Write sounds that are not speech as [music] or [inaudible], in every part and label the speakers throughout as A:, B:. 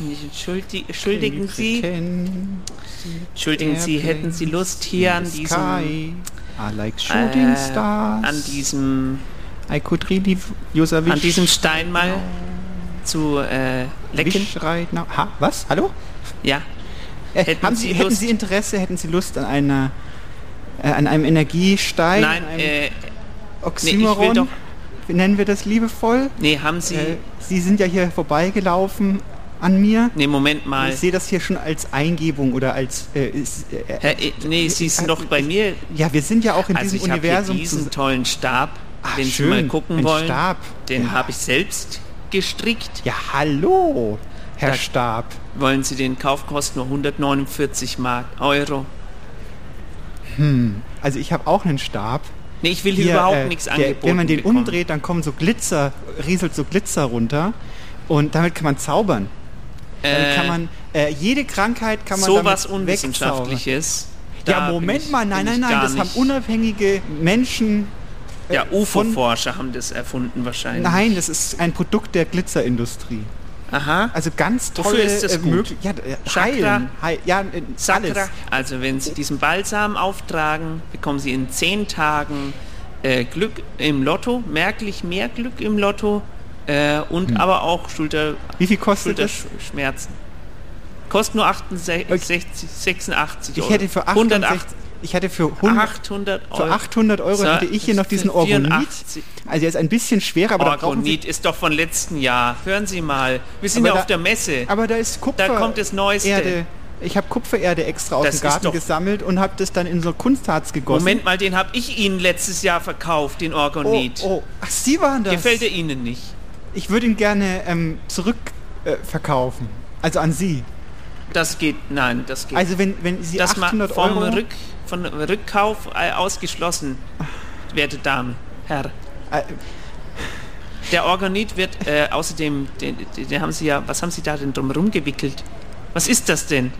A: nicht. Entschuldi entschuldigen Sie, entschuldigen Sie, hätten Sie Lust hier an diesem,
B: Sky. I like
A: äh,
B: shooting stars.
A: an diesem,
B: I could really use a wish.
A: an diesem Stein mal zu äh, lecken?
B: wish right now. Ha, was? Hallo?
A: Ja.
B: Äh,
A: Hätten
B: haben
A: Sie
B: Sie, hätten
A: Lust-
B: Sie Interesse, hätten Sie Lust an einer äh, an einem Energiestein,
A: Nein,
B: an einem
A: äh, nee, ich
B: Oxymoron?
A: will doch.
B: Wie nennen wir das liebevoll?
A: Nee, haben Sie.
B: Äh, Sie sind ja hier vorbeigelaufen an mir.
A: nee, Moment mal.
B: Ich sehe das hier schon als Eingebung oder als äh, ist, äh,
A: Hä, äh, nee, Sie sind doch bei mir.
B: ja, wir sind ja auch in
A: Also
B: diesem
A: ich habe hier
B: Universum
A: diesen
B: zus-
A: tollen Stab,
B: Ach,
A: den
B: schön,
A: Sie mal gucken
B: ein
A: wollen.
B: Stab.
A: Den
B: Ja.
A: habe ich selbst gestrickt.
B: Ja, hallo, Herr
A: Da-
B: Stab.
A: Wollen Sie den Kauf kostet nur 149 Mark Euro.
B: Also ich habe auch einen Stab.
A: Nee, ich will hier, überhaupt nichts
B: äh, der-
A: angeboten
B: Wenn man den
A: bekommen.
B: umdreht, dann kommen so Glitzer, rieselt so Glitzer runter und damit kann man zaubern. Damit
A: Äh,
B: kann man äh, jede Krankheit kann man
A: sowas
B: damit wegzaubern.
A: Unwissenschaftliches. Da
B: Ja,
A: bin
B: Moment
A: ich-
B: mal, nein,
A: bin ich
B: nein, nein,
A: gar
B: das haben
A: nicht-
B: unabhängige Menschen. äh,
A: Ja,
B: von-
A: UFO-Forscher haben das erfunden wahrscheinlich.
B: Nein, das ist ein Produkt der Glitzerindustrie.
A: Aha.
B: Also ganz
A: Wofür
B: tolle
A: ist das
B: äh,
A: gut?
B: möglich. Ja, äh,
A: Chakra?
B: heilen. Heil, ja, äh,
A: Sakra.
B: alles.
A: Also wenn Sie diesen Balsam auftragen, bekommen Sie in zehn Tagen äh, Glück im Lotto, merklich mehr Glück im Lotto äh, und aber auch Schulter,
B: Wie viel kostet Hm. das?
A: Schulterschmerzen. Kostet nur 68, 86
B: Ich
A: Euro.
B: hätte für
A: 108
B: 800, ich hätte für 100,
A: 800 Euro.
B: für 800 Euro
A: So,
B: hätte ich hier noch diesen Orgonit.
A: 84.
B: Also er ist ein bisschen schwerer, aber da brauchen Sie,
A: Orgonit ist doch von letzten Jahr. Hören Sie mal, wir sind
B: Aber
A: ja
B: da-
A: auf der Messe.
B: aber da ist Kupfer.
A: kommt das Neueste.
B: Erde. Ich habe Kupfererde extra aus
A: Das
B: dem
A: ist
B: Garten
A: doch-
B: gesammelt und habe das dann in so Kunstharz gegossen.
A: Moment mal, den habe ich Ihnen letztes Jahr verkauft, den
B: oh,
A: Orgonit.
B: oh, ach, Sie waren das.
A: Gefällt er Ihnen nicht?
B: Ich würde ihn gerne ähm, zurückverkaufen. Äh, verkaufen. also an Sie.
A: Das geht, nein, das geht.
B: Also wenn, wenn Sie
A: das ma-
B: 800
A: vom
B: Euro...
A: Rück, von Rückkauf äh, ausgeschlossen, werte Dame, Herr.
B: Äh,
A: Der Organit wird äh, außerdem, den, den, den haben Sie ja, was haben Sie da denn drum rumgewickelt? Was ist das denn?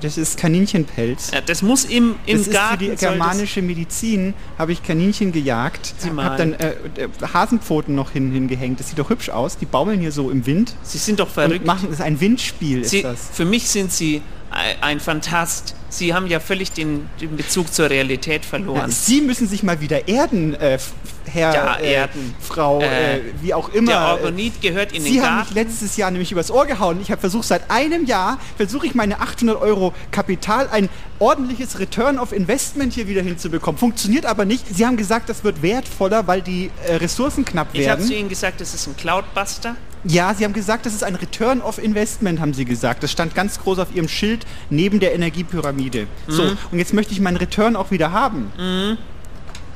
B: das ist Kaninchenpelz.
A: Ja, das muss im, im
B: das
A: Garten.
B: ist für die
A: soll das-
B: germanische Medizin, habe ich Kaninchen gejagt,
A: Sie mal.
B: habe dann äh, äh, Hasenpfoten noch hin, hingehängt. Das sieht doch hübsch aus, die baumeln hier so im Wind.
A: Sie sind doch
B: Und
A: verrückt.
B: machen, das ist ein Windspiel,
A: Sie,
B: ist das.
A: für mich sind Sie ein- ein Fantast. Sie haben ja völlig den, den Bezug zur Realität
B: Ja,
A: verloren.
B: Sie müssen sich mal wieder erden, äh, F- Herr,
A: Oh, Ja,
B: äh,
A: erden.
B: Frau, äh,
A: Äh,
B: wie auch immer.
A: der
B: Äh,
A: Organit gehört in den
B: Sie haben mich
A: Garten.
B: letztes Jahr nämlich übers Ohr gehauen. Ich habe versucht, seit einem Jahr versuche ich meine 800 Euro Kapital, ein ordentliches Return of Investment hier wieder hinzubekommen. Funktioniert aber nicht. Sie haben gesagt, das wird wertvoller, weil die äh, Ressourcen knapp
A: Ich habe
B: werden.
A: zu Ihnen gesagt, das ist ein Cloudbuster.
B: Ja, Sie haben gesagt, das ist ein Return of Investment, haben Sie gesagt. Das stand ganz groß auf Ihrem Schild neben der Energiepyramide. So,
A: Mhm.
B: und jetzt möchte ich meinen Return auch wieder haben. Und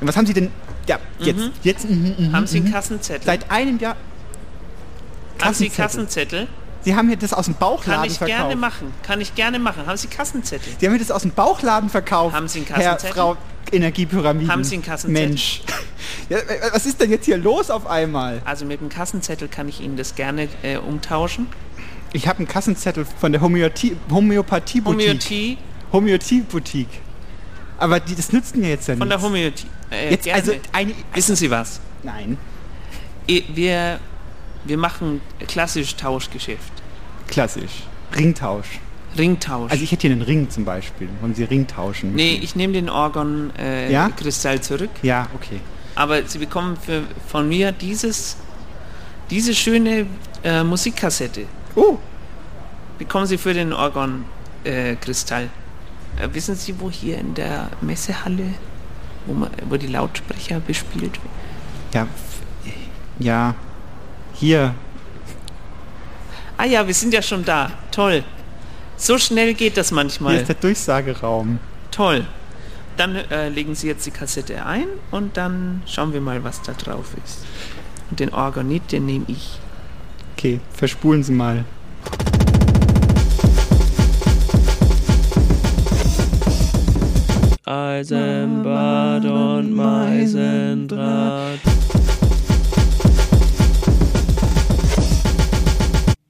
B: was haben Sie denn? Ja, jetzt, jetzt, mhm, mhm.
A: Haben Sie einen Kassenzettel?
B: seit einem Jahr.
A: Haben Sie
B: Kassenzettel.
A: Kassenzettel?
B: Sie haben mir das aus dem
A: Kann
B: Bauchladen
A: ich
B: verkauft.
A: gerne machen. Kann ich gerne machen. Haben Sie Kassenzettel?
B: Sie haben mir das aus dem Bauchladen verkauft.
A: Haben Sie einen
B: Herr
A: Kassenzettel?
B: Frau Energiepyramide.
A: Haben Sie einen Kassenzettel?
B: Mensch. [laughs] Ja, äh, was ist denn jetzt hier los auf einmal?
A: Also mit dem Kassenzettel kann ich Ihnen das gerne äh, umtauschen.
B: Ich habe einen Kassenzettel von der Homöopathie- Homöopathie-Boutique.
A: Homöopathie
B: Homöopathie-Boutique. Aber die, das nützt mir jetzt ja
A: von der
B: nichts.
A: Homöopathie. Äh,
B: Mhm. Jetzt
A: gerne.
B: also eine,
A: Wissen Sie was?
B: nein,
A: Eh, Wir, wir machen klassisch Tauschgeschäft.
B: klassisch. Ringtausch.
A: Ringtausch.
B: Also ich hätte hier einen Ring zum Beispiel. Wollen Sie Ring tauschen? mit
A: nee,
B: mir?
A: ich nehme den Orgon äh,
B: Ja?
A: Kristall zurück.
B: Ja, okay.
A: Aber Sie bekommen für, von mir dieses, diese schöne äh, Musikkassette.
B: Oh,
A: bekommen Sie für den Orgon äh, Kristall. Äh, wissen Sie, wo hier in der Messehalle, wo, man, wo die Lautsprecher bespielt werden?
B: ja, f- ja. Hier.
A: Ah ja, wir sind ja schon da. Toll. So schnell geht das
B: Hier
A: manchmal.
B: ist der Durchsageraum.
A: Toll. Dann äh, legen Sie jetzt die Kassette ein und dann schauen wir mal, was da drauf ist. Und den Orgonit, den nehme ich.
B: Okay, verspulen Sie mal.
C: Eisenbad und Meisendraht.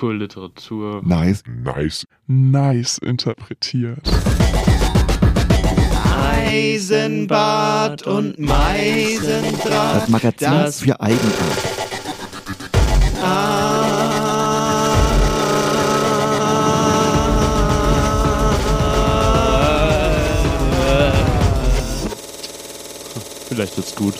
D: Cool Literatur.
E: Nice.
F: Nice. Nice interpretiert.
C: Eisenbart und Meisendraht.
E: Das Magazin
C: Das-
E: für Eigenart.
D: Vielleicht wird's gut.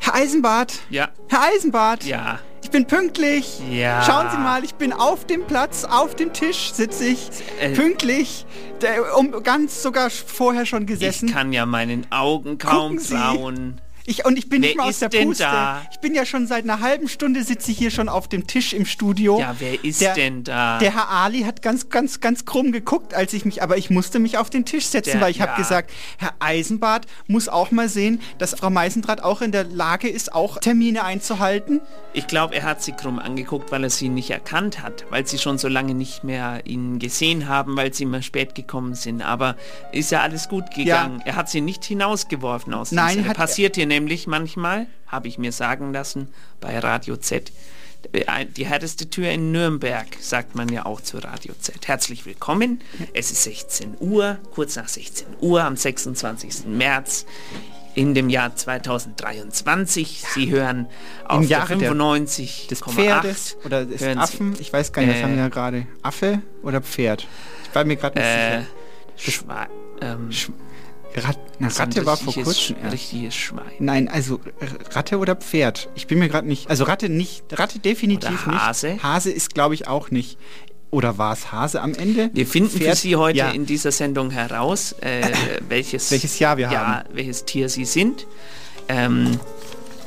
B: Herr Eisenbart,
A: Ja,
B: Herr Eisenbart,
A: ja,
B: ich bin pünktlich.
A: Ah. ja.
B: Schauen Sie mal, ich bin auf dem Platz, auf dem Tisch sitze ich,
A: Äh,
B: pünktlich, der, um, ganz sogar sch- vorher schon gesessen.
A: Ich kann ja meinen Augen kaum
B: Gucken Sie.
A: trauen.
B: Ich, und ich bin
A: Wer
B: nicht mal
A: ist
B: aus der
A: denn
B: Puste.
A: da?
B: Ich bin ja schon seit einer halben Stunde sitze ich hier schon auf dem Tisch im Studio.
A: Ja, wer ist
B: Der-
A: denn da?
B: Der Herr Ali hat ganz, ganz, ganz krumm geguckt, als ich mich, aber ich musste mich auf den Tisch setzen,
A: Der-
B: weil ich
A: ja.
B: habe gesagt, Herr Eisenbart muss auch mal sehen, dass Frau Meisendrath auch in der Lage ist, auch Termine einzuhalten.
A: Ich glaube, er hat sie krumm angeguckt, weil er sie nicht erkannt hat, weil sie schon so lange nicht mehr ihn gesehen haben, weil sie immer spät gekommen sind. Aber ist ja alles gut gegangen. Er hat sie nicht hinausgeworfen aus dem
B: Nein,
A: Sender.
B: hat-
A: Passiert hier nämlich manchmal, habe ich mir sagen lassen, bei Radio Z. äh, ein- Die härteste Tür in Nürnberg, sagt man ja auch zu Radio Z. Herzlich willkommen. Es ist 16 Uhr, kurz nach 16 Uhr am 26. März in dem Jahr 2023. Sie hören auf
B: Im
A: der
B: Jahre der-
A: 95
B: Des Pferdes oder des
A: hören Sie-
B: Affen. Ich weiß gar nicht, was
A: Äh.
B: haben wir da gerade? Affe oder Pferd? Ich war mir gerade nicht
A: Äh,
B: sicher.
A: Schwein. Ähm,
B: Rat, na,
A: so ein
B: Ratte war vor
A: richtiges
B: kurzem.
A: Sch-
B: erst.
A: Richtiges Schwein.
B: Nein, also äh, Ratte oder Pferd? Ich bin mir gerade nicht. Also Ratte nicht. Ratte definitiv
A: Oder Hase?
B: nicht. Hase ist, glaube ich, auch nicht. Oder war es Hase am Ende?
A: Wir finden für
B: Pferd-
A: Sie heute
B: ja.
A: in dieser Sendung heraus,
B: [coughs]
A: äh, welches,
B: Welches Jahr wir
A: ja,
B: haben.
A: welches Tier Sie sind. Ähm,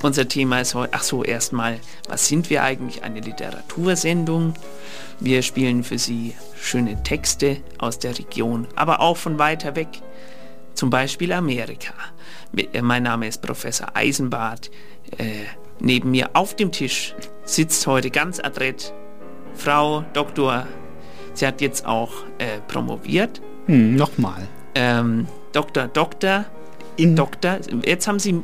A: unser Thema ist heute, ach so, erstmal, was sind wir eigentlich? Eine Literatursendung. Wir spielen für Sie schöne Texte aus der Region, aber auch von weiter weg, zum Beispiel Amerika. Mi- äh, Mein Name ist Professor Eisenbart. Äh, neben mir auf dem Tisch sitzt heute ganz adrett Frau Dr. Sie hat jetzt auch äh, promoviert.
B: Hm, nochmal.
A: Ähm, Doktor, Doktor,
B: In
A: Doktor. Jetzt haben sie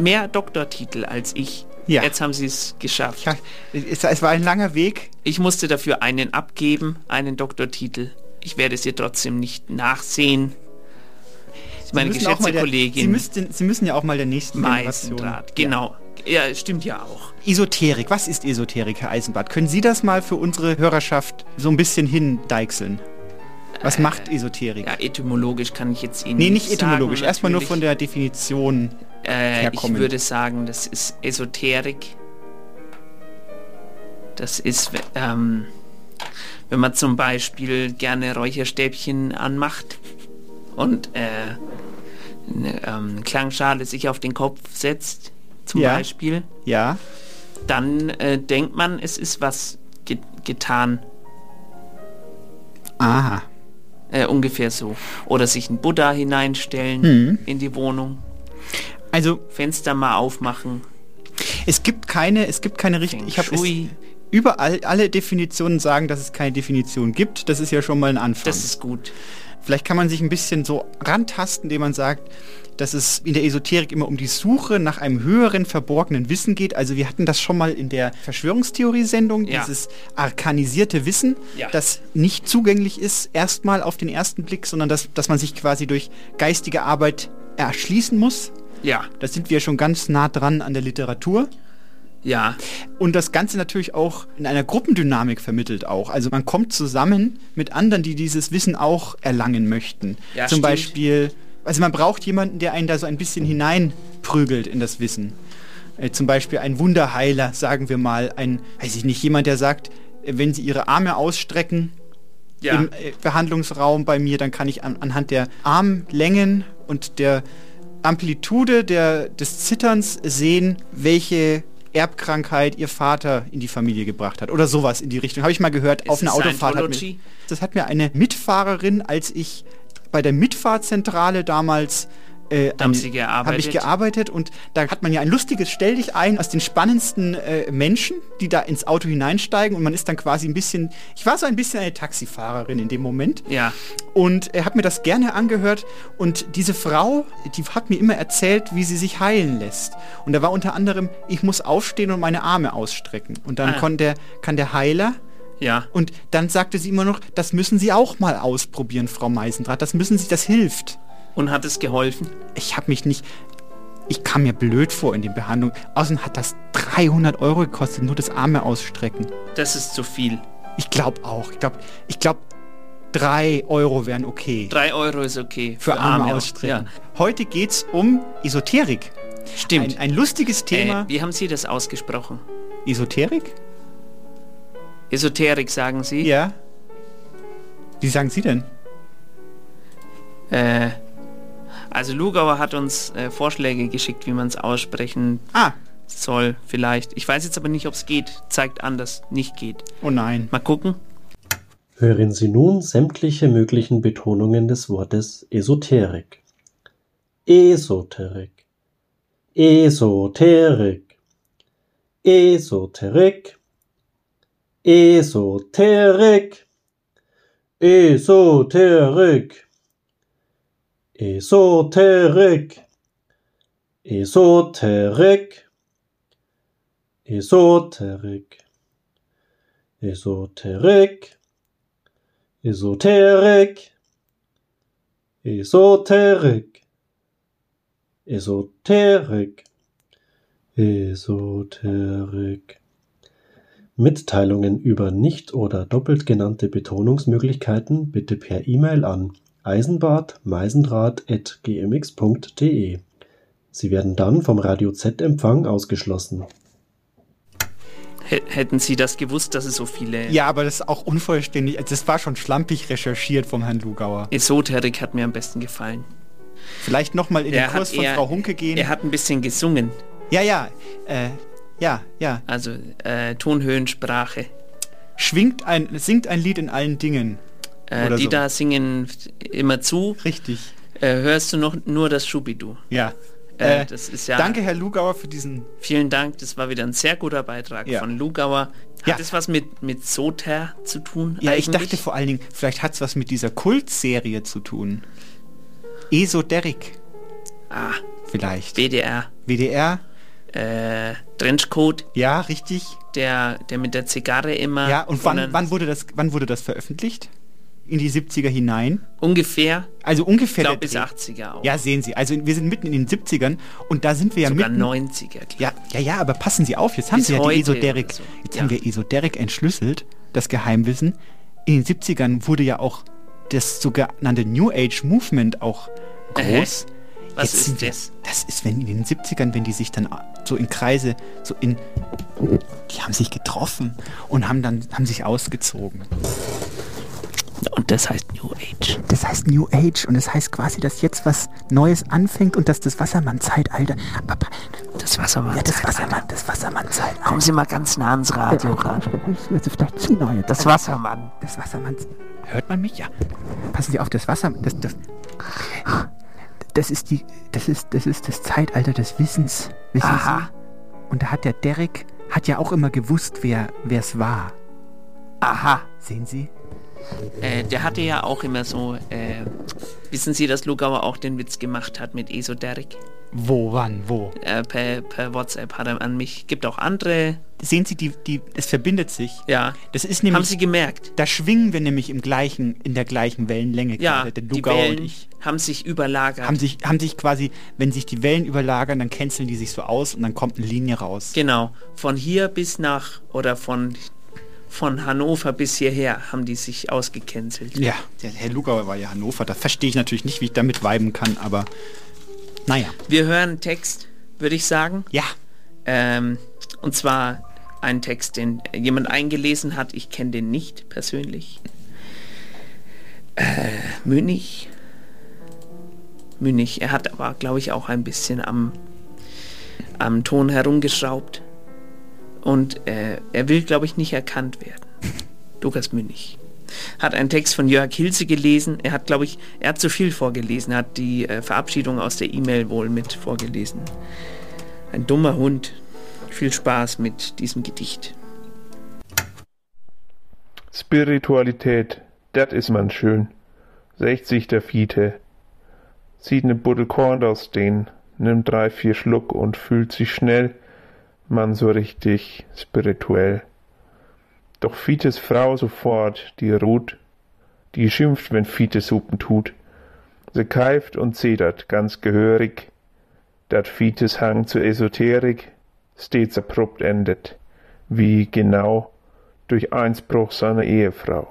A: mehr Doktortitel als ich.
B: Ja.
A: Jetzt haben sie es geschafft.
B: Ja, es, es war ein langer Weg.
A: Ich musste dafür einen abgeben, einen Doktortitel. Ich werde es ihr trotzdem nicht nachsehen. Das ist
B: Sie
A: Meine
B: müssen auch
A: geschätzte
B: mal der, Sie
A: Kollegin
B: müssen, Sie müssen ja auch mal der nächsten Generation.
A: Meisendraht. Genau. Ja. stimmt ja auch.
B: Esoterik. Was ist Esoterik, Herr Eisenbart? Können Sie das mal für unsere Hörerschaft so ein bisschen hindeichseln? Was macht Esoterik?
A: Äh, Ja, etymologisch kann ich jetzt Ihnen
B: nee, nicht
A: sagen,
B: etymologisch. Erstmal nur
A: natürlich.
B: von der Definition.
A: Äh, ich
B: herkommen.
A: würde sagen, das ist Esoterik. Das ist, we- ähm, wenn man zum Beispiel gerne Räucherstäbchen anmacht und äh, eine ähm, Klangschale sich auf den Kopf setzt, zum
B: Ja.
A: Beispiel,
B: Ja.
A: dann äh, denkt man, es ist was ge getan.
B: Aha.
A: Äh, ungefähr so. Oder sich einen Buddha hineinstellen
B: Mhm.
A: in die Wohnung,
B: Also
A: Fenster mal aufmachen.
B: es gibt keine, es gibt keine richtige.
A: Feng
B: Ich habe
A: Shui.
B: überall alle Definitionen sagen, dass es keine Definition gibt. Das ist ja schon mal ein Anfang.
A: Das ist gut.
B: Vielleicht kann man sich ein bisschen so rantasten, indem man sagt, dass es in der Esoterik immer um die Suche nach einem höheren verborgenen Wissen geht. Also wir hatten das schon mal in der Verschwörungstheorie-Sendung,
A: Ja.
B: dieses arkanisierte Wissen,
A: Ja.
B: das nicht zugänglich ist, erstmal auf den ersten Blick, sondern dass, dass man sich quasi durch geistige Arbeit erschließen muss.
A: Ja,
B: Da sind wir schon ganz nah dran an der Literatur.
A: ja.
B: Und das Ganze natürlich auch in einer Gruppendynamik vermittelt auch. Also man kommt zusammen mit anderen, die dieses Wissen auch erlangen möchten.
A: Ja,
B: Zum
A: stimmt.
B: Beispiel, also man braucht jemanden, der einen da so ein bisschen hineinprügelt in das Wissen. Äh, zum Beispiel ein Wunderheiler, sagen wir mal, ein, weiß ich nicht, jemand, der sagt, äh, wenn sie ihre Arme ausstrecken
A: ja.
B: im äh, Behandlungsraum bei mir, dann kann ich an, anhand der Armlängen und der Amplitude der, des Zitterns sehen, welche Erbkrankheit ihr Vater in die Familie gebracht hat. Oder sowas in die Richtung. Habe ich mal gehört auf
A: Ist
B: einer
A: es
B: Autofahrt. Hat mir,
A: Scientology?
B: das hat mir eine Mitfahrerin, als ich bei der Mitfahrzentrale damals äh, äh,
A: Da haben
B: eine-
A: Sie gearbeitet?
B: Habe ich gearbeitet und da hat man ja ein lustiges Stell dich ein aus den spannendsten äh, Menschen, die da ins Auto hineinsteigen und man ist dann quasi ein bisschen, ich war so ein bisschen eine Taxifahrerin in dem Moment
A: Ja.
B: und äh, habe mir das gerne angehört und diese Frau, die hat mir immer erzählt, wie sie sich heilen lässt und da war unter anderem, ich muss aufstehen und meine Arme ausstrecken und dann
A: Ah.
B: konnte der, kann der Heiler
A: Ja.
B: und dann sagte sie immer noch, das müssen Sie auch mal ausprobieren, Frau Meisendrath, das müssen Sie, das hilft.
A: Und hat es geholfen?
B: Ich habe mich nicht. Ich kam mir blöd vor in den Behandlungen. Außerdem hat das 300 Euro gekostet, nur das Arme ausstrecken.
A: Das ist zu viel.
B: Ich glaube auch. Ich glaube, ich glaub, 3 Euro wären okay.
A: Drei Euro ist okay.
B: Für Arme,
A: auch.
B: ausstrecken. Heute geht's um Esoterik.
A: Ja. Stimmt.
B: Ein, ein lustiges Thema.
A: Äh, wie haben Sie das ausgesprochen?
B: Esoterik?
A: Esoterik, sagen Sie?
B: Ja. Wie sagen Sie denn?
A: Äh, also Lugauer hat uns äh, Vorschläge geschickt, wie man es aussprechen
B: Ah,
A: soll, vielleicht. Ich weiß jetzt aber nicht, ob es geht. Zeigt an, dass nicht geht.
B: oh nein.
A: Mal gucken.
G: Hören Sie nun sämtliche möglichen Betonungen des Wortes Esoterik. Esoterik. Esoterik. Esoterik. Esoterik. Esoterik. Esoterik. Esoterik. Esoterik. Esoterik. Esoterik. Esoterik. Esoterik. Esoterik. Mitteilungen über nicht oder doppelt genannte Betonungsmöglichkeiten bitte per E-Mail an eisenbart-meisendraht.gmx.de. Sie werden dann vom Radio Z-Empfang ausgeschlossen.
A: H hätten Sie das gewusst, dass es so viele...
B: Ja, aber das ist auch unvollständig. Also Das war schon schlampig recherchiert vom Herrn Lugauer.
A: Esoterik hat mir am besten gefallen.
B: Vielleicht nochmal in den Kurs von Frau Hunke gehen.
A: Er hat ein bisschen gesungen.
B: Ja, ja. Äh, ja, ja.
A: Also äh, Tonhöhensprache.
B: Schwingt ein, singt ein Lied in allen Dingen.
A: Äh,
B: Oder
A: die
B: so.
A: da singen f- immer zu.
B: Richtig.
A: Äh, hörst du noch nur das Schubidu?
B: Ja.
A: Äh,
B: Äh,
A: das ist ja.
B: Danke, Herr Lugauer, für diesen.
A: Vielen Dank. Das war wieder ein sehr guter Beitrag
B: Ja.
A: von Lugauer. Hat
B: Ja.
A: das was mit, mit Soter zu tun?
B: Ja, ich
A: eigentlich?
B: dachte vor allen Dingen, vielleicht hat es was mit dieser Kultserie zu tun. Esoterik.
A: Ah,
B: Vielleicht.
A: WDR.
B: WDR.
A: Äh, Trenchcoat,
B: Ja, richtig.
A: der, der mit der Zigarre immer.
B: Ja, und wann,
A: sondern
B: wann, wurde das, wann wurde das veröffentlicht? In die 70er hinein.
A: Ungefähr,
B: Also
A: ich
B: ungefähr.
A: glaube,
B: der
A: bis
B: Dreh.
A: 80er auch.
B: Ja, sehen Sie. Also wir sind mitten in den 70ern und da sind wir ja
A: sogar
B: mitten.
A: 90er, glaub
B: Ja, ja, ja, aber passen Sie auf, jetzt haben
A: Bis
B: Sie ja
A: heute
B: die Esoterik.
A: oder so.
B: Jetzt
A: Ja.
B: haben wir Esoterik entschlüsselt, das Geheimwissen. In den 70ern wurde ja auch das sogenannte New Age Movement auch
A: Ähä.
B: groß.
A: Äh, Was
B: Jetzt sind
A: ist
B: wir-
A: das?
B: Das ist, wenn in den 70ern, wenn die sich dann so in Kreise, so in. Die haben sich getroffen und haben dann haben sich ausgezogen.
A: Und das heißt New Age.
B: Das heißt New Age und das heißt quasi, dass jetzt was Neues anfängt und dass das Wassermann-Zeitalter. Aber
A: Das Wassermann.
B: ja, das Wassermann, das Wassermann-Zeitalter.
A: Kommen Sie mal ganz nah ans Radio ran.
B: Also vielleicht zu neu.
A: Das Wassermann.
B: Das Wassermann. Hört man mich? Ja. Passen Sie auf, das Wasser. Das, das, das ist die. Das ist, das ist das Zeitalter des Wissens. Wissen
A: Aha.
B: Sie? Und da hat der Derek hat ja auch immer gewusst, wer es war.
A: Aha.
B: Sehen Sie?
A: Äh, der hatte ja auch immer so, äh, wissen Sie, dass Lugauer auch den Witz gemacht hat mit Esoterik?
B: Wo, wann, wo?
A: Äh, per, per WhatsApp hat er an mich. Gibt auch andere.
B: Sehen Sie, die, die, es verbindet sich.
A: Ja.
B: Das ist
A: Haben
B: nämlich.
A: Sie gemerkt?
B: da schwingen wir nämlich im gleichen, in der gleichen Wellenlänge
A: Ja,
B: gerade. Der
A: die
B: Lugauer
A: Wellen
B: und ich.
A: haben sich überlagert.
B: Haben sich, haben sich quasi, wenn sich die Wellen überlagern, dann canceln die sich so aus und dann kommt eine Linie raus.
A: genau. Von hier bis nach, oder von, von Hannover bis hierher haben die sich ausgecancelt.
B: Ja, der Herr Lugauer war ja Hannover. Da verstehe ich natürlich nicht, wie ich damit weiben kann, aber naja.
A: Wir hören Text, würde ich sagen.
B: Ja,
A: Ähm, und zwar einen Text, den jemand eingelesen hat. Ich kenne den nicht persönlich. Äh, Münich. Münich. Er hat aber, glaube ich, auch ein bisschen am, am Ton herumgeschraubt. Und äh, er will, glaube ich, nicht erkannt werden. Lukas Münich. hat einen Text von Jörg Hilze gelesen. Er hat, glaube ich, er hat zu viel vorgelesen, er hat die äh, Verabschiedung aus der E-Mail wohl mit vorgelesen. Ein dummer Hund. Viel Spaß mit diesem Gedicht.
H: Spiritualität, dat is man schön. 60 der Fiete. Zieht ne Buddel Korn aus den, nimmt drei, vier Schluck und fühlt sich schnell, man so richtig spirituell. Doch Fietes Frau sofort, die ruht, die schimpft, wenn Fiete Suppen tut. Sie keift und zedert ganz gehörig, dat Fietes Hang zur Esoterik stets abrupt endet, wie genau durch Einspruch seiner Ehefrau.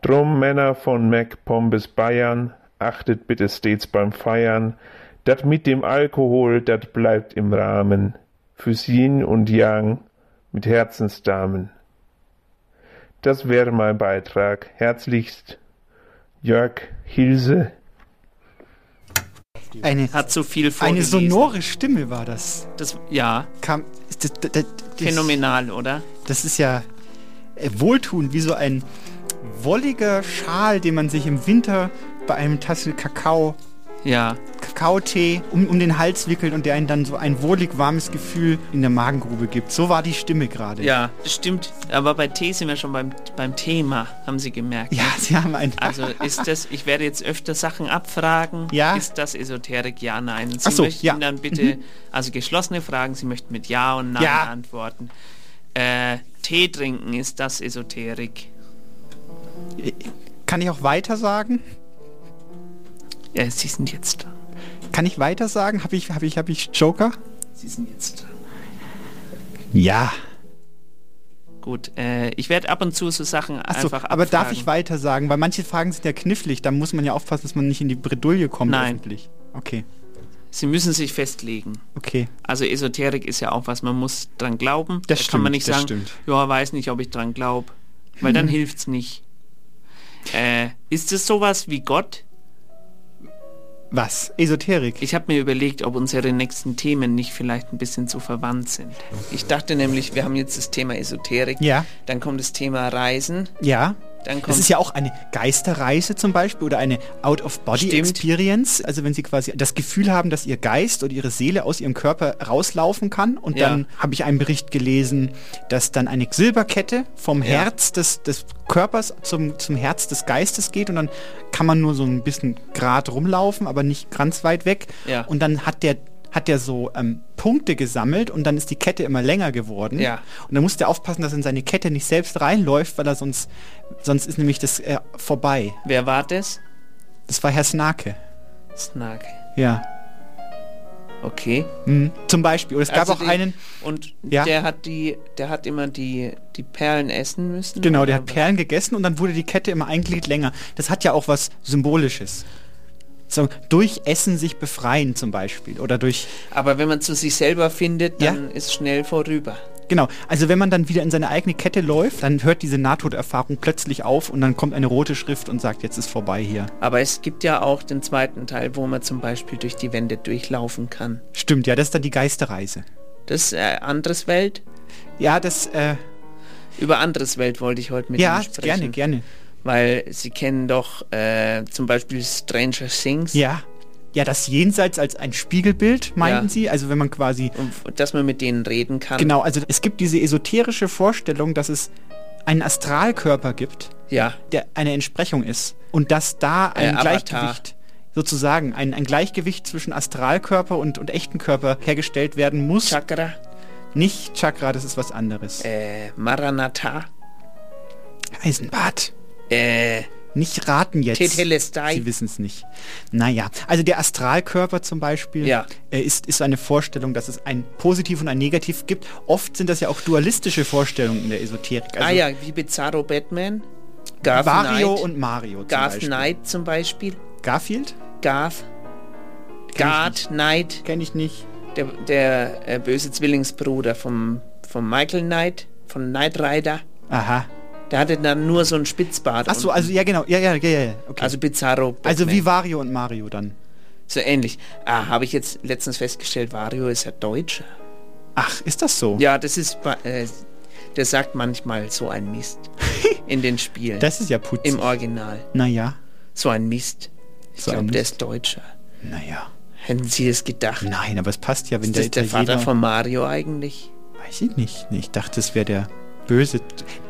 H: Drum Männer von Mac Pombes Bayern, achtet bitte stets beim Feiern, dat mit dem Alkohol, dat bleibt im Rahmen, für Yin und Yang mit Herzensdamen. Das wäre mein Beitrag. Herzlichst, Jörg Hilse.
B: Eine,
A: hat so viel
B: eine
A: vorgelesen.
B: sonore Stimme war das.
A: Das, ja,
B: Kam, das, das, das,
A: phänomenal, oder?
B: Das ist ja äh, wohltuend, wie so ein wolliger Schal, den man sich im Winter bei einem Tassel Kakao,
A: Ja.
B: Kakaotee um, um den Hals wickelt und der einen dann so ein wohlig warmes Gefühl in der Magengrube gibt. So war die Stimme gerade.
A: Ja, das stimmt. Aber bei Tee sind wir schon beim, beim Thema, haben Sie gemerkt.
B: Ja, [laughs] sie haben ein.
A: Also ist das, ich werde jetzt öfter Sachen abfragen.
B: Ja.
A: Ist das Esoterik? Ja, nein. Sie
B: Ach so,
A: möchten
B: ja. Mhm.
A: dann bitte, also geschlossene Fragen, Sie möchten mit Ja und Nein
B: Ja.
A: antworten. Äh, Tee trinken, ist das Esoterik?
B: Kann ich auch weiter sagen?
A: Ja, Sie sind jetzt dran.
B: Kann ich weiter sagen? Habe ich, hab ich, hab ich Joker?
A: Sie sind jetzt dran.
B: Ja.
A: Gut, äh, ich werde ab und zu so Sachen
B: Achso,
A: einfach abfragen.
B: aber darf ich weiter sagen? Weil manche Fragen sind ja knifflig. Da muss man ja aufpassen, dass man nicht in die Bredouille kommt.
A: Nein.
B: öffentlich. Okay,
A: Sie müssen sich festlegen.
B: okay.
A: Also Esoterik ist ja auch was, man muss dran glauben.
B: Das
A: da kann man
B: stimmt,
A: nicht
B: das
A: sagen,
B: stimmt. Hm.
A: ja, weiß nicht, ob ich dran glaube, weil dann hilft's nicht. Äh, ist es sowas wie Gott?
B: Was? Esoterik?
A: Ich habe mir überlegt, ob unsere nächsten Themen nicht vielleicht ein bisschen zu verwandt sind. Ich dachte nämlich, wir haben jetzt das Thema Esoterik,
B: Ja.
A: dann kommt das Thema Reisen,
B: Ja.
A: dann kommt
B: Das ist ja auch eine Geisterreise zum Beispiel oder eine
A: Stimmt.
B: Out-of-Body-Experience. Also wenn Sie quasi das Gefühl haben, dass Ihr Geist oder Ihre Seele aus Ihrem Körper rauslaufen kann. Und
A: Ja.
B: dann habe ich einen Bericht gelesen, dass dann eine Silberkette vom Herz des, des Körpers zum, zum Herz des Geistes geht. Und dann kann man nur so ein bisschen grad rumlaufen, aber nicht ganz weit weg.
A: Ja.
B: Und dann hat der hat der so ähm, Punkte gesammelt und dann ist die Kette immer länger geworden.
A: Ja.
B: Und dann muss der aufpassen, dass er in seine Kette nicht selbst reinläuft, weil er sonst, sonst ist nämlich das äh, vorbei.
A: wer war das?
B: Das war Herr Snake.
A: Snake.
B: Ja.
A: Okay.
B: Mhm. Zum Beispiel. Oder es gab
A: Also
B: auch
A: die-
B: einen,
A: Und
B: Ja.
A: der hat die, der hat immer die, die Perlen essen müssen.
B: genau, der hat
A: Oder-
B: Perlen gegessen und dann wurde die Kette immer ein Glied länger. Das hat ja auch was Symbolisches. So, durch Essen sich befreien zum Beispiel. Oder durch,
A: Aber wenn man zu sich selber findet,
B: Ja.
A: dann ist schnell vorüber.
B: genau. Also wenn man dann wieder in seine eigene Kette läuft, dann hört diese Nahtoderfahrung plötzlich auf und dann kommt eine rote Schrift und sagt, jetzt ist vorbei hier.
A: Aber es gibt ja auch den zweiten Teil, wo man zum Beispiel durch die Wände durchlaufen kann.
B: Stimmt, ja, das ist dann die Geisterreise.
A: Das ist äh, anderes Welt.
B: Ja, das, äh,
A: Über anderes Welt wollte ich heute mit
B: ja,
A: Ihnen
B: gerne,
A: sprechen.
B: gerne.
A: Weil Sie kennen doch äh, zum Beispiel Stranger Things.
B: Ja. Ja, das Jenseits als ein Spiegelbild, meinten
A: Ja.
B: Sie? Also wenn man quasi.
A: Und f- um, dass man mit denen reden kann.
B: Genau, also es gibt diese esoterische Vorstellung, dass es einen Astralkörper gibt,
A: Ja.
B: der eine Entsprechung ist. Und dass da
A: Äh,
B: ein
A: Avatar.
B: Gleichgewicht, sozusagen, ein, ein Gleichgewicht zwischen Astralkörper und, und echten Körper hergestellt werden muss.
A: Chakra,
B: Nicht Chakra, das ist was anderes.
A: äh, Maranatha,
B: Eisenbad.
A: äh,
B: Nicht raten jetzt.
A: Tetelestai.
B: Sie wissen es nicht. Naja, also der Astralkörper zum Beispiel
A: Ja.
B: äh, ist, ist eine Vorstellung, dass es ein Positiv und ein Negativ gibt. Oft sind das ja auch dualistische Vorstellungen in der Esoterik. Also
A: ah ja, wie Bizarro Batman, Garth
B: Wario
A: Knight,
B: und Mario zum
A: Garth
B: Beispiel.
A: Knight zum Beispiel,
B: Garfield?
A: Garth, Garth Knight,
B: Kenne ich nicht.
A: der, der äh, böse Zwillingsbruder vom, vom Michael Knight, von Knight Rider,
B: Aha.
A: der hatte dann nur so einen Spitzbart.
B: Achso,
A: unten.
B: also ja genau. Ja, ja, ja, ja. ja, Okay.
A: also Bizarro. Batman.
B: also wie Wario und Mario dann.
A: So ähnlich. Ah, habe ich jetzt letztens festgestellt, Wario ist ja Deutscher.
B: Ach, ist das so?
A: Ja, das ist. ba- Äh, der sagt manchmal so ein
B: [laughs]
A: Mist. In den Spielen.
B: Das ist ja putzig.
A: Im Original.
B: Naja.
A: So ein Mist. Ich
B: So ein
A: glaube, der
B: Mist.
A: ist Deutscher.
B: Naja.
A: Hätten Sie es gedacht?
B: Nein, aber es passt ja, wenn
A: ist
B: der
A: das der
B: Italiener-
A: Vater von Mario eigentlich?
B: Weiß ich nicht. Nee, Ich dachte, es wäre der böse,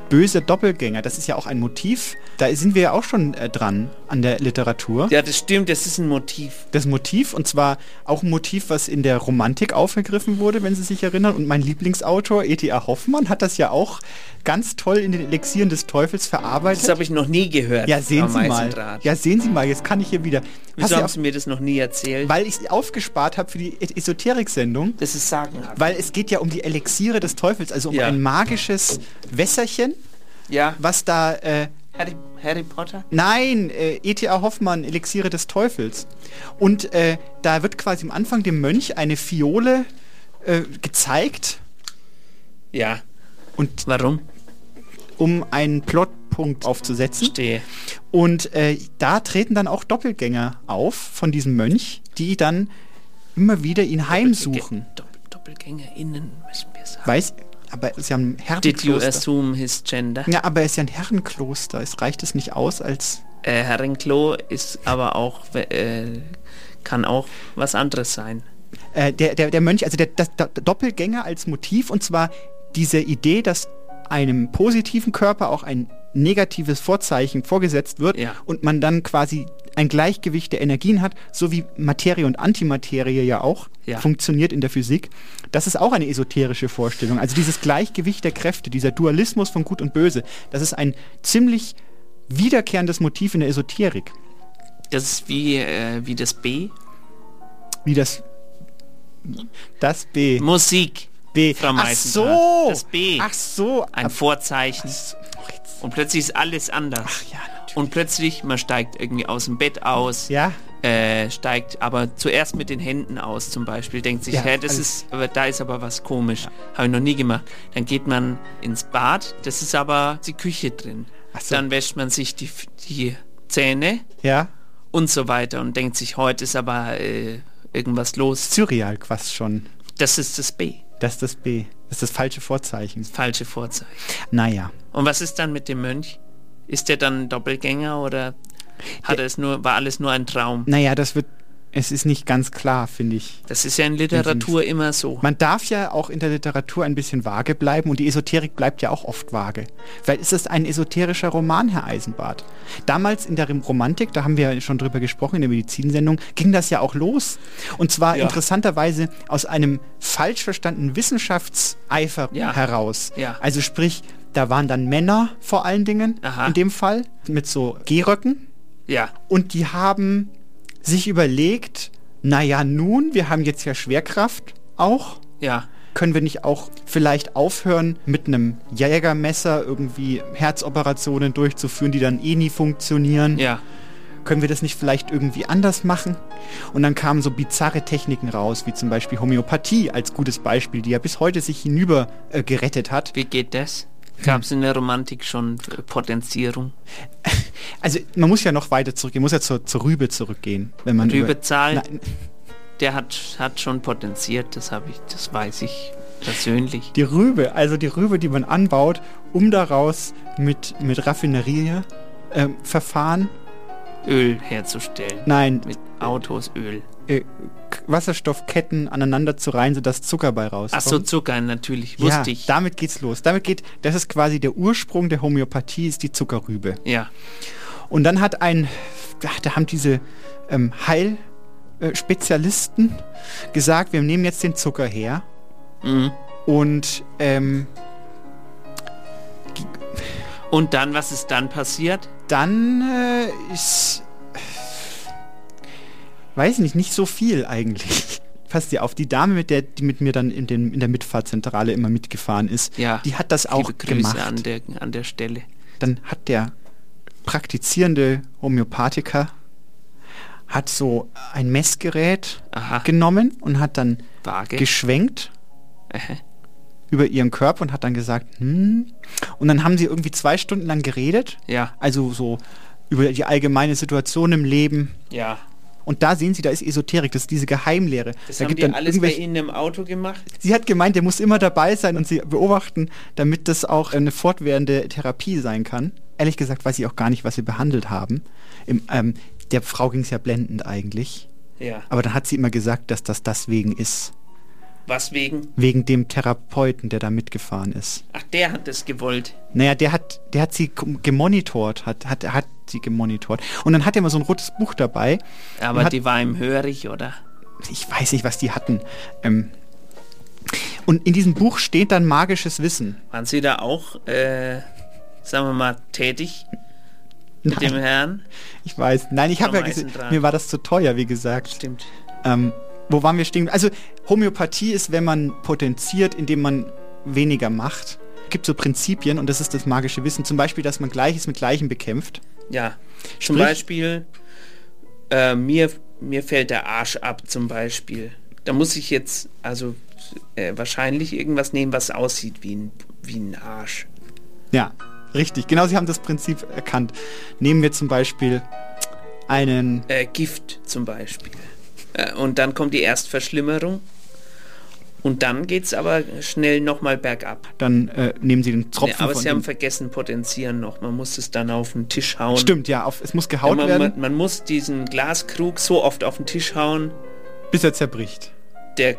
B: böse Doppelgänger. Das ist ja auch ein Motiv. Da sind wir ja auch schon äh, dran an der Literatur.
A: Ja, das stimmt, das ist ein Motiv.
B: Das Motiv, und zwar auch ein Motiv, was in der Romantik aufgegriffen wurde, wenn Sie sich erinnern. Und mein Lieblingsautor, E.T.A. Hoffmann, hat das ja auch ganz toll in den Elixieren des Teufels verarbeitet.
A: Das habe ich noch nie gehört.
B: ja,
A: Frau
B: sehen Sie mal.
A: Meisendrath.
B: Ja, sehen Sie mal. Jetzt kann ich hier wieder. Hast
A: Wieso
B: du
A: haben
B: auf-
A: Sie mir das noch nie erzählt?
B: weil ich es aufgespart habe für die E Esoterik-Sendung.
A: Das ist sagenhaft.
B: Weil es geht ja um die Elixiere des Teufels, also um
A: Ja.
B: ein magisches Wässerchen,
A: ja,
B: was da... Äh,
A: Harry, Harry Potter?
B: nein, äh, E.T.A. Hoffmann, Elixiere des Teufels. Und äh, da wird quasi am Anfang dem Mönch eine Fiole äh, gezeigt,
A: Ja.
B: Und-
A: warum?
B: um einen Plotpunkt aufzusetzen.
A: Verstehe.
B: Und äh, da treten dann auch Doppelgänger auf von diesem Mönch, die dann immer wieder ihn heimsuchen.
A: Doppel, DoppelgängerInnen müssen wir sagen.
B: Weiß, aber sie haben Herrenkloster.
A: Did you assume his gender?
B: Ja, aber er ist ja ein Herrenkloster. Es reicht es nicht aus als.
A: Äh, Herrenklo ist aber auch, äh, kann auch was anderes sein.
B: Äh, der, der, der Mönch, also der, das- der Doppelgänger als Motiv und zwar diese Idee, dass einem positiven Körper auch ein negatives Vorzeichen vorgesetzt wird
A: Ja.
B: und man dann quasi ein Gleichgewicht der Energien hat, so wie Materie und Antimaterie ja auch
A: Ja.
B: funktioniert in der Physik. Das ist auch eine esoterische Vorstellung. Also dieses Gleichgewicht der Kräfte, dieser Dualismus von Gut und Böse, das ist ein ziemlich wiederkehrendes Motiv in der Esoterik.
A: Das ist wie, äh, wie das B.
B: Wie das das B.
A: Musik.
B: B.
A: Frau
B: Ach
A: Meisendrath.
B: so.
A: Das B.
B: Ach so.
A: Ein
B: Ab-
A: Vorzeichen. Und plötzlich ist alles anders.
B: ja, natürlich.
A: Und plötzlich, man steigt irgendwie aus dem Bett aus,
B: Ja.
A: äh, steigt aber zuerst mit den Händen aus zum Beispiel, denkt sich,
B: Ja,
A: hä, das
B: also-
A: ist, aber da ist aber was komisch, habe ich noch nie gemacht. Dann geht man ins Bad, das ist aber die Küche drin.
B: Ach so.
A: Dann wäscht man sich die, die Zähne
B: Ja.
A: und so weiter und denkt sich, heute ist aber äh, irgendwas los.
B: Surreal quasi schon.
A: Das ist das B,
B: Das ist das B. Das ist das falsche Vorzeichen.
A: falsche Vorzeichen.
B: Naja.
A: Und was ist dann mit dem Mönch? Ist der dann ein Doppelgänger oder hat er es nur, war alles nur ein Traum?
B: Naja, das wird. Es ist nicht ganz klar, finde ich.
A: Das ist ja in Literatur immer so.
B: Man darf ja auch in der Literatur ein bisschen vage bleiben und die Esoterik bleibt ja auch oft vage. Vielleicht ist es ein esoterischer Roman, Herr Eisenbart. Damals in der Rom- Romantik, da haben wir ja schon drüber gesprochen in der Medizinsendung, ging das ja auch los. Und zwar
A: Ja.
B: interessanterweise aus einem falsch verstandenen Wissenschaftseifer
A: Ja.
B: heraus.
A: Ja.
B: Also sprich, da waren dann Männer vor allen Dingen
A: Aha.
B: in dem Fall mit so Gehröcken
A: Ja,
B: und die haben sich überlegt, naja nun, wir haben jetzt ja Schwerkraft auch,
A: ja.
B: können wir nicht auch vielleicht aufhören, mit einem Jägermesser irgendwie Herzoperationen durchzuführen, die dann eh nie funktionieren?
A: Ja,
B: Können wir das nicht vielleicht irgendwie anders machen? Und dann kamen so bizarre Techniken raus, wie zum Beispiel Homöopathie als gutes Beispiel, die ja bis heute sich hinüber äh, gerettet hat.
A: wie geht das? Gab es in der Romantik schon äh, Potenzierung?
B: Also man muss ja noch weiter zurückgehen, man muss ja zur, zur Rübe zurückgehen, wenn man über-
A: Rübezahl,
B: Nein,
A: der hat, hat schon potenziert, das habe ich, das weiß ich persönlich.
B: Die Rübe, also die Rübe, die man anbaut, um daraus mit, mit äh, Raffinerie-Verfahren,
A: Öl herzustellen.
B: nein,
A: Mit Autos Öl.
B: äh, K- Wasserstoffketten aneinander zu reihen, sodass Zucker bei rauskommt.
A: Ach so, Zucker natürlich,
B: ja,
A: wusste ich.
B: damit geht's los. Damit geht, das ist quasi der Ursprung der Homöopathie, ist die Zuckerrübe.
A: Ja,
B: Und dann hat ein, ach, da haben diese ähm, Heilspezialisten gesagt, wir nehmen jetzt den Zucker her
A: mhm.
B: und ähm,
A: Und dann, was ist dann passiert?
B: dann äh, ist. Weiß nicht, nicht so viel eigentlich. [laughs] Passt dir auf, die Dame, mit der, die mit mir dann in, den, in der Mitfahrzentrale immer mitgefahren ist,
A: Ja,
B: die hat das auch
A: Liebe Grüße
B: gemacht.
A: an der, an der Stelle.
B: Dann hat der praktizierende Homöopathiker hat so ein Messgerät
A: Aha.
B: genommen und hat dann
A: Waage.
B: geschwenkt
A: Aha.
B: über ihren Körper und hat dann gesagt, hm. Und dann haben sie irgendwie zwei Stunden lang geredet
A: ja,
B: also so über die allgemeine Situation im Leben
A: ja.
B: Und da sehen Sie, da ist Esoterik, das ist diese Geheimlehre.
A: Das
B: da
A: haben die alles bei Ihnen im Auto gemacht?
B: Sie hat gemeint, der muss immer dabei sein und sie beobachten, damit das auch eine fortwährende Therapie sein kann. Ehrlich gesagt weiß ich auch gar nicht, was wir behandelt haben. Im, ähm, der Frau ging es ja blendend eigentlich.
A: Ja.
B: Aber dann hat sie immer gesagt, dass das deswegen ist.
A: Was wegen?
B: Wegen dem Therapeuten, der da mitgefahren ist.
A: Ach, der hat das gewollt.
B: Naja, der hat, der hat sie kom- gemonitort, hat, hat, hat sie gemonitort. Und dann hat er immer so ein rotes Buch dabei.
A: Aber
B: und hat,
A: die war ihm hörig, oder?
B: ich weiß nicht, was die hatten. Ähm, und in diesem Buch steht dann magisches Wissen.
A: Waren Sie da auch, äh, sagen wir mal, tätig? Mit
B: Nein.
A: dem Herrn?
B: Ich weiß. Nein, ich habe
A: Vom
B: ja gesehen,
A: Eisendraht.
B: mir war das zu teuer, wie gesagt.
A: Stimmt.
B: Ähm, wo waren wir stehen? Also Homöopathie ist, wenn man potenziert, indem man weniger macht. Es gibt so Prinzipien und das ist das magische Wissen. Zum Beispiel, dass man Gleiches mit Gleichem bekämpft.
A: Ja. Zum
B: Sprich-
A: Beispiel, äh, mir, mir fällt der Arsch ab, zum Beispiel. Da muss ich jetzt, also äh, wahrscheinlich irgendwas nehmen, was aussieht wie ein, wie ein Arsch.
B: Ja, richtig. Genau, Sie haben das Prinzip erkannt. Nehmen wir zum Beispiel einen...
A: Äh, Gift zum Beispiel. Äh, und dann kommt die Erstverschlimmerung. Und dann geht es aber schnell nochmal bergab.
B: Dann äh, nehmen Sie den Tropfen
A: Nee, aber
B: von
A: sie haben
B: dem,
A: vergessen, potenzieren noch. Man muss es dann auf den Tisch hauen.
B: Stimmt, ja. Auf, es muss
A: Ja,
B: gehaut
A: man,
B: werden,
A: man, man muss diesen Glaskrug so oft auf den Tisch hauen.
B: bis er zerbricht.
A: Der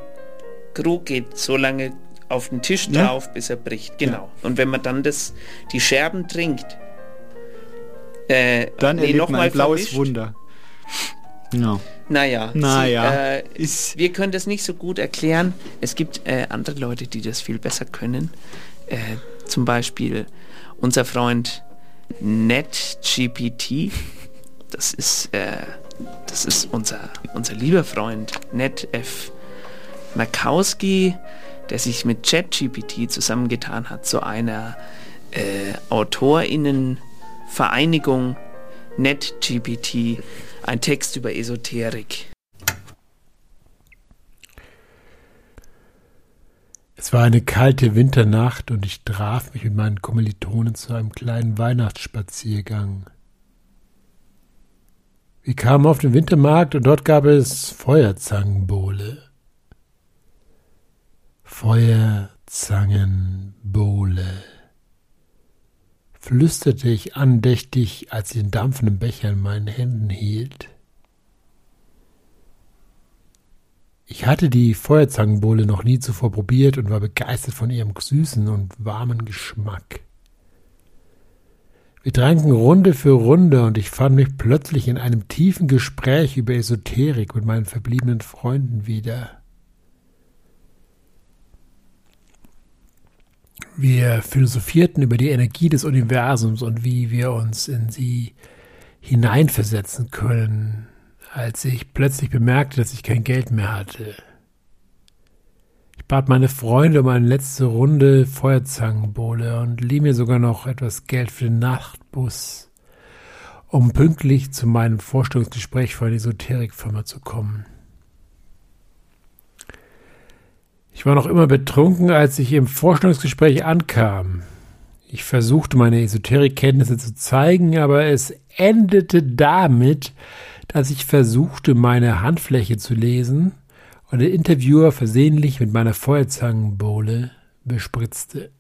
A: Krug geht so lange auf den Tisch
B: Ja.
A: drauf, bis er bricht. Genau. Und wenn man dann das, die Scherben trinkt, äh,
B: Dann
A: nee,
B: erlebt
A: noch
B: man
A: mal
B: ein blaues
A: vermischt.
B: Wunder. Genau.
A: Naja,
B: Naja,
A: Sie, äh, wir können das nicht so gut erklären. Es gibt äh, andere Leute, die das viel besser können. Äh, zum Beispiel unser Freund NetGPT. Das ist, äh, das ist unser, unser lieber Freund NetF Makowski, der sich mit ChatGPT zusammengetan hat zu einer äh, AutorInnen-Vereinigung NetGPT, ein Text über Esoterik.
I: Es war eine kalte Winternacht und ich traf mich mit meinen Kommilitonen zu einem kleinen Weihnachtsspaziergang. Wir kamen auf den Wintermarkt und dort gab es Feuerzangenbowle. Feuerzangenbowle, flüsterte ich andächtig, als ich den dampfenden Becher in meinen Händen hielt. Ich hatte die Feuerzangenbowle noch nie zuvor probiert und war begeistert von ihrem süßen und warmen Geschmack. Wir tranken Runde für Runde und ich fand mich plötzlich in einem tiefen Gespräch über Esoterik mit meinen verbliebenen Freunden wieder. Wir philosophierten über die Energie des Universums und wie wir uns in sie hineinversetzen können, als ich plötzlich bemerkte, dass ich kein Geld mehr hatte. Ich bat meine Freunde um eine letzte Runde Feuerzangenbowle und lieh mir sogar noch etwas Geld für den Nachtbus, um pünktlich zu meinem Vorstellungsgespräch für eine Esoterikfirma zu kommen. Ich war noch immer betrunken, als ich im Vorstellungsgespräch ankam. Ich versuchte meine Esoterikkenntnisse zu zeigen, aber es endete damit, dass ich versuchte, meine Handfläche zu lesen und der Interviewer versehentlich mit meiner Feuerzangenbowle bespritzte.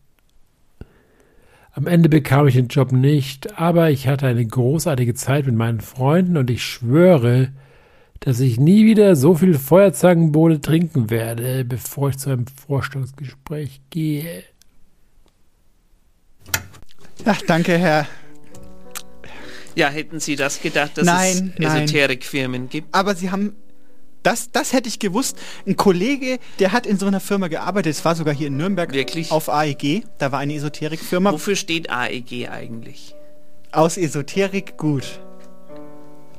I: Am Ende bekam ich den Job nicht, aber ich hatte eine großartige Zeit mit meinen Freunden und ich schwöre, dass ich nie wieder so viel Feuerzangenbowle trinken werde, bevor ich zu einem Vorstellungsgespräch gehe.
B: Ach, danke, Herr.
A: Ja, hätten Sie das gedacht, dass
B: Nein,
A: es
B: nein.
A: Esoterikfirmen gibt?
B: Aber Sie haben. Das, das hätte ich gewusst. Ein Kollege, der hat in so einer Firma gearbeitet. Es war sogar hier in Nürnberg.
A: Wirklich?
B: Auf AEG. Da war eine Esoterikfirma.
A: Wofür steht AEG eigentlich?
B: Aus Esoterik gut.
A: Ach,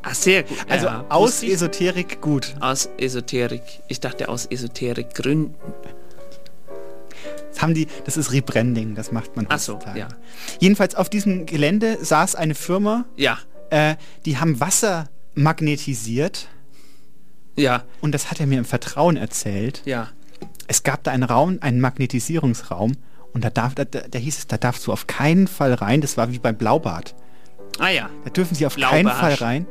A: Ah, sehr gut.
B: Also
A: ja,
B: aus
A: wusste ich.
B: Esoterik gut.
A: Aus Esoterik. Ich dachte aus Esoterik Gründen.
B: Das haben die, das ist Rebranding, das macht man
A: Ach so, ja.
B: Jedenfalls auf diesem Gelände saß eine Firma,
A: Ja,
B: äh, die haben Wasser magnetisiert
A: ja,
B: und das hat er mir im Vertrauen erzählt.
A: ja.
B: Es gab da einen Raum, einen Magnetisierungsraum und da, darf, da, da, da hieß es, da darfst du auf keinen Fall rein, das war wie beim Blaubart.
A: Ah ja.
B: Da dürfen sie auf keinen Fall
A: Blaubarsch.
B: rein.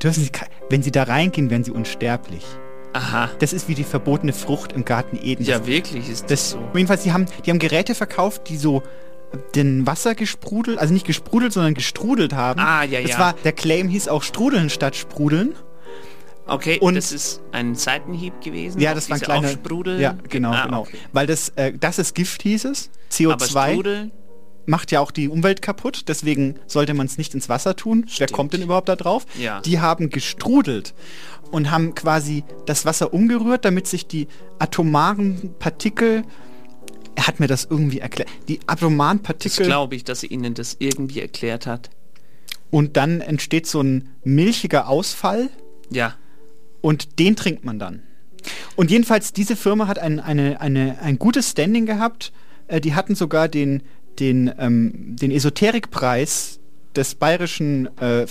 B: Dürfen sie, ke- wenn sie da reingehen, werden sie unsterblich.
A: Aha.
B: Das ist wie die verbotene Frucht im Garten Eden.
A: Ja, wirklich ist das so.
B: Jedenfalls, die haben, die haben Geräte verkauft, die so den Wasser gesprudelt, also nicht gesprudelt, sondern gestrudelt haben.
A: Ah, ja,
B: das
A: ja. Hm,
B: War, der Claim hieß auch Strudeln statt Sprudeln.
A: Okay, das ist ein Seitenhieb gewesen.
B: Ja,
A: auf
B: das war ein
A: diese
B: kleiner.
A: Aufsprudel.
B: Ja, genau,
A: Ah,
B: genau.
A: okay.
B: Weil das, äh, das ist Gift, hieß es. CO2
A: Aber Strudel?
B: macht ja auch die Umwelt kaputt, deswegen sollte man es nicht ins Wasser tun. Wer kommt denn überhaupt da drauf?
A: Ja.
B: Die haben gestrudelt und haben quasi das Wasser umgerührt, damit sich die atomaren Partikel. Er hat mir das irgendwie erklärt. Die atomaren
A: Das
B: Partikel.
A: glaube ich, dass sie Ihnen das irgendwie erklärt hat.
B: Und dann entsteht so ein milchiger Ausfall.
A: Ja.
B: Und den trinkt man dann. Und jedenfalls, diese Firma hat ein, eine, eine, ein gutes Standing gehabt. Äh, die hatten sogar den, den, ähm, den Esoterikpreis des Bayerischen äh,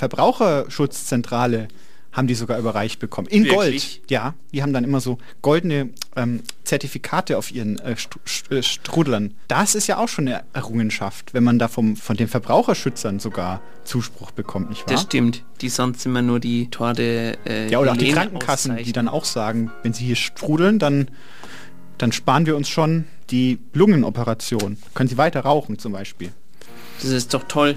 B: Verbraucherschutzzentrale haben die sogar überreicht bekommen. In
A: Wirklich?
B: Gold. Ja, die haben dann immer so goldene ähm, Zertifikate auf ihren äh, Stru- Sch- äh, Strudlern. Das ist ja auch schon eine Errungenschaft, wenn man da vom, von den Verbraucherschützern sogar Zuspruch bekommt, nicht wahr?
A: Das stimmt. Die sonst immer nur die Torte. Äh,
B: Ja, oder auch die
A: Helene
B: Krankenkassen, die
A: auszeichnen.
B: dann auch sagen, wenn sie hier strudeln, dann, dann sparen wir uns schon die Lungenoperation. Können sie weiter rauchen zum Beispiel.
A: Das ist doch toll.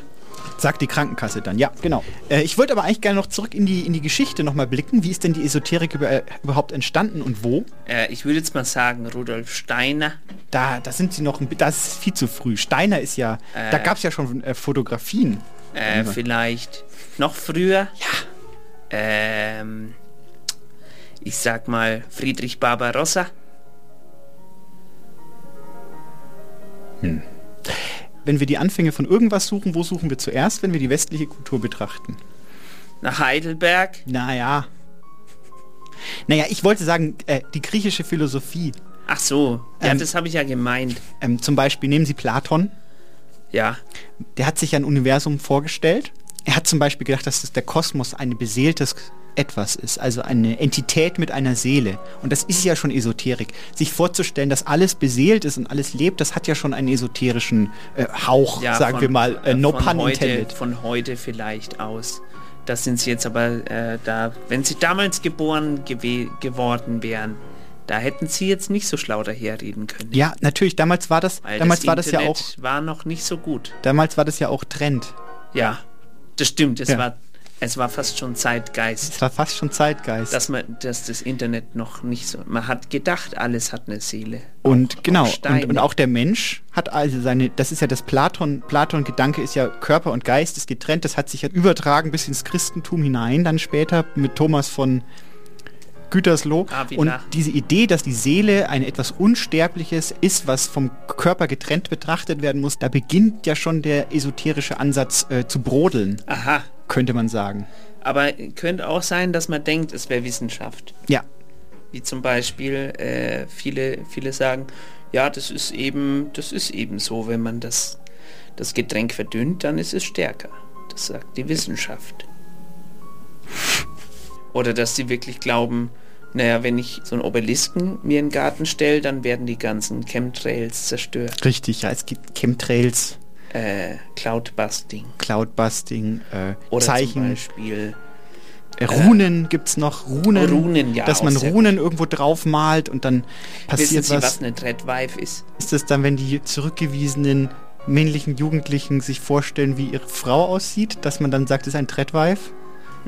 B: Sagt die Krankenkasse dann, ja, genau. Äh, ich wollte aber eigentlich gerne noch zurück in die, in die Geschichte nochmal blicken. Wie ist denn die Esoterik über, äh, überhaupt entstanden und wo?
A: Äh, ich würde jetzt mal sagen, Rudolf Steiner.
B: Da, da sind sie noch, ein bi- das ist viel zu früh. Steiner ist ja,
A: Äh.
B: da gab es ja schon äh, Fotografien.
A: Äh,
B: Mhm.
A: vielleicht noch früher. Ja. Ähm, ich sag mal Friedrich Barbarossa.
B: Wenn wir die Anfänge von irgendwas suchen, wo suchen wir zuerst, wenn wir die westliche Kultur betrachten?
A: Nach Heidelberg.
B: Naja. Naja, ich wollte sagen, äh, die griechische Philosophie.
A: Ach so, ja,
B: Ähm,
A: das habe ich ja gemeint.
B: Ähm, zum Beispiel nehmen Sie Platon.
A: Ja.
B: Der hat sich ein Universum vorgestellt. Er hat zum Beispiel gedacht, dass das der Kosmos ein beseeltes Etwas ist, also eine Entität mit einer Seele. Und das ist ja schon Esoterik. Sich vorzustellen, dass alles beseelt ist und alles lebt, das hat ja schon einen esoterischen äh, Hauch,
A: ja,
B: sagen
A: von-
B: wir mal. Äh, no
A: von
B: pun
A: heute,
B: intended.
A: Von heute vielleicht aus. Das sind sie jetzt aber äh, da, wenn sie damals geboren gewe geworden wären, da hätten sie jetzt nicht so schlau daherreden können.
B: Ja, natürlich, damals war das,
A: Weil
B: damals
A: das
B: war das ja auch,
A: Internet war noch nicht so gut.
B: damals war das ja auch Trend.
A: Ja, das stimmt. Es,
B: Ja.
A: war, es war fast schon Zeitgeist,
B: Es war fast schon Zeitgeist.
A: dass, man, dass das Internet noch nicht so... Man hat gedacht, alles hat eine Seele.
B: Und genau, und,
A: Steine.
B: und auch der Mensch hat also seine, das ist ja das Platon, Platon-Gedanke ist ja Körper und Geist ist getrennt, das hat sich ja übertragen bis ins Christentum hinein, dann später mit Thomas von Gütersloh.
A: Avila.
B: Und diese Idee, dass die Seele ein etwas Unsterbliches ist, was vom Körper getrennt betrachtet werden muss, da beginnt ja schon der esoterische Ansatz äh, zu brodeln,
A: Aha,
B: könnte man sagen.
A: aber könnte auch sein, dass man denkt, es wäre Wissenschaft.
B: Ja,
A: Wie zum Beispiel äh, viele, viele sagen, ja, das ist eben, das ist eben so, wenn man das, das Getränk verdünnt, dann ist es stärker. Das sagt die Wissenschaft. Oder dass sie wirklich glauben, naja, wenn ich so einen Obelisken mir in den Garten stelle, dann werden die ganzen Chemtrails zerstört.
B: richtig, ja, es gibt Chemtrails,
A: Äh, Cloudbusting.
B: Cloudbusting, äh,
A: Oder zum
B: Zeichen,
A: Beispiel
B: Äh, Runen gibt's noch, Runen.
A: Runen, ja,
B: Dass
A: auch
B: man
A: sehr
B: Runen irgendwo draufmalt und dann
A: Wissen
B: passiert
A: Sie, was, ne-
B: was.
A: eine Dreadwife ist?
B: Ist das dann, wenn die zurückgewiesenen männlichen Jugendlichen sich vorstellen, wie ihre Frau aussieht, dass man dann sagt, es ist ein Treadwife?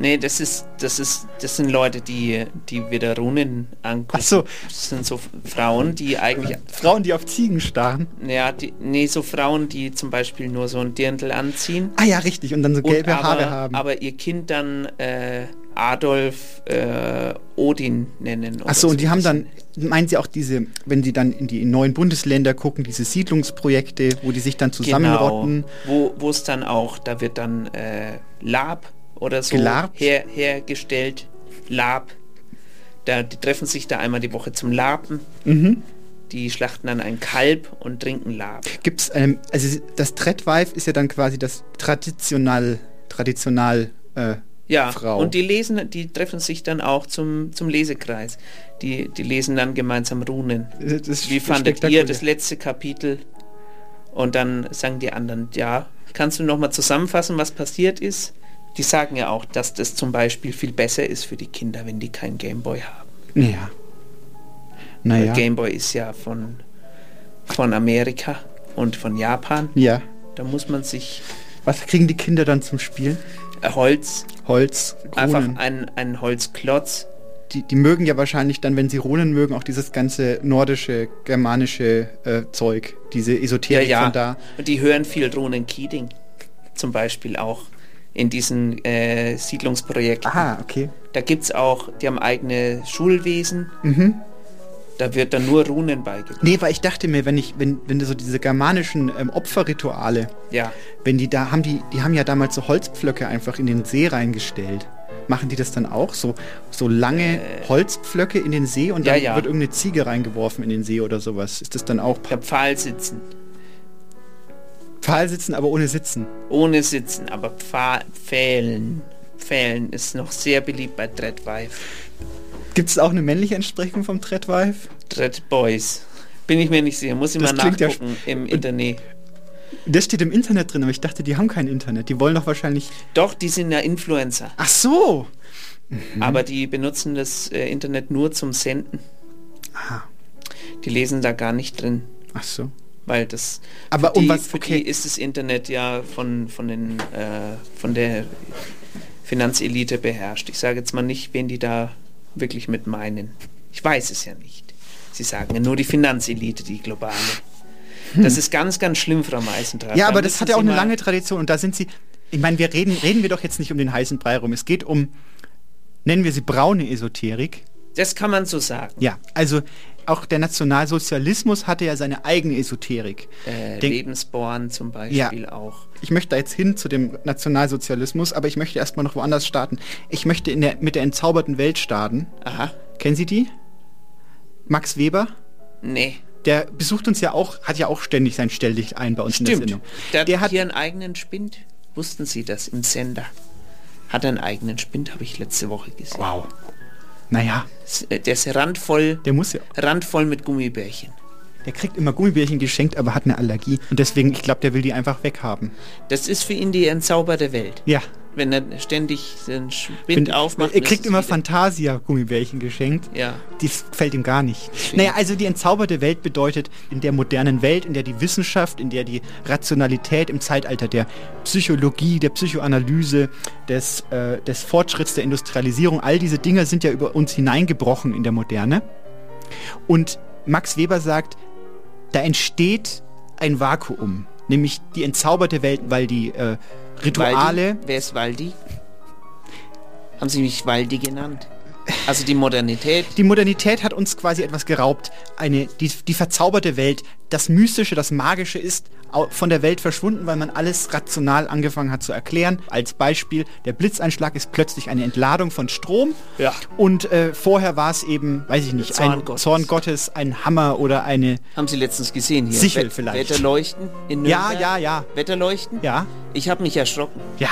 A: Nee, das ist, das ist, das sind Leute, die, die wieder Runen angucken.
B: Ach so.
A: Das sind so Frauen, die eigentlich,
B: Frauen, die auf Ziegen starren.
A: ja, die, nee, so Frauen, die zum Beispiel nur so ein Dirndl anziehen.
B: Ah ja, richtig, und dann so gelbe
A: und aber,
B: Haare haben.
A: Aber ihr Kind dann äh, Adolf äh, Odin nennen. oder
B: Ach so, und die haben
A: sowas.
B: dann, meinen Sie auch diese, wenn Sie dann in die neuen Bundesländer gucken, diese Siedlungsprojekte, wo die sich dann zusammenrotten?
A: Genau, wo wo es dann auch, da wird dann äh, Lab oder so
B: Gelarbt?
A: her, hergestellt. Lab. Da, die treffen sich da einmal die Woche zum Laben.
B: Mhm.
A: Die schlachten dann ein Kalb und trinken Lab.
B: Gibt es, ähm, also das Treadwife ist ja dann quasi das traditional, traditional äh,
A: Ja,
B: Frau.
A: und die lesen, die treffen sich dann auch zum, zum Lesekreis. Die, die lesen dann gemeinsam Runen.
B: Das ist
A: Wie fandet
B: spektakulär.
A: ihr das letzte Kapitel? Und dann sagen die anderen, ja, kannst du nochmal zusammenfassen, was passiert ist? Die sagen ja auch, dass das zum Beispiel viel besser ist für die Kinder, wenn die kein Gameboy haben.
B: Ja.
A: Weil
B: Naja.
A: Gameboy ist ja von, von Amerika und von Japan.
B: Ja.
A: Da muss man sich
B: Was kriegen die Kinder dann zum Spielen?
A: Holz,
B: Holz,
A: einfach
B: Kronen.
A: einen, einen Holzklotz.
B: Die, die mögen ja wahrscheinlich dann, wenn sie Ronen mögen, auch dieses ganze nordische, germanische äh, Zeug, diese Esoterik von da.
A: Und die hören viel Ronan Keating. Zum Beispiel auch in diesen äh, Siedlungsprojekten.
B: Aha, Ah, okay.
A: Da gibt es auch, die haben eigene Schulwesen.
B: Mhm.
A: Da wird dann nur Runen beigebracht.
B: Nee, weil ich dachte mir, wenn ich, wenn, wenn so diese germanischen ähm, Opferrituale,
A: Ja.
B: wenn die da haben, die, die haben ja damals so Holzpflöcke einfach in den See reingestellt. Machen die das dann auch? So, so lange Holzpflöcke in den See und
A: Äh. ja,
B: dann
A: ja.
B: wird irgendeine Ziege reingeworfen in den See oder sowas. Ist das dann auch
A: Der Pfahl sitzen.
B: Pfahl sitzen, aber ohne sitzen?
A: Ohne sitzen, aber Pfahl, Pfählen. Pfählen ist noch sehr beliebt bei Dreadwife.
B: Gibt es auch eine männliche Entsprechung vom Treadwife?
A: Dreadboys. Bin ich mir nicht sicher. Muss ich
B: Das
A: mal
B: klingt ja
A: nachgucken im Internet.
B: Das steht im Internet drin, aber ich dachte, die haben kein Internet. Die wollen doch wahrscheinlich.
A: Doch, die sind ja Influencer.
B: Ach so! Mhm.
A: Aber die benutzen das äh, Internet nur zum Senden.
B: Ah.
A: Die lesen da gar nicht drin.
B: Ach so.
A: Weil das
B: Aber
A: für,
B: um
A: die,
B: was-
A: für
B: okay.
A: die ist das Internet ja von, von, den, äh, von der Finanzelite beherrscht. Ich sage jetzt mal nicht, wen die da wirklich mit meinen. Ich weiß es ja nicht. Sie sagen ja nur die Finanzelite, die globale. Das ist ganz, ganz schlimm, Frau Meisentrath.
B: Hm. Ja, aber
A: Da
B: das
A: müssen
B: hat ja
A: Sie
B: auch eine
A: mal-
B: lange Tradition und da sind sie. Ich meine, wir reden, reden wir doch jetzt nicht um den heißen Brei rum. Es geht um, nennen wir sie braune Esoterik.
A: Das kann man so sagen.
B: Ja, also auch der Nationalsozialismus hatte ja seine eigene Esoterik.
A: Äh,
B: Den-
A: Lebensborn zum Beispiel auch.
B: Ich möchte da jetzt hin zu dem Nationalsozialismus, aber ich möchte erstmal noch woanders starten. Ich möchte in der, mit der entzauberten Welt starten.
A: Aha.
B: Kennen Sie die? Max Weber?
A: Nee.
B: Der besucht uns ja auch, hat ja auch ständig sein Stelldicht ein bei uns in der
A: Stimmt.
B: Sendung.
A: Der, hat hier einen eigenen Spind. Wussten Sie das im Sender? Hat einen eigenen Spind, habe ich letzte Woche gesehen. äh,
B: Wow. Naja,
A: Der ist randvoll.
B: Der muss ja.
A: Randvoll mit Gummibärchen.
B: der kriegt immer Gummibärchen geschenkt, aber hat eine Allergie. Und deswegen, ich glaube, der will die einfach weghaben.
A: Das ist für ihn die entzauberte Welt.
B: Ja.
A: Wenn er ständig den Spind
B: Bin-
A: aufmacht.
B: Er
A: ist
B: kriegt
A: es
B: immer
A: wieder-
B: Fantasia-Gummibärchen geschenkt.
A: Ja.
B: Die gefällt ihm gar nicht. Naja, also die entzauberte Welt bedeutet in der modernen Welt, in der die Wissenschaft, in der die Rationalität im Zeitalter der Psychologie, der Psychoanalyse, des, äh, des Fortschritts, der Industrialisierung, all diese Dinge sind ja über uns hineingebrochen in der Moderne. Und Max Weber sagt, da entsteht ein Vakuum, nämlich die entzauberte Welt, weil die äh, Rituale...
A: Waldi? Wer ist Waldi? Haben Sie mich Waldi genannt? Also die Modernität.
B: Die Modernität hat uns quasi etwas geraubt. Eine, die, die verzauberte Welt, das Mystische, das Magische ist au- von der Welt verschwunden, weil man alles rational angefangen hat zu erklären. Als Beispiel, der Blitzeinschlag ist plötzlich eine Entladung von Strom.
A: Ja.
B: Und äh, vorher war es eben, weiß ich nicht,
A: Zorn
B: ein
A: Gottes.
B: Zorn Gottes, ein Hammer oder eine...
A: Haben Sie letztens gesehen hier?
B: Sichel
A: Wet-
B: vielleicht.
A: Wetterleuchten in
B: Ja,
A: Nürnberg?
B: ja, ja.
A: Wetterleuchten?
B: Ja.
A: Ich habe mich erschrocken.
B: Ja.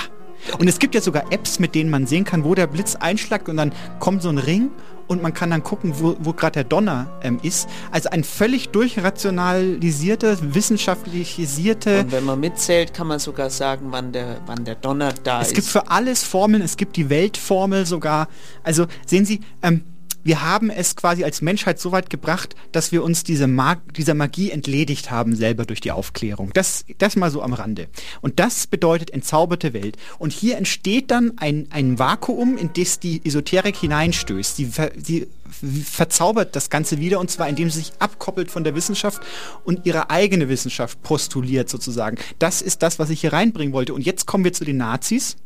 B: Und es gibt ja sogar Apps, mit denen man sehen kann, wo der Blitz einschlägt und dann kommt so ein Ring und man kann dann gucken, wo, wo gerade der Donner ähm, ist. Also ein völlig durchrationalisierter, wissenschaftlichisierter.
A: Und wenn man mitzählt, kann man sogar sagen, wann der, wann der Donner da
B: Es
A: ist.
B: gibt für alles Formeln, es gibt die Weltformel sogar. Also sehen Sie, ähm, wir haben es quasi als Menschheit so weit gebracht, dass wir uns diese Mag dieser Magie entledigt haben selber durch die Aufklärung. Das, das mal so am Rande. Und das bedeutet entzauberte Welt. Und hier entsteht dann ein, ein Vakuum, in das die Esoterik hineinstößt. Sie, ver sie verzaubert das Ganze wieder und zwar indem sie sich abkoppelt von der Wissenschaft und ihre eigene Wissenschaft postuliert sozusagen. Das ist das, was ich hier reinbringen wollte. Und jetzt kommen wir zu den Nazis.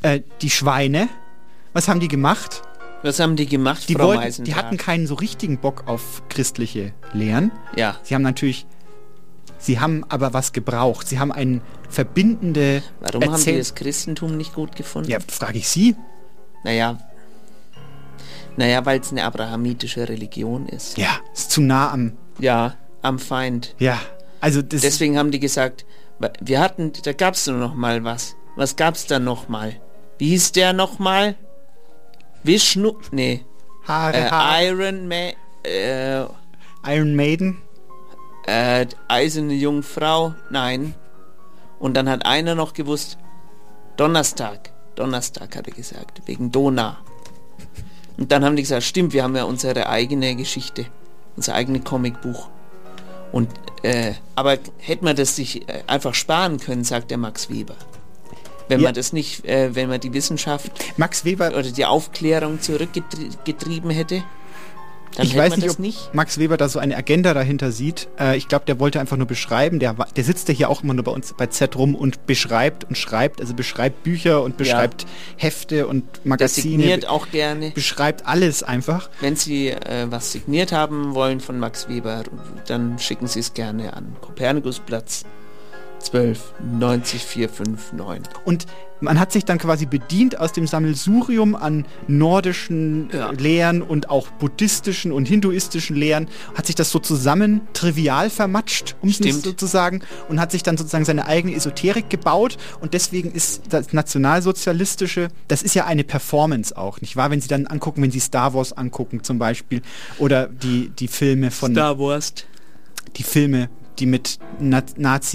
B: Äh, die Schweine. Was haben die gemacht?
A: Was haben die gemacht,
B: Die,
A: Frau
B: wollten, die
A: Meisendrath?
B: hatten keinen so richtigen Bock auf christliche Lehren.
A: Ja.
B: Sie haben natürlich, sie haben aber was gebraucht. Sie haben ein verbindende
A: Warum haben die das Christentum nicht gut gefunden?
B: Ja, frage ich Sie.
A: Naja. Naja, weil es eine abrahamitische Religion ist.
B: Ja, ist zu nah am.
A: Ja, am Feind.
B: Ja, also das.
A: Deswegen haben die gesagt, wa- wir hatten, da gab es nur noch mal was. Was gab's da noch mal? Wie hieß der noch mal? Vishnu, nee.
B: Haare,
A: äh,
B: Haare.
A: Iron Man, äh,
B: Iron Maiden.
A: äh, eiserne Jungfrau, nein. Und dann hat einer noch gewusst, Donnerstag. Donnerstag, hat er gesagt, wegen Donau. Und dann haben die gesagt, stimmt, wir haben ja unsere eigene Geschichte, unser eigenes Comicbuch. Und, äh, aber hätte man das sich äh, einfach sparen können, sagt der Max Weber. Wenn
B: Ja.
A: man das nicht, äh, wenn man die Wissenschaft
B: Max Weber
A: oder die Aufklärung zurückgetrieben hätte, dann
B: ich
A: hätte
B: weiß
A: man
B: nicht,
A: das
B: ob
A: nicht.
B: Max Weber da so eine Agenda dahinter sieht. Äh, ich glaube, der wollte einfach nur beschreiben. Der, wa- der sitzt ja hier auch immer nur bei uns bei Z rum und beschreibt und schreibt. Also beschreibt Bücher und beschreibt Hefte und
A: Der
B: Magazine.
A: signiert auch gerne.
B: Beschreibt alles einfach.
A: Wenn Sie äh, was signiert haben wollen von Max Weber, dann schicken Sie es gerne an Kopernikusplatz 12 90 459.
B: Und man hat sich dann quasi bedient aus dem Sammelsurium an nordischen äh, Lehren und auch buddhistischen und hinduistischen Lehren, hat sich das so zusammen trivial vermatscht, um es
A: Stimmt.
B: sozusagen, und hat sich dann sozusagen seine eigene Esoterik gebaut. Und deswegen ist das Nationalsozialistische, das ist ja eine Performance auch, nicht wahr? Wenn Sie dann angucken, wenn Sie Star Wars angucken zum Beispiel, oder die, die Filme von
A: Star Wars.
B: die Filme, die mit Na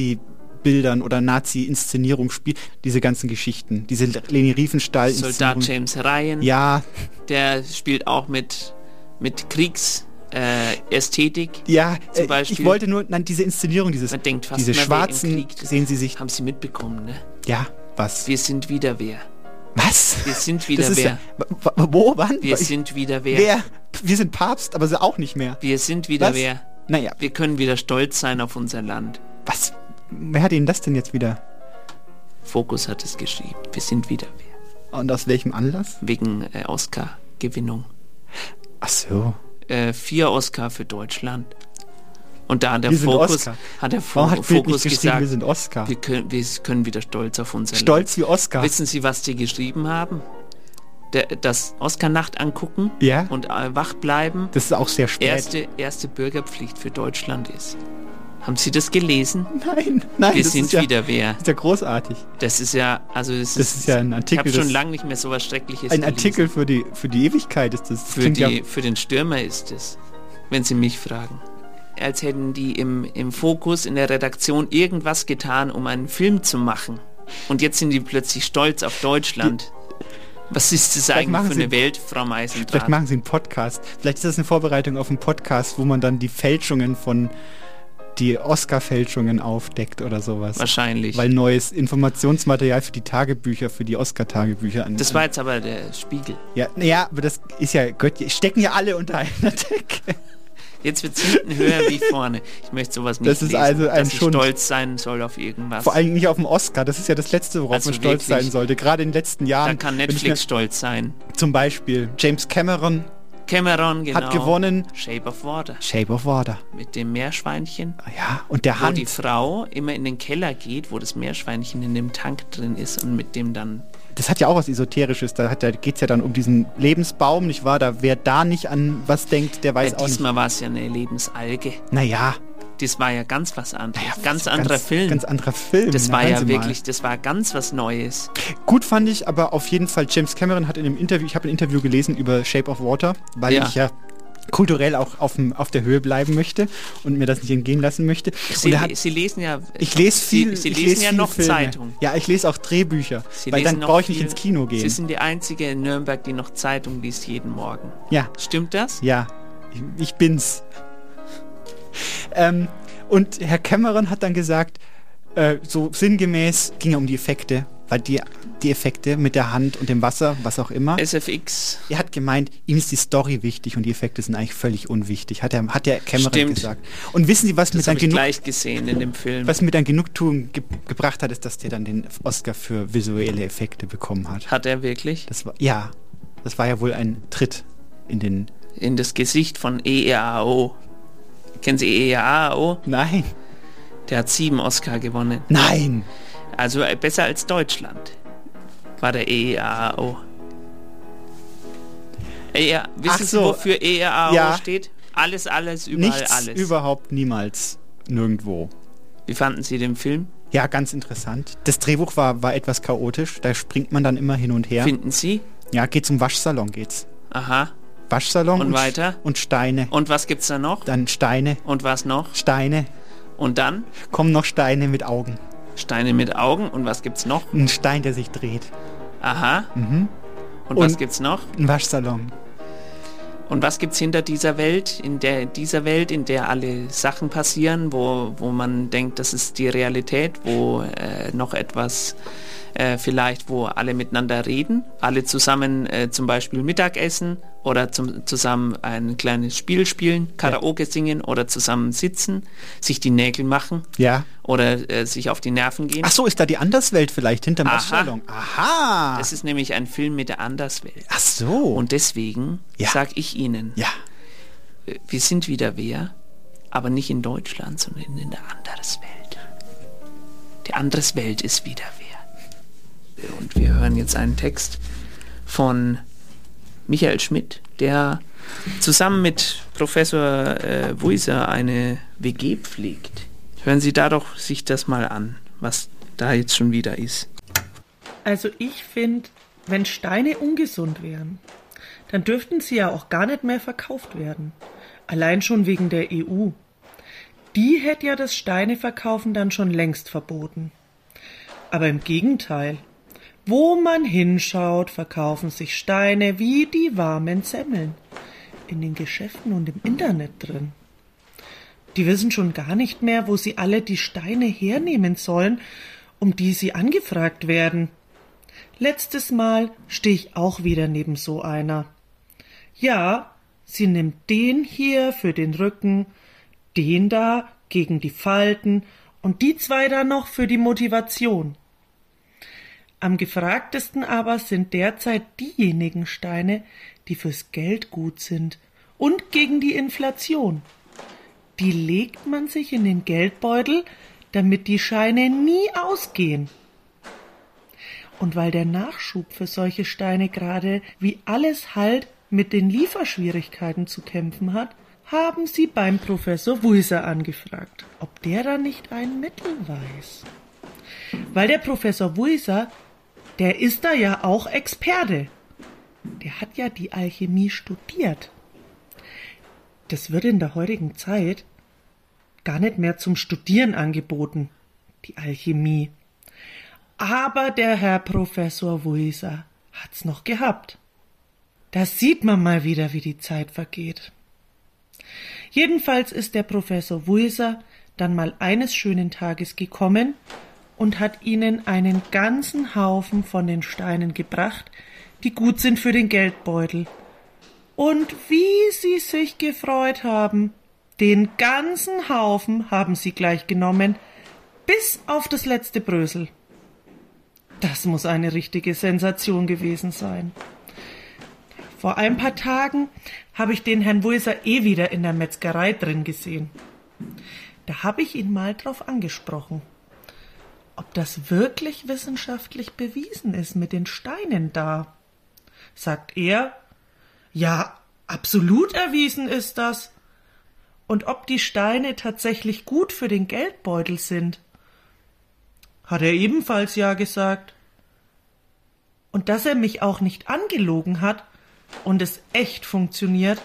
B: Nazi-Bildern oder Nazi-Inszenierung spielen, diese ganzen Geschichten, diese Le- Leni riefenstahl
A: Soldat James Ryan.
B: Ja,
A: Der spielt auch mit, mit Kriegsästhetik. Äh, Ästhetik
B: ja,
A: zum
B: äh,
A: Beispiel.
B: ich wollte nur, nein, diese Inszenierung, dieses,
A: Man denkt fast,
B: diese
A: man wäre im
B: schwarzen,
A: Krieg.
B: sehen Sie sich,
A: Haben Sie mitbekommen, ne?
B: ja, was?
A: Wir sind wieder wer.
B: Was?
A: Wir sind wieder
B: das ist
A: wer.
B: ja, wa- wa- wo, wann?
A: Wir
B: Ich-
A: sind wieder wer.
B: wer? Wir sind Papst, aber sie auch nicht mehr.
A: Wir sind wieder
B: Was?
A: wer.
B: Naja.
A: Wir können wieder stolz sein auf unser Land.
B: Was? Wer hat Ihnen das denn jetzt wieder?
A: Fokus hat es geschrieben. Wir sind wieder wer.
B: Und aus welchem Anlass?
A: Wegen äh, Oscar-Gewinnung.
B: Ach so.
A: Äh, vier Oscar für Deutschland. Und da hat der
B: Wir sind
A: Fokus,
B: Oscar.
A: hat der Fo
B: Warum hat Bild
A: Fokus
B: nicht geschrieben,
A: gesagt,
B: wir sind Oscar?
A: Wir können, wir können wieder stolz auf unser
B: Stolz wie Oscar.
A: Land. Wissen Sie, was die geschrieben haben? Der, das Oscar-Nacht angucken
B: Ja.
A: und äh, wach bleiben.
B: Das ist auch sehr spät.
A: Erste, erste Bürgerpflicht für Deutschland ist. Haben Sie das gelesen?
B: Nein, nein,
A: Wir
B: das
A: sind
B: ist ja-
A: wieder wer.
B: ist ja großartig.
A: Das ist ja, also es
B: Das ist ja ein
A: Ich
B: Artikel,
A: habe schon
B: das-
A: lange nicht mehr so was Schreckliches
B: Ein
A: gelesen.
B: Artikel für die, für die Ewigkeit ist das. das
A: Für,
B: klingt
A: die,
B: ja-
A: für den Stürmer ist es, wenn Sie mich fragen. Als hätten die im, im Fokus, in der Redaktion irgendwas getan, um einen Film zu machen. Und jetzt sind die plötzlich stolz auf Deutschland. Was ist das
B: Vielleicht
A: eigentlich
B: machen
A: für
B: sie-
A: eine Welt, Frau Meisendrath?
B: Vielleicht machen sie einen Podcast. Vielleicht ist das eine Vorbereitung auf einen Podcast, wo man dann die Fälschungen von die Oscar-Fälschungen aufdeckt oder sowas.
A: Wahrscheinlich.
B: Weil neues Informationsmaterial für die Tagebücher, für die Oscar-Tagebücher an.
A: das war jetzt aber der Spiegel.
B: ja, naja, aber das ist ja, Gott, stecken ja alle unter einer Decke.
A: Jetzt wird es hinten höher
B: [laughs]
A: wie vorne. Ich möchte sowas nicht
B: Das ist
A: lesen,
B: also ein
A: dass ich
B: Schund.
A: stolz sein soll auf irgendwas.
B: Vor allem nicht auf den Oscar. Das ist ja das Letzte, worauf
A: Also
B: man stolz
A: wirklich.
B: sein sollte. Gerade in den letzten Jahren.
A: da kann
B: Wenn ich
A: Netflix
B: mir-
A: stolz sein.
B: Zum Beispiel James Cameron
A: Cameron, genau.
B: Hat gewonnen.
A: Shape of Water.
B: Shape of Water. Ah,
A: Mit dem Meerschweinchen.
B: Ja, und der
A: Wo die
B: Hand.
A: Frau immer in den Keller geht, wo das Meerschweinchen in dem Tank drin ist und mit dem dann.
B: Das hat ja auch was Esoterisches. Da, hat- da geht es ja dann um diesen Lebensbaum, nicht wahr? Da, wer da nicht an was denkt, der weiß
A: Äh,
B: auch nicht.
A: diesmal war es ja eine Lebensalge.
B: Naja,
A: Das war ja ganz was anderes. ganz anderer
B: ganz,
A: Film.
B: ganz anderer Film.
A: das
B: Na,
A: war
B: hören
A: ja
B: Sie mal.
A: wirklich, das war ganz was Neues.
B: Gut fand ich, aber auf jeden Fall, James Cameron hat in einem Interview, ich habe ein Interview gelesen über Shape of Water, weil
A: Ja.
B: ich ja kulturell auch auf, dem, auf der Höhe bleiben möchte und mir das nicht entgehen lassen möchte.
A: Sie,
B: und er hat,
A: Sie lesen ja.
B: ich lese viel.
A: Sie, Sie
B: ich
A: lesen
B: lese
A: ja
B: viel
A: noch
B: Filme.
A: Zeitung.
B: Ja, ich lese auch Drehbücher,
A: Sie
B: weil
A: lesen
B: dann
A: noch
B: brauche ich nicht
A: viel.
B: ins Kino
A: Sie
B: gehen.
A: sind die Einzige in Nürnberg, die noch Zeitung liest jeden Morgen.
B: Ja.
A: Stimmt das?
B: Ja, ich, ich bin's. Ähm, und Herr Cameron hat dann gesagt, äh, so sinngemäß ging er um die Effekte, weil die, die Effekte mit der Hand und dem Wasser, was auch immer.
A: SFX.
B: Er hat gemeint, ihm ist die Story wichtig und die Effekte sind eigentlich völlig unwichtig, hat, er, hat der Cameron
A: Stimmt.
B: gesagt. Und wissen Sie, was mir
A: Das
B: dann
A: habe ich
B: genug
A: gleich gesehen in dem Film.
B: was mir dann Genugtuung ge gebracht hat, ist, dass der dann den Oscar für visuelle Effekte bekommen hat.
A: Hat er wirklich?
B: Das war, ja, das war ja wohl ein Tritt in den
A: in das Gesicht von E EEAO. Kennen Sie E EEAO?
B: Nein.
A: Der hat sieben Oscar gewonnen.
B: Nein!
A: Also äh, besser als Deutschland war der E EEAO. EEAO E wissen
B: Ach
A: Sie,
B: so.
A: wofür E EEAO
B: Ja.
A: steht? Alles, alles, überall,
B: Nichts,
A: alles.
B: überhaupt niemals, nirgendwo.
A: Wie fanden Sie den Film?
B: Ja, ganz interessant. Das Drehbuch war, war etwas chaotisch, da springt man dann immer hin und her.
A: Finden Sie?
B: ja, geht's um Waschsalon, geht's.
A: Aha.
B: Waschsalon
A: Und
B: Sch-
A: weiter?
B: Und Steine.
A: Und was gibt's da noch?
B: dann Steine,
A: Und was noch?
B: Steine,
A: Und dann?
B: kommen noch Steine mit Augen.
A: Steine mit Augen. Und was gibt's noch?
B: Ein Stein, der sich dreht.
A: Aha.
B: Mhm.
A: Und, was gibt's noch?
B: Ein Waschsalon.
A: Und was gibt's hinter dieser Welt, in der dieser Welt, in der alle Sachen passieren, wo, wo man denkt, das ist die Realität, wo äh, noch etwas äh, vielleicht, wo alle miteinander reden, alle zusammen äh, zum Beispiel Mittagessen oder zum, zusammen ein kleines Spiel spielen, Karaoke singen oder zusammen sitzen, sich die Nägel machen
B: Ja.
A: oder äh, sich auf die Nerven gehen.
B: Ach so, ist da die Anderswelt vielleicht hinterm Waschsalon? Aha.
A: Das ist nämlich ein Film mit der Anderswelt.
B: Ach so.
A: Und deswegen sage ich Ihnen,
B: ja.
A: wir sind wieder wer, aber nicht in Deutschland, sondern in der Anderswelt. Die Anderswelt ist wieder wer. Und wir hören jetzt einen Text von Michael Schmidt, der zusammen mit Professor äh, Wuiser eine WG pflegt. Hören Sie da doch sich das mal an, was da jetzt schon wieder ist.
J: Also ich finde, wenn Steine ungesund wären, dann dürften sie ja auch gar nicht mehr verkauft werden. Allein schon wegen der EU. Die hätte ja das Steineverkaufen dann schon längst verboten. Aber im Gegenteil. Wo man hinschaut, verkaufen sich Steine wie die warmen Semmeln. In den Geschäften und im Internet drin. Die wissen schon gar nicht mehr, wo sie alle die Steine hernehmen sollen, um die sie angefragt werden. Letztes Mal stehe ich auch wieder neben so einer. Ja, sie nimmt den hier für den Rücken, den da gegen die Falten und die zwei da noch für die Motivation. Am gefragtesten aber sind derzeit diejenigen Steine, die fürs Geld gut sind und gegen die Inflation. Die legt man sich in den Geldbeutel, damit die Scheine nie ausgehen. Und weil der Nachschub für solche Steine gerade wie alles halt mit den Lieferschwierigkeiten zu kämpfen hat, haben sie beim Professor Wulser angefragt, ob der da nicht ein Mittel weiß. Weil der Professor Wulser, der ist da ja auch Experte. Der hat ja die Alchemie studiert. Das wird in der heutigen Zeit gar nicht mehr zum Studieren angeboten, die Alchemie. Aber der Herr Professor Wuiser hat's noch gehabt. Das sieht man mal wieder, wie die Zeit vergeht. Jedenfalls ist der Professor Wuiser dann mal eines schönen Tages gekommen und hat ihnen einen ganzen Haufen von den Steinen gebracht, die gut sind für den Geldbeutel. Und wie sie sich gefreut haben. Den ganzen Haufen haben sie gleich genommen, bis auf das letzte Brösel. Das muss eine richtige Sensation gewesen sein. Vor ein paar Tagen habe ich den Herrn Wulser eh wieder in der Metzgerei drin gesehen. Da habe ich ihn mal drauf angesprochen, ob das wirklich wissenschaftlich bewiesen ist mit den Steinen da. Sagt er, ja, absolut erwiesen ist das. Und ob die Steine tatsächlich gut für den Geldbeutel sind, hat er ebenfalls ja gesagt. Und dass er mich auch nicht angelogen hat und es echt funktioniert,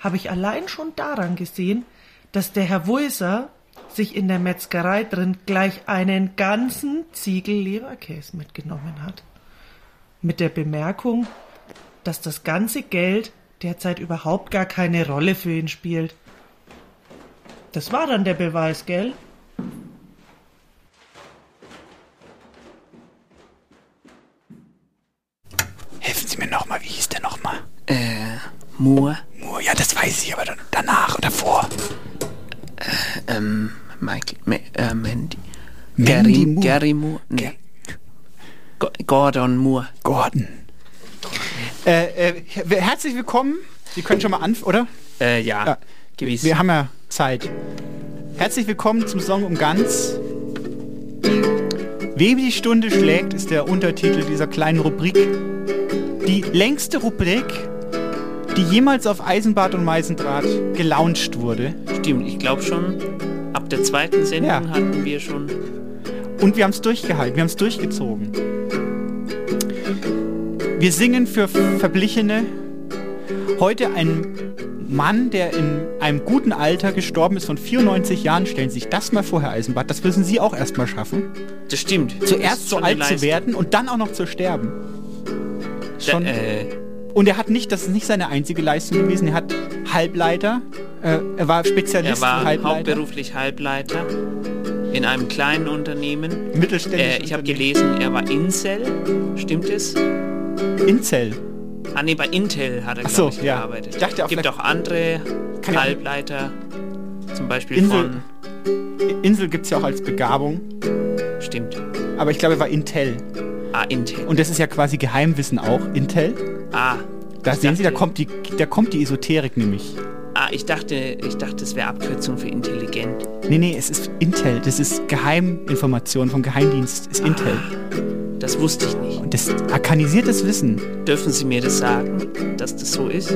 J: habe ich allein schon daran gesehen, dass der Herr Wulser sich in der Metzgerei drin gleich einen ganzen Ziegel Leberkäse mitgenommen hat. Mit der Bemerkung, dass das ganze Geld derzeit überhaupt gar keine Rolle für ihn spielt. Das war dann der Beweis, gell?
B: Helfen Sie mir nochmal, wie hieß der nochmal?
A: Äh, Moore,
B: Moore, ja, das weiß ich, aber dann- danach oder vor.
A: ähm, Michael, Ma äh, Mandy.
B: Mandy
A: Gary,
B: Moore.
A: Gary Moore. Nee. Go Gordon Moore.
B: Gordon. Äh, äh, her- herzlich willkommen. Sie können schon mal anfangen, oder?
A: Äh, ja,
B: Ja.
A: gewiss.
B: Wir haben ja Zeit. Herzlich willkommen zum Song um ganz. Wem die Stunde schlägt, ist der Untertitel dieser kleinen Rubrik. Die längste Rubrik, die jemals auf Eisenbad und Meisendraht gelauncht wurde.
A: Stimmt, ich glaube schon, ab der zweiten Sendung
B: Ja.
A: hatten wir schon.
B: Und wir haben es durchgehalten, wir haben es durchgezogen. Wir singen für Verblichene. Heute ein Mann, der in einem guten Alter gestorben ist von 94 Jahren. Stellen Sie sich das mal vorher, Eisenbad. Das müssen Sie auch erstmal schaffen.
A: Das stimmt. Das ist
B: Zuerst so
A: schon eine
B: alt zu
A: Leistung.
B: werden und dann auch noch zu sterben.
A: äh,
B: schon. Und er hat nicht, das ist nicht seine einzige Leistung gewesen, er hat Halbleiter, äh, er war Spezialist
A: Er war
B: für Halbleiter.
A: hauptberuflich Halbleiter in einem kleinen Unternehmen.
B: Mittelständisches
A: Äh, ich habe gelesen, er war Incel. Stimmt es?
B: Incel.
A: Ah nee, bei Intel hat er
B: Ach so,
A: glaub ich,
B: ja.
A: gearbeitet.
B: Ich dachte,
A: Gibt auch andere Halbleiter, zum Beispiel
B: Insel, Insel gibt es ja auch als Begabung.
A: Stimmt.
B: Aber ich glaube, er war Intel.
A: Ah, Intel.
B: Und das ist ja quasi Geheimwissen auch, Intel.
A: von. Ah,
B: Da
A: Ich
B: sehen Sie, da
A: dachte-
B: kommt die, da kommt die Esoterik nämlich.
A: ah ich dachte, ich dachte, es wäre Abkürzung für intelligent.
B: Nee, nee, es ist Intel. Das ist Geheiminformation vom Geheimdienst. Ist Intel.
A: Das wusste ich nicht.
B: Und das arkanisiertes Wissen.
A: Dürfen Sie mir das sagen, dass das so ist?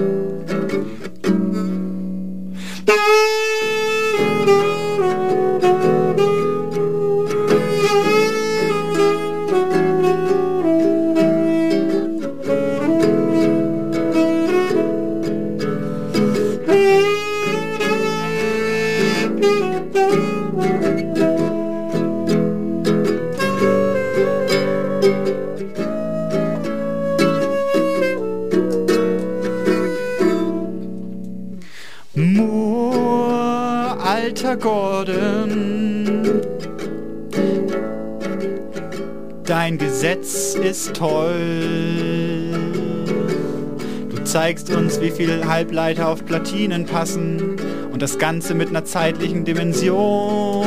B: Moor, alter Gordon. Dein Gesetz ist toll. Du zeigst uns, wie viel Halbleiter auf Platinen passen und das Ganze mit einer zeitlichen Dimension.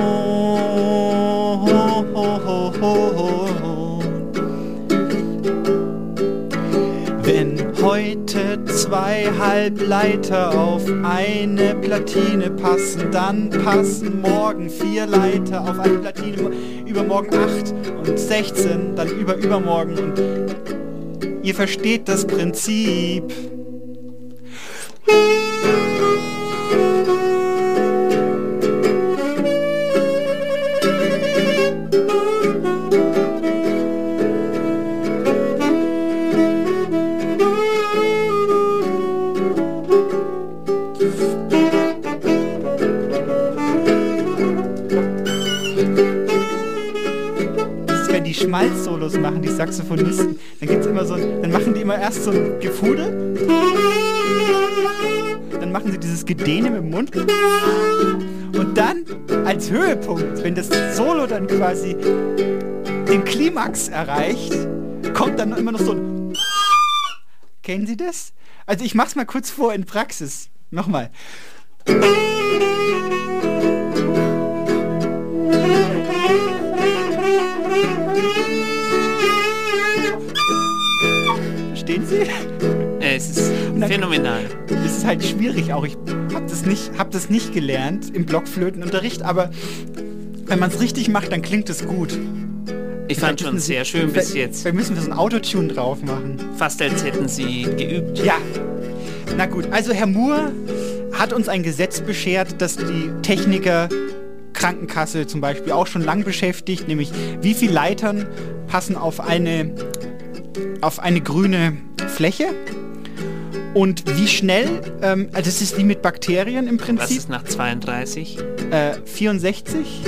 B: Wenn heute zwei Halbleiter auf eine Platine passen, dann passen morgen vier Leiter auf eine Platine, übermorgen acht und 16, dann über übermorgen und ihr versteht das Prinzip. Das werden die Schmalzsolos machen, die Saxophonisten. Dann gibt's immer so ein, dann machen die immer erst so ein Gefude. Dann machen sie dieses Gedehne mit dem Mund. Und dann als Höhepunkt, wenn das Solo dann quasi den Klimax erreicht, kommt dann immer noch so ein Kennen Sie das? Also ich mach's mal kurz vor in Praxis. Nochmal. Verstehen Sie?
A: Äh, Es ist phänomenal.
B: Es ist halt schwierig auch. Ich habe das, nicht- hab das nicht gelernt im Blockflötenunterricht, aber wenn man es richtig macht, dann klingt es gut.
A: Ich fand schon sehr schön bis jetzt.
B: Vielleicht müssen wir so ein Autotune drauf machen.
A: Fast als hätten Sie geübt.
B: Ja. Na gut, also Herr Moore hat uns ein Gesetz beschert, das die Techniker Krankenkasse zum Beispiel auch schon lang beschäftigt, nämlich wie viele Leitern passen auf eine, auf eine grüne Fläche und wie schnell, ähm, also das ist wie mit Bakterien im
A: Was
B: Prinzip,
A: ist nach 32?
B: äh, 64,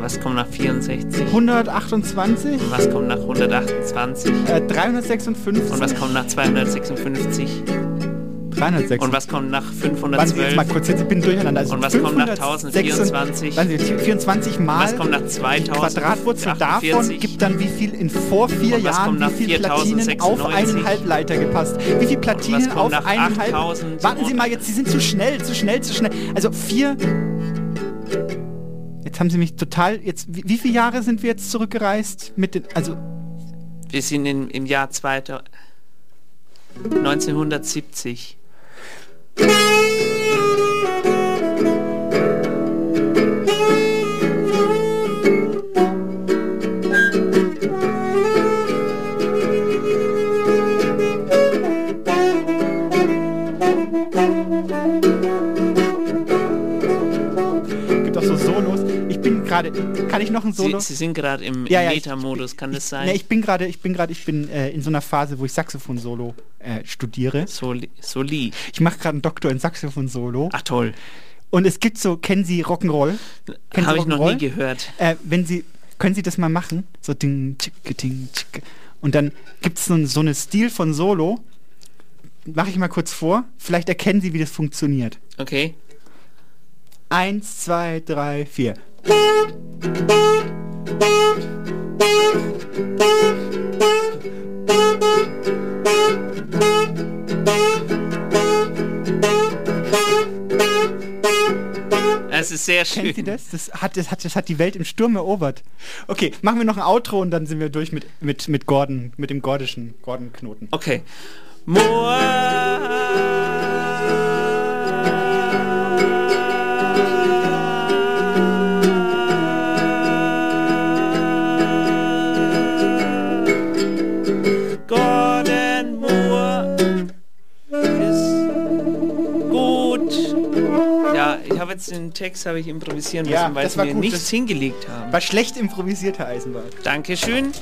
A: Was kommt nach 64?
B: 128,
A: Was kommt nach 128?
B: äh, 356.
A: Und was kommt nach 256?
B: 306.
A: Und was kommt nach
B: Warten Sie jetzt
A: 512?
B: mal kurz, jetzt, ich bin durcheinander. Also
A: Und was kommt nach 1024?
B: 526 Warten Sie, 24 mal
A: Was kommt nach
B: die Quadratwurzel davon
A: 2048?
B: gibt dann wie viel in vor vier
A: Und was
B: Jahren,
A: kommt nach
B: wie viel Platinen auf
A: 4096?
B: einen Halbleiter gepasst. Wie viel Platinen
A: kommt
B: auf
A: nach
B: einen
A: 8000?
B: Halbleiter. Warten Sie mal jetzt, Sie sind zu schnell, zu schnell, zu schnell. Also vier... Jetzt haben Sie mich total... Jetzt, wie, wie viele Jahre sind wir jetzt zurückgereist? Mit den, also
A: Wir sind in, im Jahr 2000, 1970.
B: gibt auch so Solos. Ich bin gerade... Kann ich noch ein
A: Sie,
B: Solo?
A: Sie sind gerade im,
B: Ja, ja,
A: im
B: ich-
A: Meta-Modus, kann das sein?
B: Ne, ich bin gerade, ich bin gerade, ich bin äh, in so einer Phase, wo ich Saxophon-Solo äh, studiere.
A: Soli. Soli.
B: Ich mache gerade einen Doktor in Saxophon-Solo.
A: Ach toll.
B: Und es gibt so, kennen Sie Rock'n'Roll? Kennen Sie
A: Habe ich noch
B: Rock'n'Roll?
A: nie gehört.
B: Äh, wenn Sie, können Sie das mal machen? So ding, tschicke, ding, tschicke. Und dann gibt es so, so einen Stil von Solo. Mache ich mal kurz vor. Vielleicht erkennen Sie, wie das funktioniert.
A: Okay.
B: Eins, zwei, drei, vier.
A: Das ist sehr schön.
B: Kennt ihr das? Das hat, das, hat, das hat die Welt im Sturm erobert. Okay, machen wir noch ein Outro und dann sind wir durch mit, mit, mit Gordon, mit dem gordischen Gordon-Knoten.
A: Okay. Moa. Gordon Moore ist gut. Ja, ich habe jetzt den Text habe ich improvisieren müssen,
B: Ja,
A: weil
B: das
A: sie
B: war
A: mir
B: gut,
A: nichts
B: das-
A: hingelegt haben.
B: War schlecht improvisierter Eisenbart.
A: Dankeschön.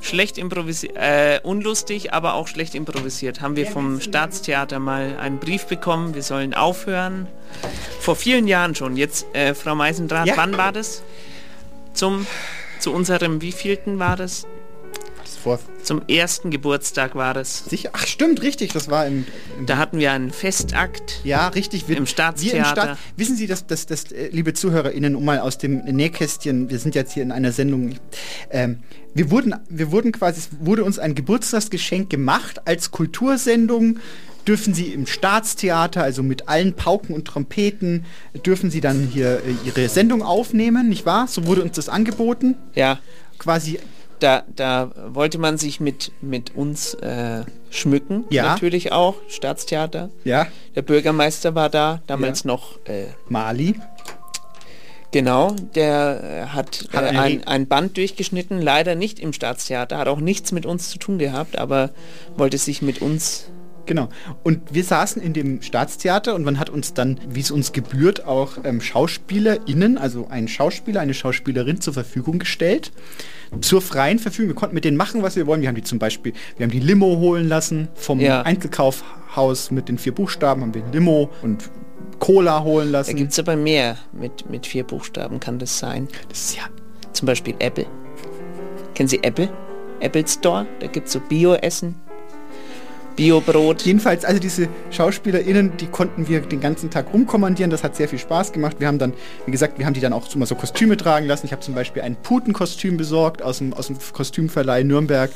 A: Schlecht improvisiert, äh, unlustig, aber auch schlecht improvisiert. Haben wir vom Staatstheater mal einen Brief bekommen, wir sollen aufhören. Vor vielen Jahren schon. Jetzt, äh, Frau Meisendraht, wann war das? Zum, zu unserem wievielten war das? Zum ersten Geburtstag war das.
B: Sicher? Ach, stimmt, richtig. Das war im.
A: da hatten wir einen Festakt.
B: Ja, richtig. Wir,
A: Im
B: Wir
A: Staatstheater.
B: im Staat, wissen Sie, dass, dass, dass, äh, liebe ZuhörerInnen, um mal aus dem Nähkästchen, wir sind jetzt hier in einer Sendung, ähm, wir wurden, wir wurden quasi, es wurde uns ein Geburtstagsgeschenk gemacht als Kultursendung. Dürfen Sie im Staatstheater, also mit allen Pauken und Trompeten, dürfen Sie dann hier äh, Ihre Sendung aufnehmen, nicht wahr? So wurde uns das angeboten.
A: Ja.
B: Quasi.
A: Da, da wollte man sich mit, mit uns äh, schmücken,
B: Ja.
A: natürlich auch, Staatstheater.
B: Ja.
A: Der Bürgermeister war da, damals noch äh,
B: Mali.
A: Genau, der äh, hat,
B: Hat
A: äh,
B: eine
A: ein,
B: Re-
A: ein Band durchgeschnitten, leider nicht im Staatstheater, hat auch nichts mit uns zu tun gehabt, aber wollte sich mit uns.
B: Genau. Und wir saßen in dem Staatstheater und man hat uns dann, wie es uns gebührt, auch ähm, SchauspielerInnen, also einen Schauspieler, eine Schauspielerin zur Verfügung gestellt. Zur freien Verfügung. Wir konnten mit denen machen, was wir wollen. Wir haben die zum Beispiel, wir haben die Limo holen lassen vom
A: Ja.
B: Einzelkaufhaus mit den vier Buchstaben, haben wir Limo und Cola holen
A: Da
B: lassen.
A: gibt es aber mehr mit, mit vier Buchstaben, kann das sein?
B: Das ist ja.
A: Zum Beispiel Apple. Kennen Sie Apple? Apple Store? Da gibt es so Bio-Essen. Bio-Brot.
B: Jedenfalls, also diese SchauspielerInnen, die konnten wir den ganzen Tag rumkommandieren. Das hat sehr viel Spaß gemacht. Wir haben dann, wie gesagt, wir haben die dann auch immer so Kostüme tragen lassen. Ich habe zum Beispiel ein Putenkostüm besorgt aus dem, aus dem Kostümverleih Nürnberg.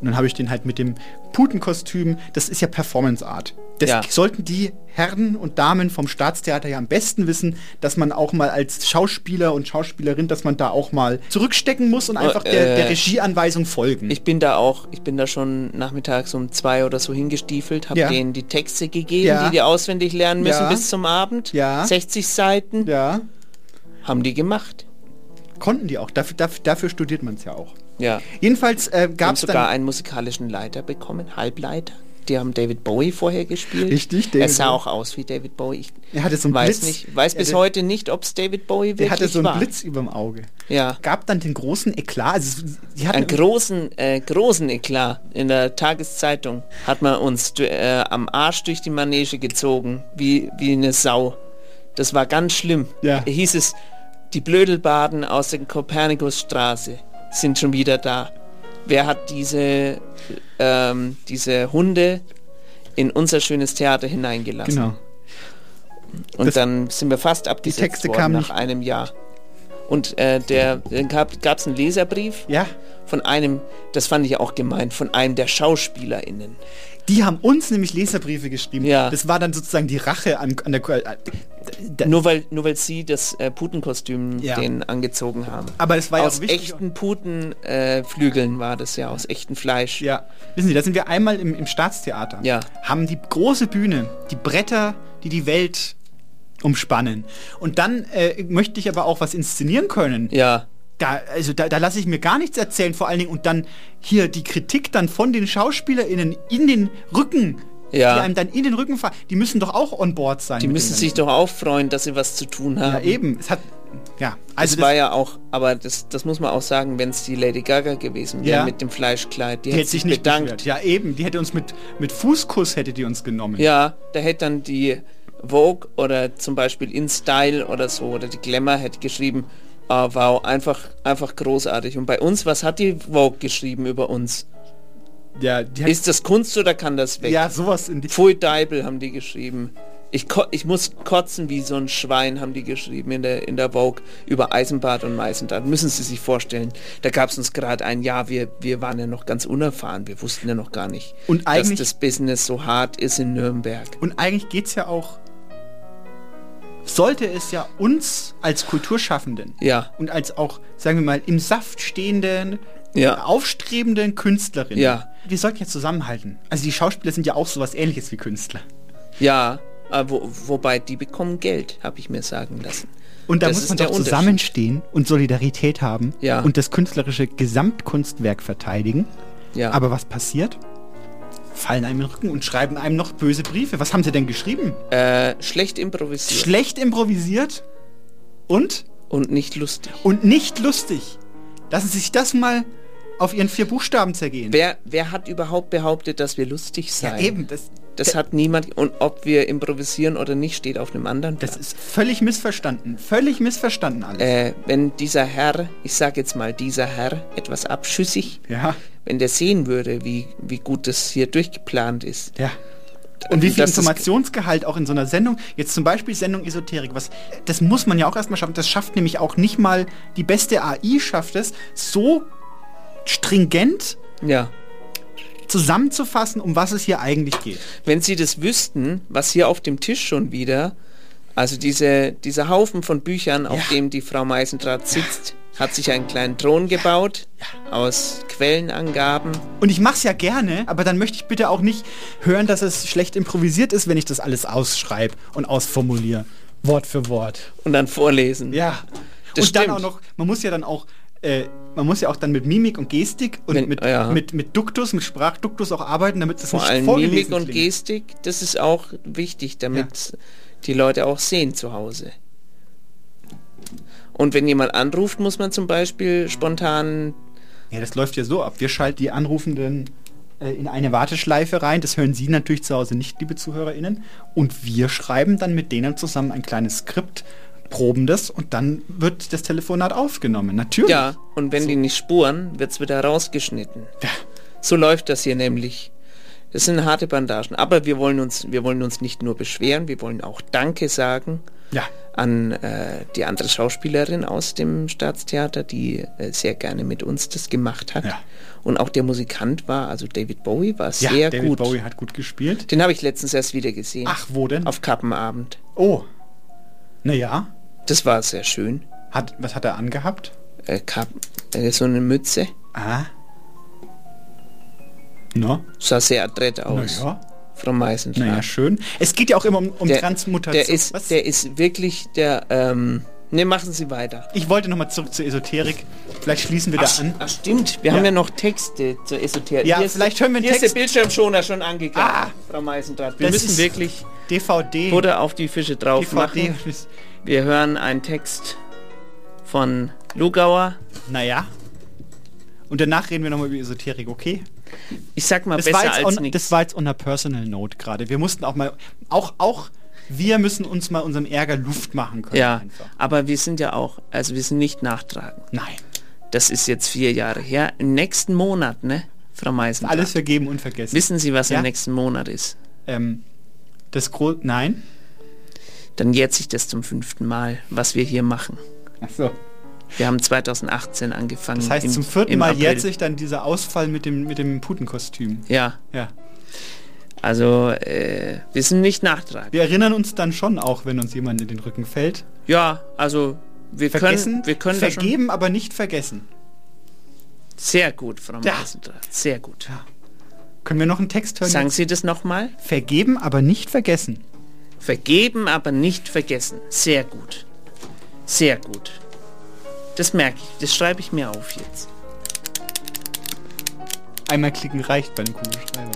B: Und dann habe ich den halt mit dem Putenkostüm, das ist ja Performance Art. Das
A: Ja.
B: sollten die Herren und Damen vom Staatstheater ja am besten wissen, dass man auch mal als Schauspieler und Schauspielerin, dass man da auch mal zurückstecken muss und einfach der,
A: Äh,
B: der Regieanweisung folgen.
A: Ich bin da auch, ich bin da schon nachmittags um zwei oder so hingestiefelt, habe
B: Ja.
A: denen die Texte gegeben,
B: Ja.
A: die die auswendig lernen müssen
B: Ja.
A: bis zum Abend.
B: Ja.
A: 60 Seiten.
B: Ja.
A: Haben die gemacht.
B: Konnten die auch. Dafür, dafür, dafür studiert man es ja auch.
A: Ja.
B: Jedenfalls äh,
A: Wir haben
B: gab es
A: sogar
B: dann.
A: einen musikalischen Leiter bekommen, Halbleiter. Die haben David Bowie vorher gespielt.
B: Richtig,
A: David Er
B: David
A: sah
B: Bowie.
A: auch aus wie David Bowie. Ich
B: Er hatte so einen
A: weiß
B: Blitz.
A: nicht, weiß
B: Er
A: bis
B: hatte-
A: heute nicht, ob es David Bowie wirklich
B: Der hatte so einen
A: war.
B: Blitz überm Auge.
A: Ja.
B: Gab dann den großen Eklat. Also, die hatten
A: Einen großen, äh, großen Eklat in der Tageszeitung hat man uns du- äh, am Arsch durch die Manege gezogen, wie, wie eine Sau. Das war ganz schlimm.
B: Ja.
A: Hieß es, die Blödelbaden aus der Kopernikusstraße sind schon wieder da. Wer hat diese, ähm, diese Hunde in unser schönes Theater hineingelassen?
B: Genau.
A: Und
B: Das-
A: dann sind wir fast abgesetzt
B: Texte
A: worden
B: kamen
A: nach
B: nicht-
A: einem Jahr. Und äh, der, dann gab es einen Leserbrief
B: ja.
A: von einem, das fand ich auch gemein, von einem der SchauspielerInnen.
B: Die haben uns nämlich Leserbriefe geschrieben.
A: Ja.
B: Das war dann sozusagen die Rache an, an der. Äh, da-
A: Nur weil, nur weil sie das äh, Putenkostüm
B: Ja.
A: denen angezogen haben.
B: aber es war ja
A: aus
B: auch wichtig.
A: echten Putenflügeln äh, Flügeln war das ja, aus echtem Fleisch.
B: Ja. Wissen Sie, da sind wir einmal im, im Staatstheater.
A: Ja.
B: Haben die große Bühne, die Bretter, die die Welt umspannen. Und dann äh, möchte ich aber auch was inszenieren können.
A: Ja.
B: Da, also da, da lasse ich mir gar nichts erzählen, vor allen Dingen. Und dann hier die Kritik dann von den SchauspielerInnen in den Rücken.
A: Ja.
B: Die einem dann in den Rücken fahren. Die müssen doch auch on board sein.
A: Die
B: mit
A: müssen
B: dem
A: sich doch auch freuen, dass sie was zu tun haben.
B: Ja, eben. Es hat. Ja,
A: Also
B: also
A: das, war ja auch, aber das, das muss man auch sagen, wenn es die Lady Gaga gewesen wäre
B: Ja.
A: mit dem Fleischkleid, die,
B: die
A: hätte
B: hätte sich nicht bedankt. Ja, eben. Die hätte uns mit, mit Fußkuss hätte die uns genommen.
A: Ja, da hätte dann die Vogue oder zum Beispiel In Style oder so oder die Glamour hätte geschrieben, äh, ah wow, einfach, einfach großartig. Und bei uns, was hat die Vogue geschrieben über uns?
B: Ja, die hat-
A: Ist das Kunst oder kann das weg?
B: Ja, sowas in die.
A: Pfui Deibel haben die geschrieben. Ich, ko ich muss kotzen wie so ein Schwein, haben die geschrieben in der, in der Vogue über Eisenbad und Meisenbad. Müssen Sie sich vorstellen, da gab es uns gerade ein Jahr, wir, wir waren ja noch ganz unerfahren, wir wussten ja noch gar nicht,
B: Und eigentlich-
A: dass das Business so hart ist in Nürnberg.
B: Und eigentlich geht es ja auch, sollte es ja uns als Kulturschaffenden
A: Ja.
B: und als auch, sagen wir mal, im Saft stehenden,
A: Ja.
B: aufstrebenden Künstlerinnen,
A: Ja.
B: wir sollten ja zusammenhalten. Also die Schauspieler sind ja auch sowas ähnliches wie Künstler.
A: Ja, äh, wo, wobei die bekommen Geld, habe ich mir sagen lassen.
B: Und da
A: Das
B: muss
A: ist
B: man
A: der
B: doch
A: Unterschied.
B: zusammenstehen und Solidarität haben
A: Ja.
B: und das künstlerische Gesamtkunstwerk verteidigen.
A: Ja.
B: Aber was passiert? Fallen einem in den Rücken und schreiben einem noch böse Briefe. Was haben sie denn geschrieben?
A: Äh, schlecht improvisiert.
B: Schlecht improvisiert und?
A: Und nicht lustig.
B: Und nicht lustig. Lassen Sie sich das mal auf Ihren vier Buchstaben zergehen.
A: Wer, wer hat überhaupt behauptet, dass wir lustig seien?
B: eben, das,
A: das hat niemand. Und ob wir improvisieren oder nicht, steht auf einem anderen Platz.
B: Das ist völlig missverstanden. Völlig missverstanden alles.
A: Äh, wenn dieser Herr, ich sage jetzt mal dieser Herr, etwas abschüssig,
B: Ja.
A: wenn der sehen würde, wie, wie gut das hier durchgeplant ist.
B: Ja. Und wie viel
A: das ist-
B: Informationsgehalt auch in so einer Sendung, jetzt zum Beispiel Sendung Esoterik, was, das muss man ja auch erstmal schaffen. Das schafft nämlich auch nicht mal die beste AI, schafft es, so stringent
A: Ja.
B: zusammenzufassen, um was es hier eigentlich geht.
A: Wenn Sie das wüssten, was hier auf dem Tisch schon wieder, also diese, dieser Haufen von Büchern, auf dem die Frau Meisendraht sitzt, hat sich einen kleinen Thron gebaut aus Quellenangaben.
B: Und ich mach's ja gerne, aber dann möchte ich bitte auch nicht hören, dass es schlecht improvisiert ist, wenn ich das alles ausschreibe und ausformuliere. Wort für Wort.
A: Und dann vorlesen.
B: Ja.
A: Das
B: und dann
A: stimmt.
B: auch noch, man muss ja dann auch, äh, man muss ja auch dann mit Mimik und Gestik und
A: Wenn-
B: mit,
A: ja.
B: mit, mit Duktus, mit Sprachduktus auch arbeiten, damit das
A: Vor
B: nicht
A: allem
B: vorgelesen
A: Mimik und
B: klingt.
A: Gestik, das ist auch wichtig, damit die Leute auch sehen zu Hause. Und wenn jemand anruft, muss man zum Beispiel spontan.
B: Ja, das läuft ja so ab. Wir schalten die Anrufenden äh, in eine Warteschleife rein. Das hören Sie natürlich zu Hause nicht, liebe ZuhörerInnen. Und wir schreiben dann mit denen zusammen ein kleines Skript, proben das und dann wird das Telefonat aufgenommen. Natürlich.
A: Ja, und wenn die nicht spuren, wird's wieder rausgeschnitten. So läuft das hier nämlich. Das sind harte Bandagen. Aber wir wollen uns, wir wollen uns nicht nur beschweren, wir wollen auch Danke sagen
B: Ja.
A: an äh, die andere Schauspielerin aus dem Staatstheater, die äh, sehr gerne mit uns das gemacht hat. Und auch der Musikant war, also David Bowie, war
B: Ja,
A: sehr
B: David
A: gut.
B: Bowie hat gut gespielt.
A: Den habe ich letztens erst wieder gesehen. Ach,
B: wo denn?
A: Auf Kappenabend.
B: Oh. Naja.
A: Das war sehr schön.
B: Hat, was hat er angehabt?
A: Äh, Kap äh, so eine Mütze.
B: Ah. Na?
A: Sah sehr adrett aus.
B: Na ja.
A: Frau Meisenstadt.
B: Naja, schön. Es geht ja auch immer um, um
A: der,
B: Transmutation.
A: der ist, der ist wirklich der, ähm, ne, machen Sie weiter.
B: ich wollte nochmal zurück zur Esoterik. Vielleicht schließen wir da
A: Ach,
B: an.
A: Ach, stimmt. Wir haben ja noch Texte zur Esoterik.
B: Ja,
A: Hier ist-
B: vielleicht hören wir einen
A: Hier ist
B: Text. Ah.
A: der Bildschirmschoner schon angegangen, Frau Meisendraht. Wir
B: Das
A: müssen
B: ist
A: wirklich
B: DVD.
A: Butter auf die Fische drauf
B: DVD.
A: machen. Wir hören einen Text von Lugauer.
B: Naja. Und danach reden wir nochmal über Esoterik, okay?
A: Ich sag mal
B: das
A: besser
B: war jetzt
A: als
B: on,
A: nichts.
B: Das war jetzt on a personal note gerade. Wir mussten auch mal, auch, auch wir müssen uns mal unserem Ärger Luft machen können.
A: Ja, aber wir sind ja auch, also wir sind nicht nachtragend.
B: Nein.
A: Das ist jetzt vier Jahre her. Im nächsten Monat, ne, Frau Meisendraht?
B: Alles vergeben und vergessen.
A: Wissen Sie, was
B: Ja?
A: im nächsten Monat ist?
B: Ähm, das Gro Nein.
A: Dann jährt sich das zum fünften Mal, was wir hier machen.
B: Ach so.
A: Wir haben 2018 angefangen.
B: Das heißt,
A: im-
B: zum vierten
A: im
B: Mal
A: April.
B: jährt sich dann dieser Ausfall mit dem, mit dem Putenkostüm.
A: Ja.
B: Ja.
A: Also, äh, wir sind nicht nachtragend.
B: Wir erinnern uns dann schon auch, wenn uns jemand in den Rücken fällt.
A: Ja, also, wir
B: Vergessen,
A: können, wir können da schon-
B: vergeben, aber nicht vergessen.
A: Sehr gut, Frau
B: Ja.
A: Meisendraht. Sehr gut.
B: Können wir noch einen Text hören?
A: Sagen Sie das nochmal?
B: Vergeben, aber nicht vergessen.
A: Vergeben, aber nicht vergessen. Sehr gut. Sehr gut. Das merke ich. Das schreibe ich mir auf jetzt.
B: Einmal klicken reicht bei einem Kugelschreiber.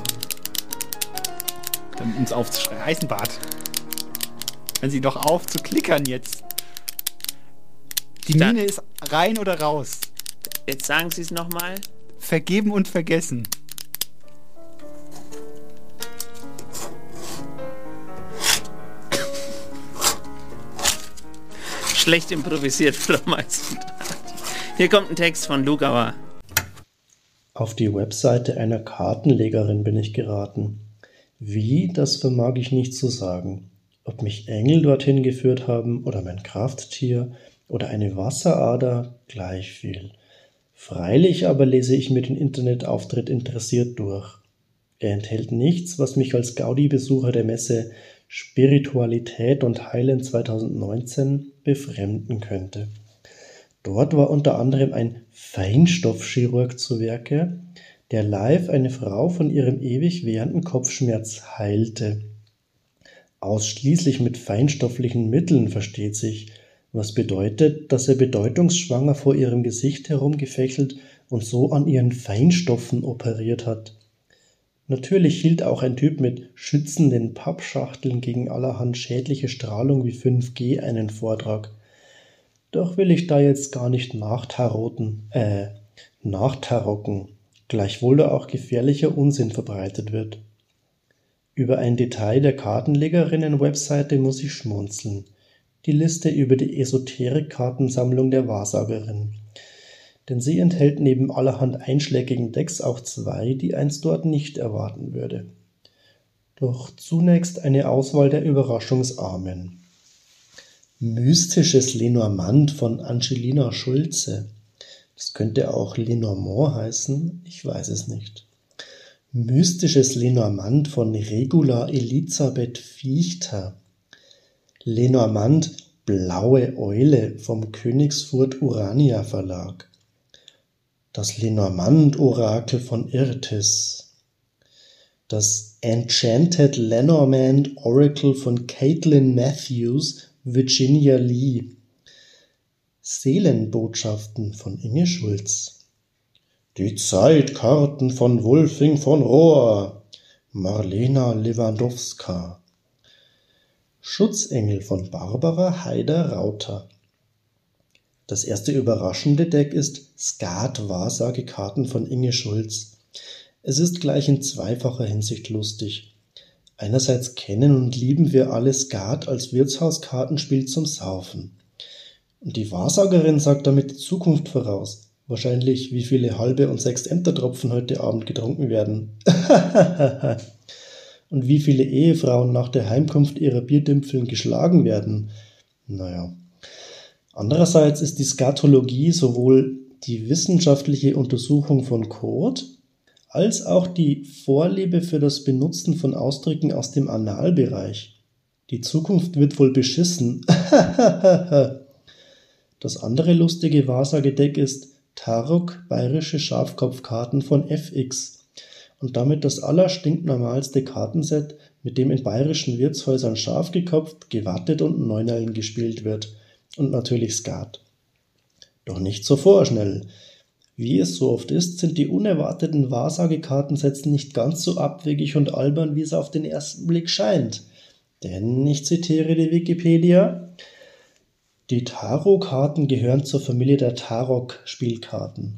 B: Dann, um es aufzuschreiben. Eisenbart. Hören Sie doch auf zu klickern jetzt. Die Mine ist rein oder raus.
A: Jetzt sagen Sie es nochmal.
B: Vergeben und vergessen.
A: Schlecht [laughs] improvisiert, Frau Meisendraht. Hier kommt ein Text von Lugauer.
G: Auf die Webseite einer Kartenlegerin bin ich geraten. Wie, das vermag ich nicht zu sagen. Ob mich Engel dorthin geführt haben oder mein Krafttier oder eine Wasserader, gleich viel. Freilich aber lese ich mir den Internetauftritt interessiert durch. Er enthält nichts, was mich als Gaudi-Besucher der Messe Spiritualität und Heilen 2019 befremden könnte. Dort war unter anderem ein Feinstoffchirurg zu Werke, der live eine Frau von ihrem ewig währenden Kopfschmerz heilte. Ausschließlich mit feinstofflichen Mitteln versteht sich, was bedeutet, dass er bedeutungsschwanger vor ihrem Gesicht herumgefächelt und so an ihren Feinstoffen operiert hat. Natürlich hielt auch ein Typ mit schützenden Pappschachteln gegen allerhand schädliche Strahlung wie 5G einen Vortrag. Doch will ich da jetzt gar nicht nachtaroten, äh, nachtarocken, gleichwohl da auch gefährlicher Unsinn verbreitet wird. Über ein Detail der Kartenlegerinnen-Webseite muss ich schmunzeln. Die Liste über die Esoterik-Kartensammlung der Wahrsagerin denn sie enthält neben allerhand einschlägigen Decks auch zwei, die eins dort nicht erwarten würde. Doch zunächst eine Auswahl der Überraschungsarmen. Mystisches Lenormand von Angelina Schulze. Das könnte auch Lenormand heißen, ich weiß es nicht. Mystisches Lenormand von Regula Elisabeth Fichter. Lenormand Blaue Eule vom Königsfurt Urania Verlag. Das Lenormand-Orakel von Irtis. Das Enchanted Lenormand Oracle von Caitlin Matthews, Virginia Lee. Seelenbotschaften von Inge Schulz. Die Zeitkarten von Wulfing von Rohr. Marlena Lewandowska. Schutzengel von Barbara Heider Rauter. Das erste überraschende Deck ist Skat-Wahrsagekarten von Inge Schulz. Es ist gleich in zweifacher Hinsicht lustig. Einerseits kennen und lieben wir alle Skat als Wirtshauskartenspiel zum Saufen. Und die Wahrsagerin sagt damit die Zukunft voraus. Wahrscheinlich, wie viele halbe und sechs Ämtertropfen heute Abend getrunken werden. [laughs] und wie viele Ehefrauen nach der Heimkunft ihrer Bierdümpfeln geschlagen werden. Naja. Andererseits ist die Skatologie sowohl die wissenschaftliche Untersuchung von Code als auch die Vorliebe für das Benutzen von Ausdrücken aus dem Analbereich. Die Zukunft wird wohl beschissen. [laughs] das andere lustige Wahrsagedeck ist Tarok Bayerische Schafkopfkarten von FX und damit das allerstinknormalste Kartenset, mit dem in bayerischen Wirtshäusern scharf gekopft, gewartet und Neunerln gespielt wird – und natürlich Skat. Doch nicht so vorschnell. Wie es so oft ist, sind die unerwarteten Wahrsagekartensätze nicht ganz so abwegig und albern, wie es auf den ersten Blick scheint. Denn, ich zitiere die Wikipedia, die Tarotkarten gehören zur Familie der Tarok-Spielkarten.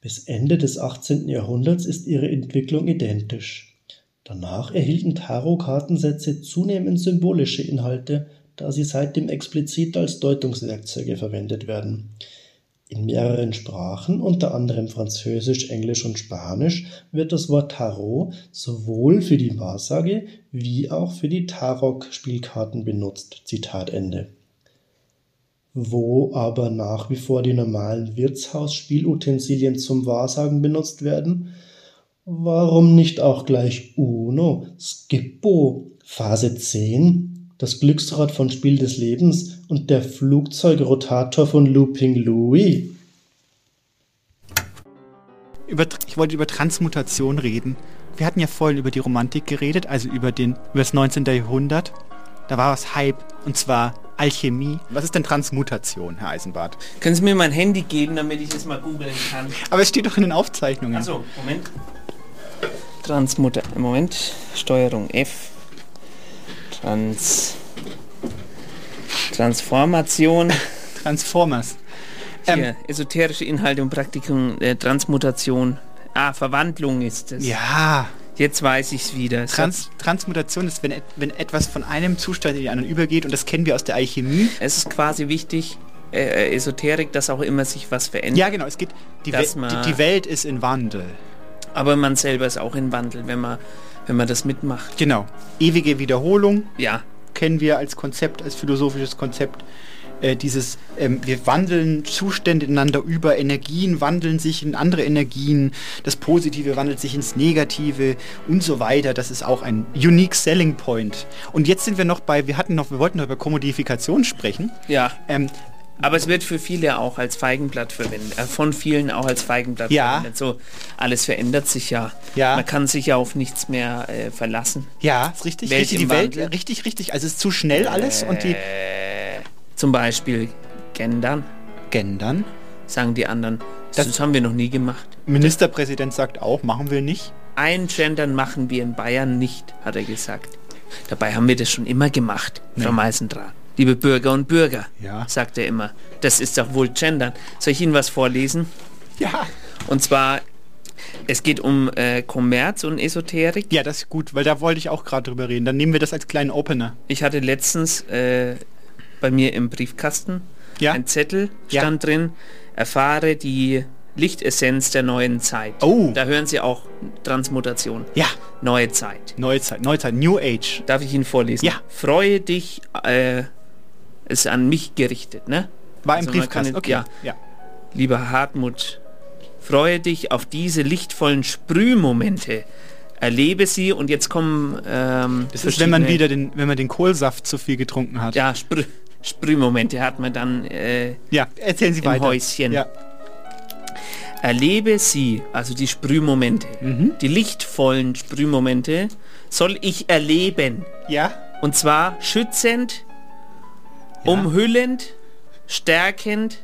G: Bis Ende des 18. Jahrhunderts ist ihre Entwicklung identisch. Danach erhielten Tarotkartensätze zunehmend symbolische Inhalte, da sie seitdem explizit als Deutungswerkzeuge verwendet werden. In mehreren Sprachen, unter anderem Französisch, Englisch und Spanisch, wird das Wort Tarot sowohl für die Wahrsage wie auch für die Tarok-Spielkarten benutzt. Zitat Ende. Wo aber nach wie vor die normalen Wirtshausspielutensilien zum Wahrsagen benutzt werden, warum nicht auch gleich Uno, Skippo, Phase 10, das Glücksrad von Spiel des Lebens und der Flugzeugrotator von Looping Louis.
B: Über, ich wollte über Transmutation reden. Wir hatten ja vorhin über die Romantik geredet, also über, den, über das 19. Jahrhundert. Da war was Hype, und zwar Alchemie. Was ist denn Transmutation, Herr Eisenbart?
A: Können Sie mir mein Handy geben, damit ich das mal googeln kann?
B: Aber es steht doch in den Aufzeichnungen.
A: Achso, Moment. Transmutter. Moment. Steuerung F. Trans Transformation.
B: Transformers.
A: [laughs] Ähm, Hier, esoterische Inhalte und Praktiken der Transmutation. Ah, Verwandlung ist es.
B: Ja.
A: Jetzt weiß ich es wieder.
B: Trans Transmutation ist, wenn, et wenn etwas von einem Zustand in den anderen übergeht und das kennen wir aus der Alchemie.
A: Es ist quasi wichtig, äh, Esoterik, dass auch immer sich was verändert.
B: Ja, genau. Es geht, die, We die, die Welt ist in Wandel.
A: Aber man selber ist auch in Wandel, wenn man, wenn man das mitmacht.
B: Genau. Ewige Wiederholung.
A: Ja.
B: Kennen wir als Konzept, als philosophisches Konzept. Äh, dieses, ähm, wir wandeln Zustände ineinander über, Energien wandeln sich in andere Energien, das Positive wandelt sich ins Negative und so weiter. Das ist auch ein unique selling point. Und jetzt sind wir noch bei, wir hatten noch, wir wollten noch über Kommodifikation sprechen. Ähm,
A: Ja. aber es wird für viele auch als Feigenblatt verwendet, äh, von vielen auch als Feigenblatt
B: Ja.
A: verwendet. So, alles verändert sich ja.
B: Ja.
A: Man kann sich ja auf nichts mehr äh, verlassen.
B: Ja, ist richtig,
A: Welt
B: richtig,
A: im
B: die Welt,
A: Wandel.
B: richtig, richtig. Also es ist zu schnell alles und die
A: Äh, Zum Beispiel gendern.
B: Gendern?
A: Sagen die anderen. Das, haben wir noch nie gemacht.
B: Ministerpräsident sagt auch, machen wir nicht.
A: Ein Gendern machen wir in Bayern nicht, hat er gesagt. Dabei haben wir das schon immer gemacht, Frau Meisendrath. Liebe Bürger und Bürger, sagt er immer. Das ist doch wohl Gendern. Soll ich Ihnen was vorlesen?
B: Ja.
A: Und zwar, es geht um äh, Kommerz und Esoterik.
B: Ja, das ist gut, weil da wollte ich auch gerade drüber reden. Dann nehmen wir das als kleinen Opener.
A: Ich hatte letztens äh, bei mir im Briefkasten ein Zettel, stand drin, erfahre die Lichtessenz der neuen Zeit.
B: Oh.
A: Da hören Sie auch Transmutation.
B: Ja.
A: Neue Zeit.
B: Neue Zeit, neue Zeit, New Age.
A: Darf ich Ihnen vorlesen? Ja. Freue dich, äh, ist an mich gerichtet, ne?
B: War im
A: man
B: Briefkasten,
A: kann-
B: okay.
A: Ja.
B: Ja.
A: Lieber Hartmut, freue dich auf diese lichtvollen Sprühmomente. Erlebe sie und jetzt kommen. Ähm,
B: Das ist, wenn man
A: verschiedene-
B: wieder den, wenn man den Kohlsaft zu viel getrunken hat.
A: Ja, Sprü Sprühmomente hat man dann. Äh,
B: ja, erzählen Sie
A: im
B: weiter.
A: Häuschen. Erlebe sie, also die Sprühmomente,
B: Mhm.
A: die lichtvollen Sprühmomente, soll ich erleben.
B: Ja.
A: Und zwar schützend, umhüllend, stärkend,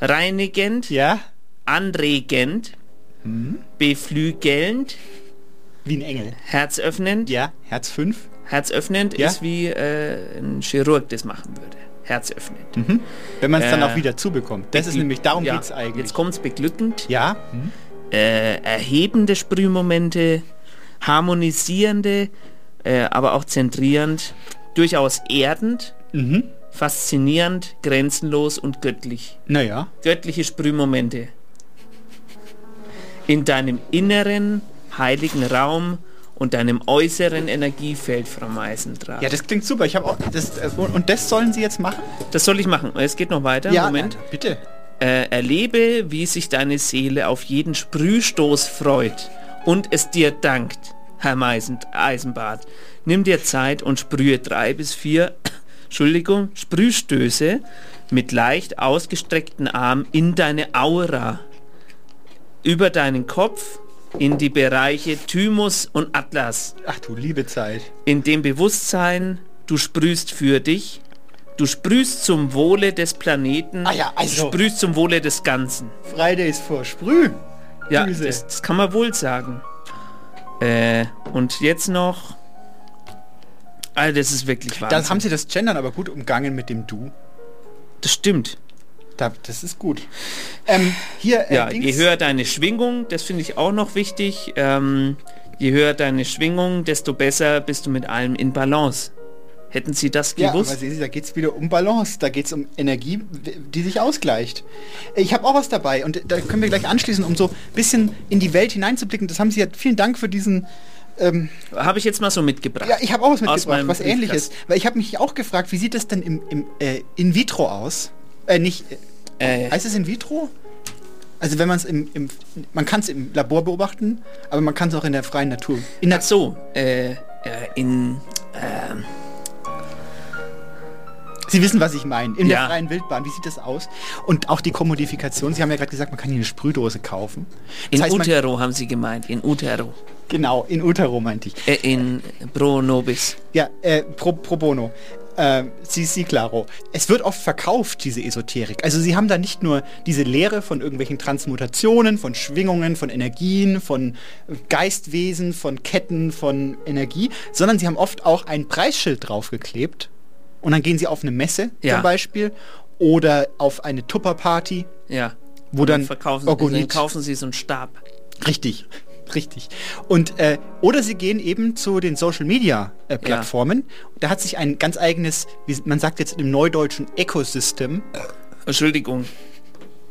A: reinigend,
B: ja. Mhm.
A: anregend, beflügelnd.
B: Wie ein Engel.
A: Herzöffnend.
B: Ja, Herz 5.
A: Herzöffnend
B: Ja.
A: ist wie äh, ein Chirurg das machen würde. Herzöffnend.
B: Mhm. Wenn man es dann
A: Äh,
B: auch wieder zubekommt. Das ist
A: beglü-
B: nämlich, darum
A: ja,
B: geht's eigentlich.
A: Jetzt kommt's beglückend.
B: Ja.
A: Äh, erhebende Sprühmomente, harmonisierende, äh, aber auch zentrierend, durchaus erdend,
B: Mhm.
A: faszinierend, grenzenlos und göttlich.
B: Naja.
A: Göttliche Sprühmomente. In deinem inneren, heiligen Raum und deinem äußeren Energiefeld, Frau Meisendrath.
B: Ja, das klingt super. Ich habe auch das, das- und das sollen Sie jetzt machen?
A: Das soll ich machen. Es geht noch weiter.
B: Ja,
A: Moment.
B: nein, bitte.
A: Äh, erlebe, wie sich deine Seele auf jeden Sprühstoß freut und es dir dankt, Herr Meisen Eisenbart. Nimm dir Zeit und sprühe drei bis vier, [coughs] Entschuldigung, Sprühstöße mit leicht ausgestreckten Arm in deine Aura, über deinen Kopf, in die Bereiche Thymus und Atlas.
B: Ach du liebe Zeit.
A: In dem Bewusstsein, du sprühst für dich, du sprühst zum Wohle des Planeten, du sprühst zum Wohle des Ganzen.
B: Fridays for Sprüh.
A: Ja,
B: Düse.
A: das, das kann man wohl sagen. Äh, und jetzt noch... Ah, das ist wirklich Wahnsinn.
B: Dann haben Sie das Gendern aber gut umgangen mit dem Du.
A: Das stimmt.
B: Da, das ist gut. Ähm, hier, äh,
A: ja,
B: Dings-
A: je höher deine Schwingung, das finde ich auch noch wichtig, ähm, je höher deine Schwingung, desto besser bist du mit allem in Balance. Hätten Sie das
B: Ja, aber
A: gewusst?
B: sehen Sie, da geht es wieder um Balance, da geht es um Energie, die sich ausgleicht. Ich habe auch was dabei und da können wir gleich anschließen, um so ein bisschen in die Welt hineinzublicken. Das haben Sie ja, vielen Dank für diesen... Ähm,
A: Habe ich jetzt mal so mitgebracht.
B: ja, ich habe auch was
A: Aus
B: mitgebracht,
A: meinem
B: was ähnliches.
A: Briefkasten.
B: Weil ich habe mich auch gefragt, wie sieht das denn im, im, äh, in vitro aus? Äh, nicht... Äh, heißt es in vitro? Also wenn man es im, im... Man kann es im Labor beobachten, aber man kann es auch in der freien Natur... In der
A: Ach so, äh, äh, in... ähm,
B: Sie wissen, was ich meine. In
A: Ja.
B: der freien Wildbahn, wie sieht das aus? Und auch die Kommodifikation. Sie haben ja gerade gesagt, man kann hier eine Sprühdose kaufen.
A: In
B: man,
A: Utero haben sie gemeint, in Utero.
B: Genau, in Utero meinte ich.
A: Äh, in Pro Nobis.
B: Ja, äh, pro, pro bono. Äh, Sie, Sie, claro. Es wird oft verkauft, diese Esoterik. Also Sie haben da nicht nur diese Lehre von irgendwelchen Transmutationen, von Schwingungen, von Energien, von Geistwesen, von Ketten, von Energie, sondern Sie haben oft auch ein Preisschild draufgeklebt. Und dann gehen Sie auf eine Messe
A: Ja.
B: zum Beispiel oder auf eine Tupperparty.
A: Ja.
B: Wo
A: Und
B: dann
A: verkaufen,
B: Orgonit-
A: dann kaufen sie so einen Stab.
B: Richtig, richtig. Und äh, oder sie gehen eben zu den Social Media äh, Plattformen. Da hat sich ein ganz eigenes, wie man sagt jetzt im Neudeutschen, Ökosystem.
A: Entschuldigung.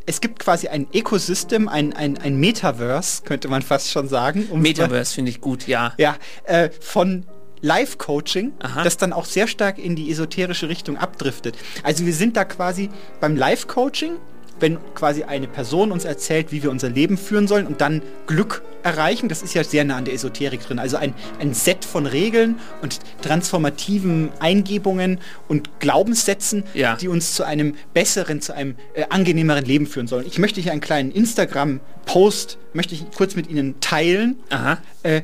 B: es gibt quasi ein Ecosystem, ein, ein, ein Metaverse, könnte man fast schon sagen.
A: Um Metaverse finde ich gut, ja.
B: Ja, äh, von Live-Coaching, das dann auch sehr stark in die esoterische Richtung abdriftet. Also wir sind da quasi beim Live-Coaching, wenn quasi eine Person uns erzählt, wie wir unser Leben führen sollen und dann Glück erreichen. Das ist ja sehr nah an der Esoterik drin. Also ein, ein Set von Regeln und transformativen Eingebungen und Glaubenssätzen,
A: Ja.
B: die uns zu einem besseren, zu einem äh, angenehmeren Leben führen sollen. Ich möchte hier einen kleinen Instagram-Post, möchte ich kurz mit Ihnen teilen, Äh,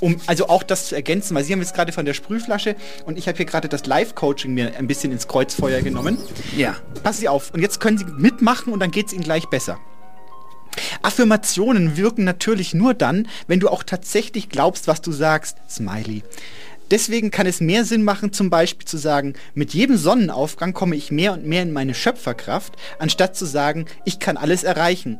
B: um also auch das zu ergänzen, weil Sie haben jetzt gerade von der Sprühflasche und ich habe hier gerade das Live-Coaching mir ein bisschen ins Kreuzfeuer genommen.
A: Ja.
B: Passen Sie auf. Und jetzt können Sie mitmachen und dann geht es Ihnen gleich besser. Affirmationen wirken natürlich nur dann, wenn du auch tatsächlich glaubst, was du sagst. Smiley. Deswegen kann es mehr Sinn machen, zum Beispiel zu sagen, mit jedem Sonnenaufgang komme ich mehr und mehr in meine Schöpferkraft, anstatt zu sagen, ich kann alles erreichen.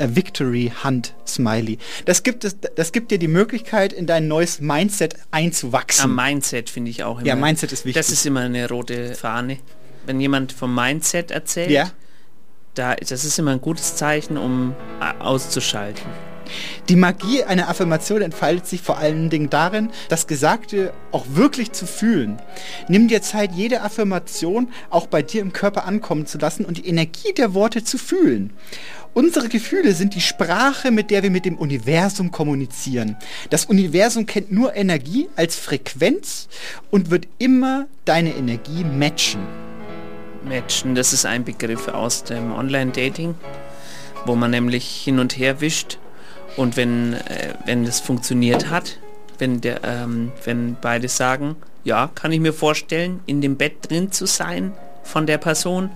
B: A Victory Hand Smiley. Das gibt, es, das gibt dir die Möglichkeit, in dein neues Mindset einzuwachsen.
A: Am Mindset finde ich auch immer.
B: Ja, Mindset ist wichtig.
A: Das ist immer eine rote Fahne. Wenn jemand vom Mindset erzählt,
B: Ja.
A: da, das ist immer ein gutes Zeichen, um a- auszuschalten.
B: Die Magie einer Affirmation entfaltet sich vor allen Dingen darin, das Gesagte auch wirklich zu fühlen. Nimm dir Zeit, jede Affirmation auch bei dir im Körper ankommen zu lassen und die Energie der Worte zu fühlen. Unsere Gefühle sind die Sprache, mit der wir mit dem Universum kommunizieren. Das Universum kennt nur Energie als Frequenz und wird immer deine Energie matchen.
A: Matchen, das ist ein Begriff aus dem Online-Dating, wo man nämlich hin und her wischt und wenn, äh, wenn das funktioniert hat, wenn, der, ähm, wenn beide sagen, ja, kann ich mir vorstellen, in dem Bett drin zu sein von der Person,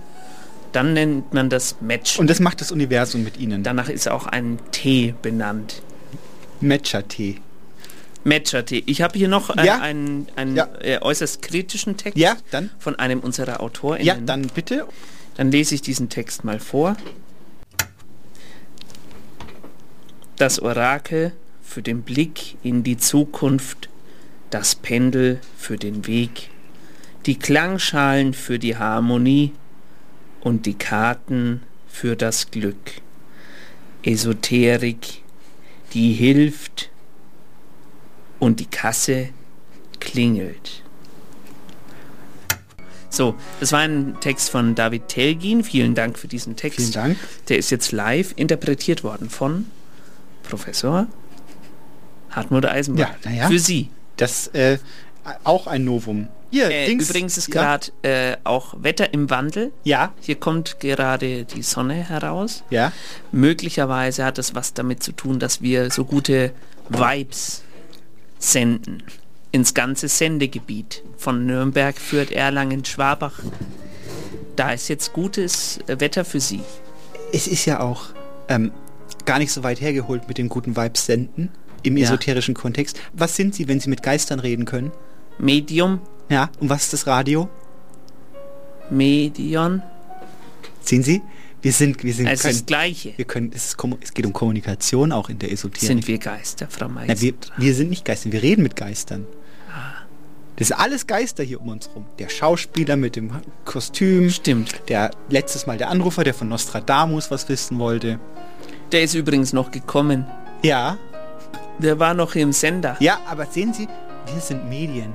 A: dann nennt man das Match.
B: Und das macht das Universum mit ihnen.
A: Danach ist auch ein Tee benannt.
B: Matcha-Tee.
A: Matcher-Tee. Ich habe hier noch äh,
B: Ja.
A: einen, einen äh, äußerst kritischen Text von einem unserer AutorInnen.
B: Ja, dann bitte.
A: Dann lese ich diesen Text mal vor. Das Orakel für den Blick in die Zukunft, das Pendel für den Weg, die Klangschalen für die Harmonie und die Karten für das Glück. Esoterik, die hilft und die Kasse klingelt. So, das war ein Text von David Telgin. Vielen Dank für diesen Text. Vielen
B: Dank.
A: Der ist jetzt live interpretiert worden von Professor Hartmut Eisenbach.
B: Ja, na ja.
A: Für Sie.
B: Das äh, auch ein Novum. Ihr
A: Äh,
B: Dings-
A: übrigens ist
B: Ja.
A: gerade äh, auch Wetter im Wandel.
B: Ja.
A: Hier kommt gerade die Sonne heraus.
B: Ja.
A: Möglicherweise hat es was damit zu tun, dass wir so gute Vibes senden ins ganze Sendegebiet von Nürnberg, Fürth, Erlangen, Schwabach. Da ist jetzt gutes äh, Wetter für Sie.
B: Es ist ja auch ähm, gar nicht so weit hergeholt mit dem guten Vibes senden im
A: Ja.
B: esoterischen Kontext. Was sind Sie, wenn Sie mit Geistern reden können?
A: Medium.
B: Ja, und was ist das Radio?
A: Medion.
B: Sehen Sie? Wir sind, wir sind
A: Also Es ist das Gleiche.
B: Wir können, es, ist, Kommu- es geht um Kommunikation auch in der Esoterik.
A: Sind wir Geister, Ah. Frau Meister?
B: Na, wir, wir sind nicht Geister, wir reden mit Geistern. Das sind alles Geister hier um uns rum. Der Schauspieler mit dem Kostüm.
A: Stimmt.
B: Der letztes Mal der Anrufer, der von Nostradamus was wissen wollte.
A: Der ist übrigens noch gekommen.
B: Ja.
A: Der war noch im Sender.
B: Ja, aber sehen Sie, wir sind Medien.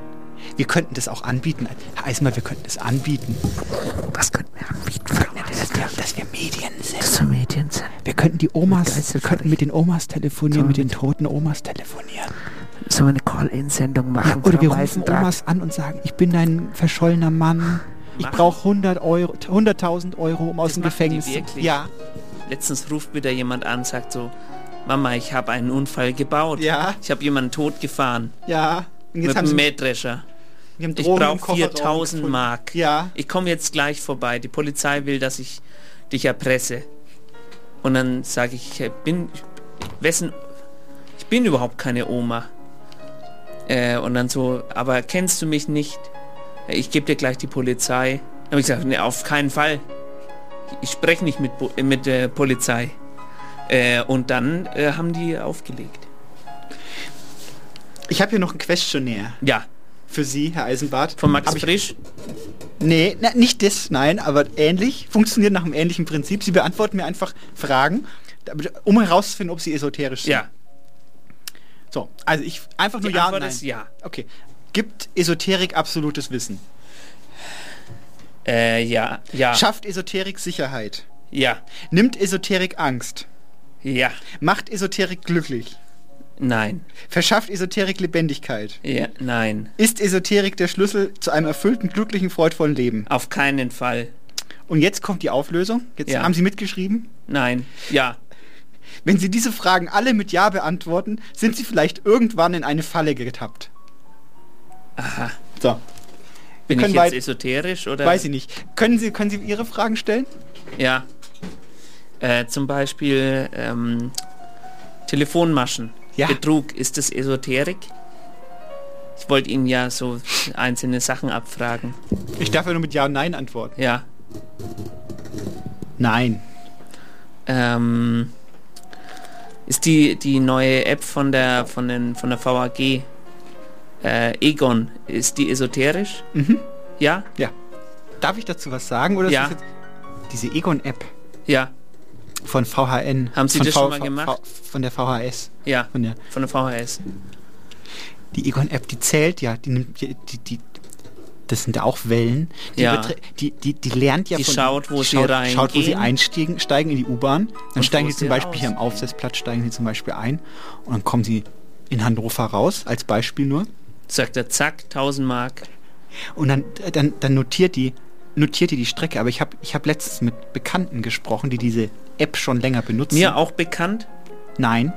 B: Wir könnten das auch anbieten. Herr Eismer, wir könnten das anbieten. Was könnten wir anbieten? dass, wir, dass wir Medien sind.
A: Medien sind.
B: Wir könnten die Omas, wir könnten mit den Omas telefonieren, mit den toten Omas telefonieren.
A: So eine Call-In-Sendung machen.
B: Oder wir rufen Omas an und sagen, ich bin dein verschollener Mann. Ich brauche 100 Euro, 100.000 Euro, um aus dem Gefängnis zu...
A: Wirklich?
B: Ja,
A: Letztens ruft wieder jemand an, sagt so, Mama, ich habe einen Unfall gebaut.
B: Ja.
A: Ich habe jemanden totgefahren.
B: ja. Und
A: Mit
B: jetzt haben
A: dem
B: sie...
A: Mähdrescher.
B: Wir haben
A: Ich
B: Drogen im
A: brauche
B: Kofferraum
A: 4000
B: gefunden.
A: Mark.
B: Ja.
A: Ich komme jetzt gleich vorbei. Die Polizei will, dass ich dich erpresse. Und dann sage ich, ich bin, wessen, ich bin überhaupt keine Oma. Äh, und dann so, aber kennst du mich nicht? Ich gebe dir gleich die Polizei. Dann habe ich gesagt, nee, auf keinen Fall. Ich spreche nicht mit, Bo- äh, mit der Polizei. Äh, und dann äh, haben die aufgelegt.
B: Ich habe hier noch ein Questionnaire.
A: Ja.
B: Für Sie, Herr Eisenbart.
A: Von Max
B: Hab ich-
A: Frisch.
B: Nee, na, nicht das, nein, aber ähnlich. Funktioniert nach einem ähnlichen Prinzip. Sie beantworten mir einfach Fragen, damit- um herauszufinden, ob sie esoterisch sind.
A: Ja.
B: So, also ich einfach nur
A: Die
B: ja und
A: Antwort
B: nein.
A: ist ja.
B: Okay. Gibt Esoterik absolutes Wissen?
A: Äh, ja, ja.
B: Schafft Esoterik Sicherheit?
A: Ja.
B: Nimmt Esoterik Angst?
A: Ja.
B: Macht Esoterik glücklich?
A: Nein.
B: Verschafft Esoterik Lebendigkeit?
A: Ja, nein.
B: Ist Esoterik der Schlüssel zu einem erfüllten, glücklichen, freudvollen Leben?
A: Auf keinen Fall.
B: Und jetzt kommt die Auflösung. Jetzt
A: Ja.
B: haben Sie mitgeschrieben.
A: Nein. Ja.
B: Wenn Sie diese Fragen alle mit Ja beantworten, sind Sie vielleicht irgendwann in eine Falle getappt.
A: Aha.
B: So.
A: Bin ich
B: können
A: jetzt
B: weit-
A: esoterisch oder?
B: Weiß ich nicht. Können Sie, können Sie Ihre Fragen stellen?
A: Ja. Äh, zum Beispiel ähm, Telefonmaschen. Betrug, ist das Esoterik? Ich wollte Ihnen ja so einzelne Sachen abfragen.
B: Ich darf ja nur mit Ja und Nein antworten.
A: Ja.
B: Nein.
A: Ähm, ist die, die neue App von der, von den, von der VAG, äh, Egon, ist die esoterisch?
B: Mhm.
A: Ja?
B: Ja. Darf ich dazu was sagen? Oder
A: Ja.
B: ist das jetzt diese Egon-App
A: Ja.
B: von VHN?
A: Haben Sie
B: von
A: das schon mal gemacht?
B: V- von der VHS.
A: Ja.
B: Von der,
A: von der VHS.
B: Die Egon-App, die zählt ja. Die nimmt die, die, die das sind auch Wellen. Die,
A: Ja.
B: überträ- die, die, die lernt ja
A: Die
B: von
A: schaut, wo
B: die
A: sie
B: schaut, Schaut, wo sie
A: reingehen.
B: einsteigen, steigen in die U-Bahn. Dann
A: Und
B: steigen
A: wo
B: sie zum
A: sie
B: Beispiel hier am
A: ausgehen.
B: Aufsatzplatz steigen sie zum Beispiel ein und dann kommen sie in Hannover raus, als Beispiel nur.
A: Sagt er, zack, 1000 Mark.
B: Und dann, dann, dann notiert die notiert die die Strecke. Aber ich habe ich hab letztens mit Bekannten gesprochen, die diese App schon länger benutzen.
A: Mir auch bekannt?
B: Nein.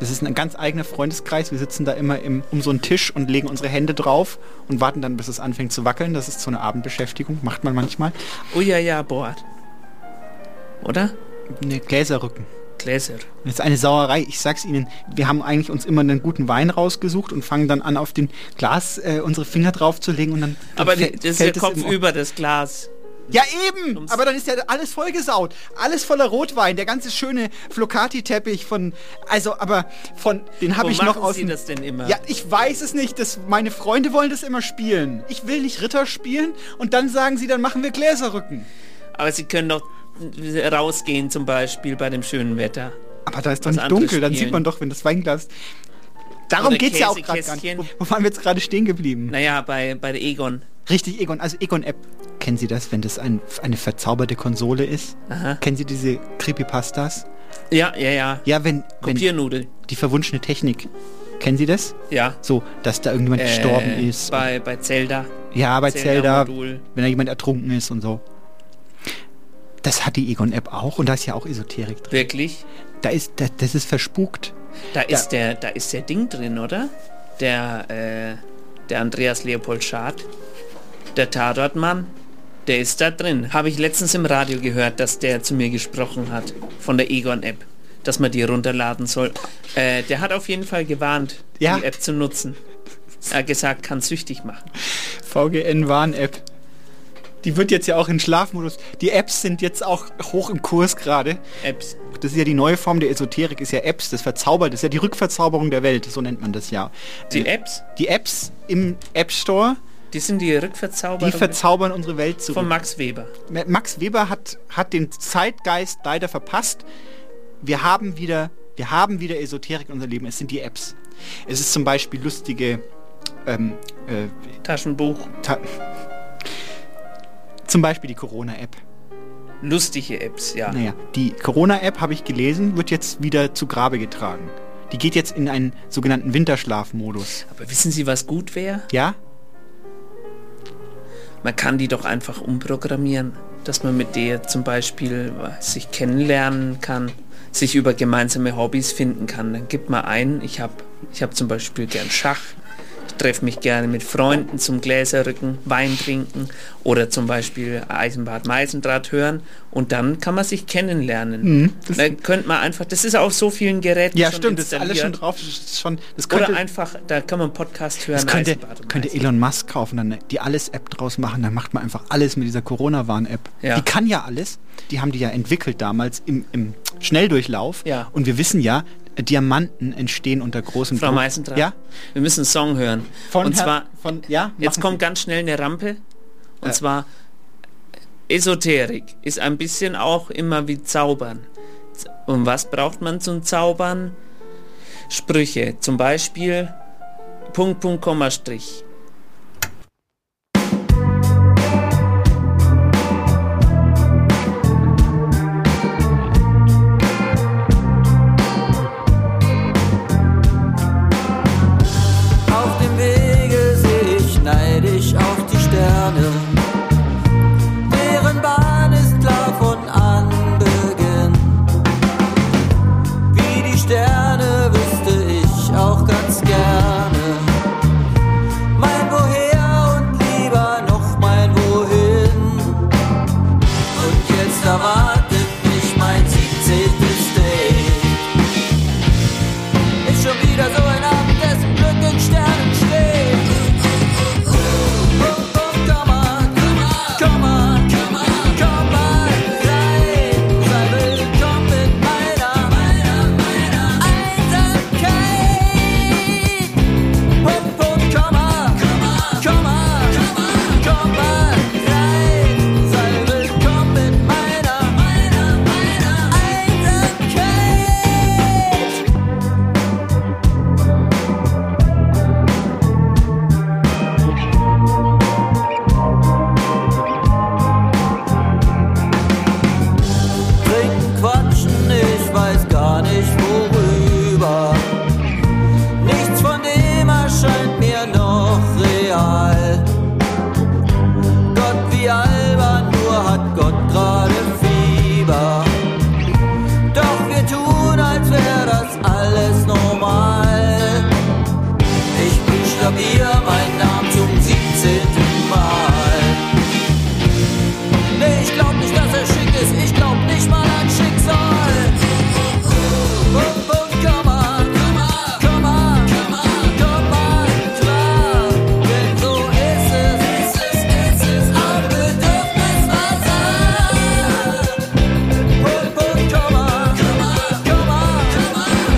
B: Das ist ein ganz eigener Freundeskreis. Wir sitzen da immer im, um so einen Tisch und legen unsere Hände drauf und warten dann, bis es anfängt zu wackeln. Das ist so eine Abendbeschäftigung, macht man manchmal.
A: Oh ja, ja, Bord. Oder?
B: Eine Gläserrücken.
A: Gläser.
B: Das ist eine Sauerei. Ich sag's Ihnen, wir haben eigentlich uns immer einen guten Wein rausgesucht und fangen dann an, auf dem Glas äh, unsere Finger draufzulegen und dann. dann
A: Aber
B: fä-
A: die- das ist der
B: fällt es
A: Kopf
B: im-
A: über das Glas.
B: Ja, eben! Aber dann ist ja alles vollgesaut. Alles voller Rotwein. Der ganze schöne Flocati-Teppich von. Also, aber von. Den
A: Wo
B: habe ich noch
A: machen
B: aus.
A: Sie
B: dem-
A: das denn immer?
B: Ja, ich weiß es nicht. Das, meine Freunde wollen das immer spielen. Ich will nicht Ritter spielen und dann sagen sie, dann machen wir Gläserrücken.
A: Aber Sie können doch rausgehen zum Beispiel bei dem schönen Wetter.
B: Aber da ist doch
A: Was
B: nicht
A: anderes
B: dunkel. Dann
A: spielen.
B: sieht man doch, wenn das Weinglas. Darum
A: Oder
B: geht's ja auch gerade gar nicht.
A: Käsekästchen.
B: Wo, wo waren wir jetzt gerade stehen geblieben?
A: Naja, bei, bei der Egon.
B: Richtig, Egon. Also, Egon-App. Kennen Sie das, wenn das ein, eine verzauberte Konsole ist?
A: Aha.
B: Kennen Sie diese Creepypastas?
A: Ja, ja, ja.
B: Ja, wenn, wenn
A: Kopiernudeln.
B: die verwunschene Technik. Kennen Sie das?
A: Ja.
B: So, dass da irgendjemand
A: Äh,
B: gestorben ist.
A: Bei, bei Zelda.
B: Ja, bei Zelda,
A: Zelda-Modul.
B: wenn da jemand ertrunken ist und so. Das hat die Egon-App auch und da ist ja auch Esoterik drin.
A: Wirklich?
B: Da ist, da, das ist verspukt.
A: Da ist der, da ist der Ding drin, oder? Der, äh, der Andreas Leopold Schad, der Tatortmann, der ist da drin. Habe ich letztens im Radio gehört, dass der zu mir gesprochen hat von der Egon-App, dass man die runterladen soll. Äh, der hat auf jeden Fall gewarnt,
B: Ja.
A: die App zu nutzen. Er hat gesagt, kann süchtig machen.
B: VGN-Warn-App. Die wird jetzt ja auch in Schlafmodus. Die Apps sind jetzt auch hoch im Kurs gerade.
A: Apps.
B: Das ist ja die neue Form der Esoterik, ist ja Apps, das Verzaubert, das ist ja die Rückverzauberung der Welt, so nennt man das ja.
A: Die Apps?
B: Die Apps im App Store.
A: Die sind die Rückverzauberung.
B: Die verzaubern unsere Welt zurück.
A: Von Max Weber.
B: Max Weber hat, hat den Zeitgeist leider verpasst. Wir haben wieder, wir haben wieder Esoterik in unserem Leben. Es sind die Apps. Es ist zum Beispiel lustige ähm, äh,
A: Taschenbuch.
B: Ta zum Beispiel die Corona-App.
A: Lustige Apps, ja.
B: Naja, die Corona-App, habe ich gelesen, wird jetzt wieder zu Grabe getragen. Die geht jetzt in einen sogenannten Winterschlafmodus.
A: Aber wissen Sie, was gut wäre?
B: Ja?
A: Man kann die doch einfach umprogrammieren, dass man mit der zum Beispiel äh, sich kennenlernen kann, sich über gemeinsame Hobbys finden kann. Dann gibt man ein, ich habe ich hab zum Beispiel gern Schach, ich treffe mich gerne mit Freunden zum Gläserrücken, Wein trinken oder zum Beispiel Eisenbad Meisendraht hören und dann kann man sich kennenlernen.
B: Mhm,
A: dann könnte man einfach, das ist auf so vielen Geräten
B: Ja,
A: schon
B: stimmt, das ist alles schon
A: installiert.
B: drauf. Das ist schon, das
A: oder
B: könnte,
A: einfach, da kann man einen Podcast hören.
B: das könnte,
A: Eisenbad und
B: könnte Elon Musk kaufen, dann die Alles-App draus machen, dann macht man einfach alles mit dieser Corona-Warn-App.
A: Ja.
B: Die kann ja alles. Die haben die ja entwickelt damals im, im Schnelldurchlauf.
A: Ja.
B: Und wir wissen ja, Diamanten entstehen unter großem
A: Frau
B: Druck.
A: Meisendrath,
B: Ja?
A: wir müssen einen Song hören.
B: Von
A: und
B: Herr-
A: zwar,
B: von, ja,
A: jetzt
B: machen
A: kommt ganz schnell eine Rampe. Und
B: Äh.
A: zwar Esoterik ist ein bisschen auch immer wie Zaubern. Z- Und was braucht man zum Zaubern? Sprüche, zum Beispiel Punkt, Punkt, Komma, Strich.
K: Auf dem Wege sehe ich neidisch auf die Sterne. Deren Bahn ist klar von Anbeginn. Wie die Sterne wüsste ich auch ganz gerne. Mein Woher und lieber noch mein Wohin. Und jetzt erwartet mich mein 17. Date. Ist schon wieder so ein Abend, dessen Glück in Sternen steht. Oh, oh, komm an, komm an, komm an, komm an, komm mal rein. Sei willkommen in meiner, meiner, meiner Einsamkeit. Pum, pum, komm an, komm an, komm an, komm an, komm mal rein. Sei willkommen in meiner, meiner, meiner Einsamkeit. Trinken, quatschen, ich weiß gar nicht worüber. Nichts von dem erscheint mir noch real. Gott wie albern, nur hat Gott gerade Fieber. Doch wir tun, als wäre das alles normal. Ich buchstabier meinen Namen zum 17. Mal. Nee, ich glaub nicht, dass er schick ist. Ich glaub nicht mal an Schicksal. Bum, bum, komm an, komm an, komm an, komm an, komm an, klar. Denn so ist es, ist es, ist es, am Bedürfnis versagt. Bum, bum, komm an, komm an, komm an,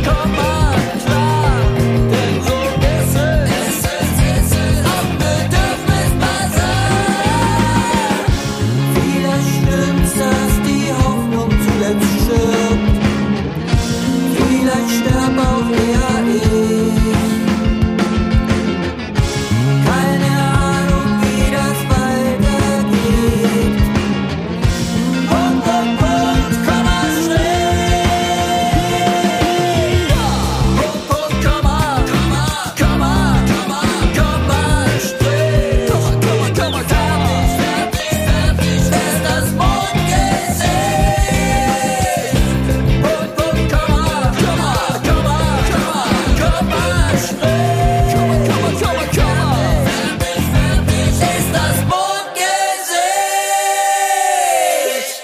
K: komm an, komm an, klar. Denn so ist es, ist es, ist es, am Bedürfnis versagt. Vielleicht stimmt's, dass die Hoffnung zuletzt stirbt. Vielleicht sterb auch eh. eher ich. Keine Ahnung, wie das weitergeht. Punkt, Punkt, Punkt, Komma, Strich. Punkt, Punkt, Komma, Komma, Komma, Komma, Komma, Strich. Komma, Komma, Komma, Komma. Fertig, fertig ist das Mondgesicht. Punkt, Punkt, Komma, Komma, Komma, Komma, Komma, Strich. Komma, Komma, Komma, Komma. Fertig, fertig ist das Mondgesicht.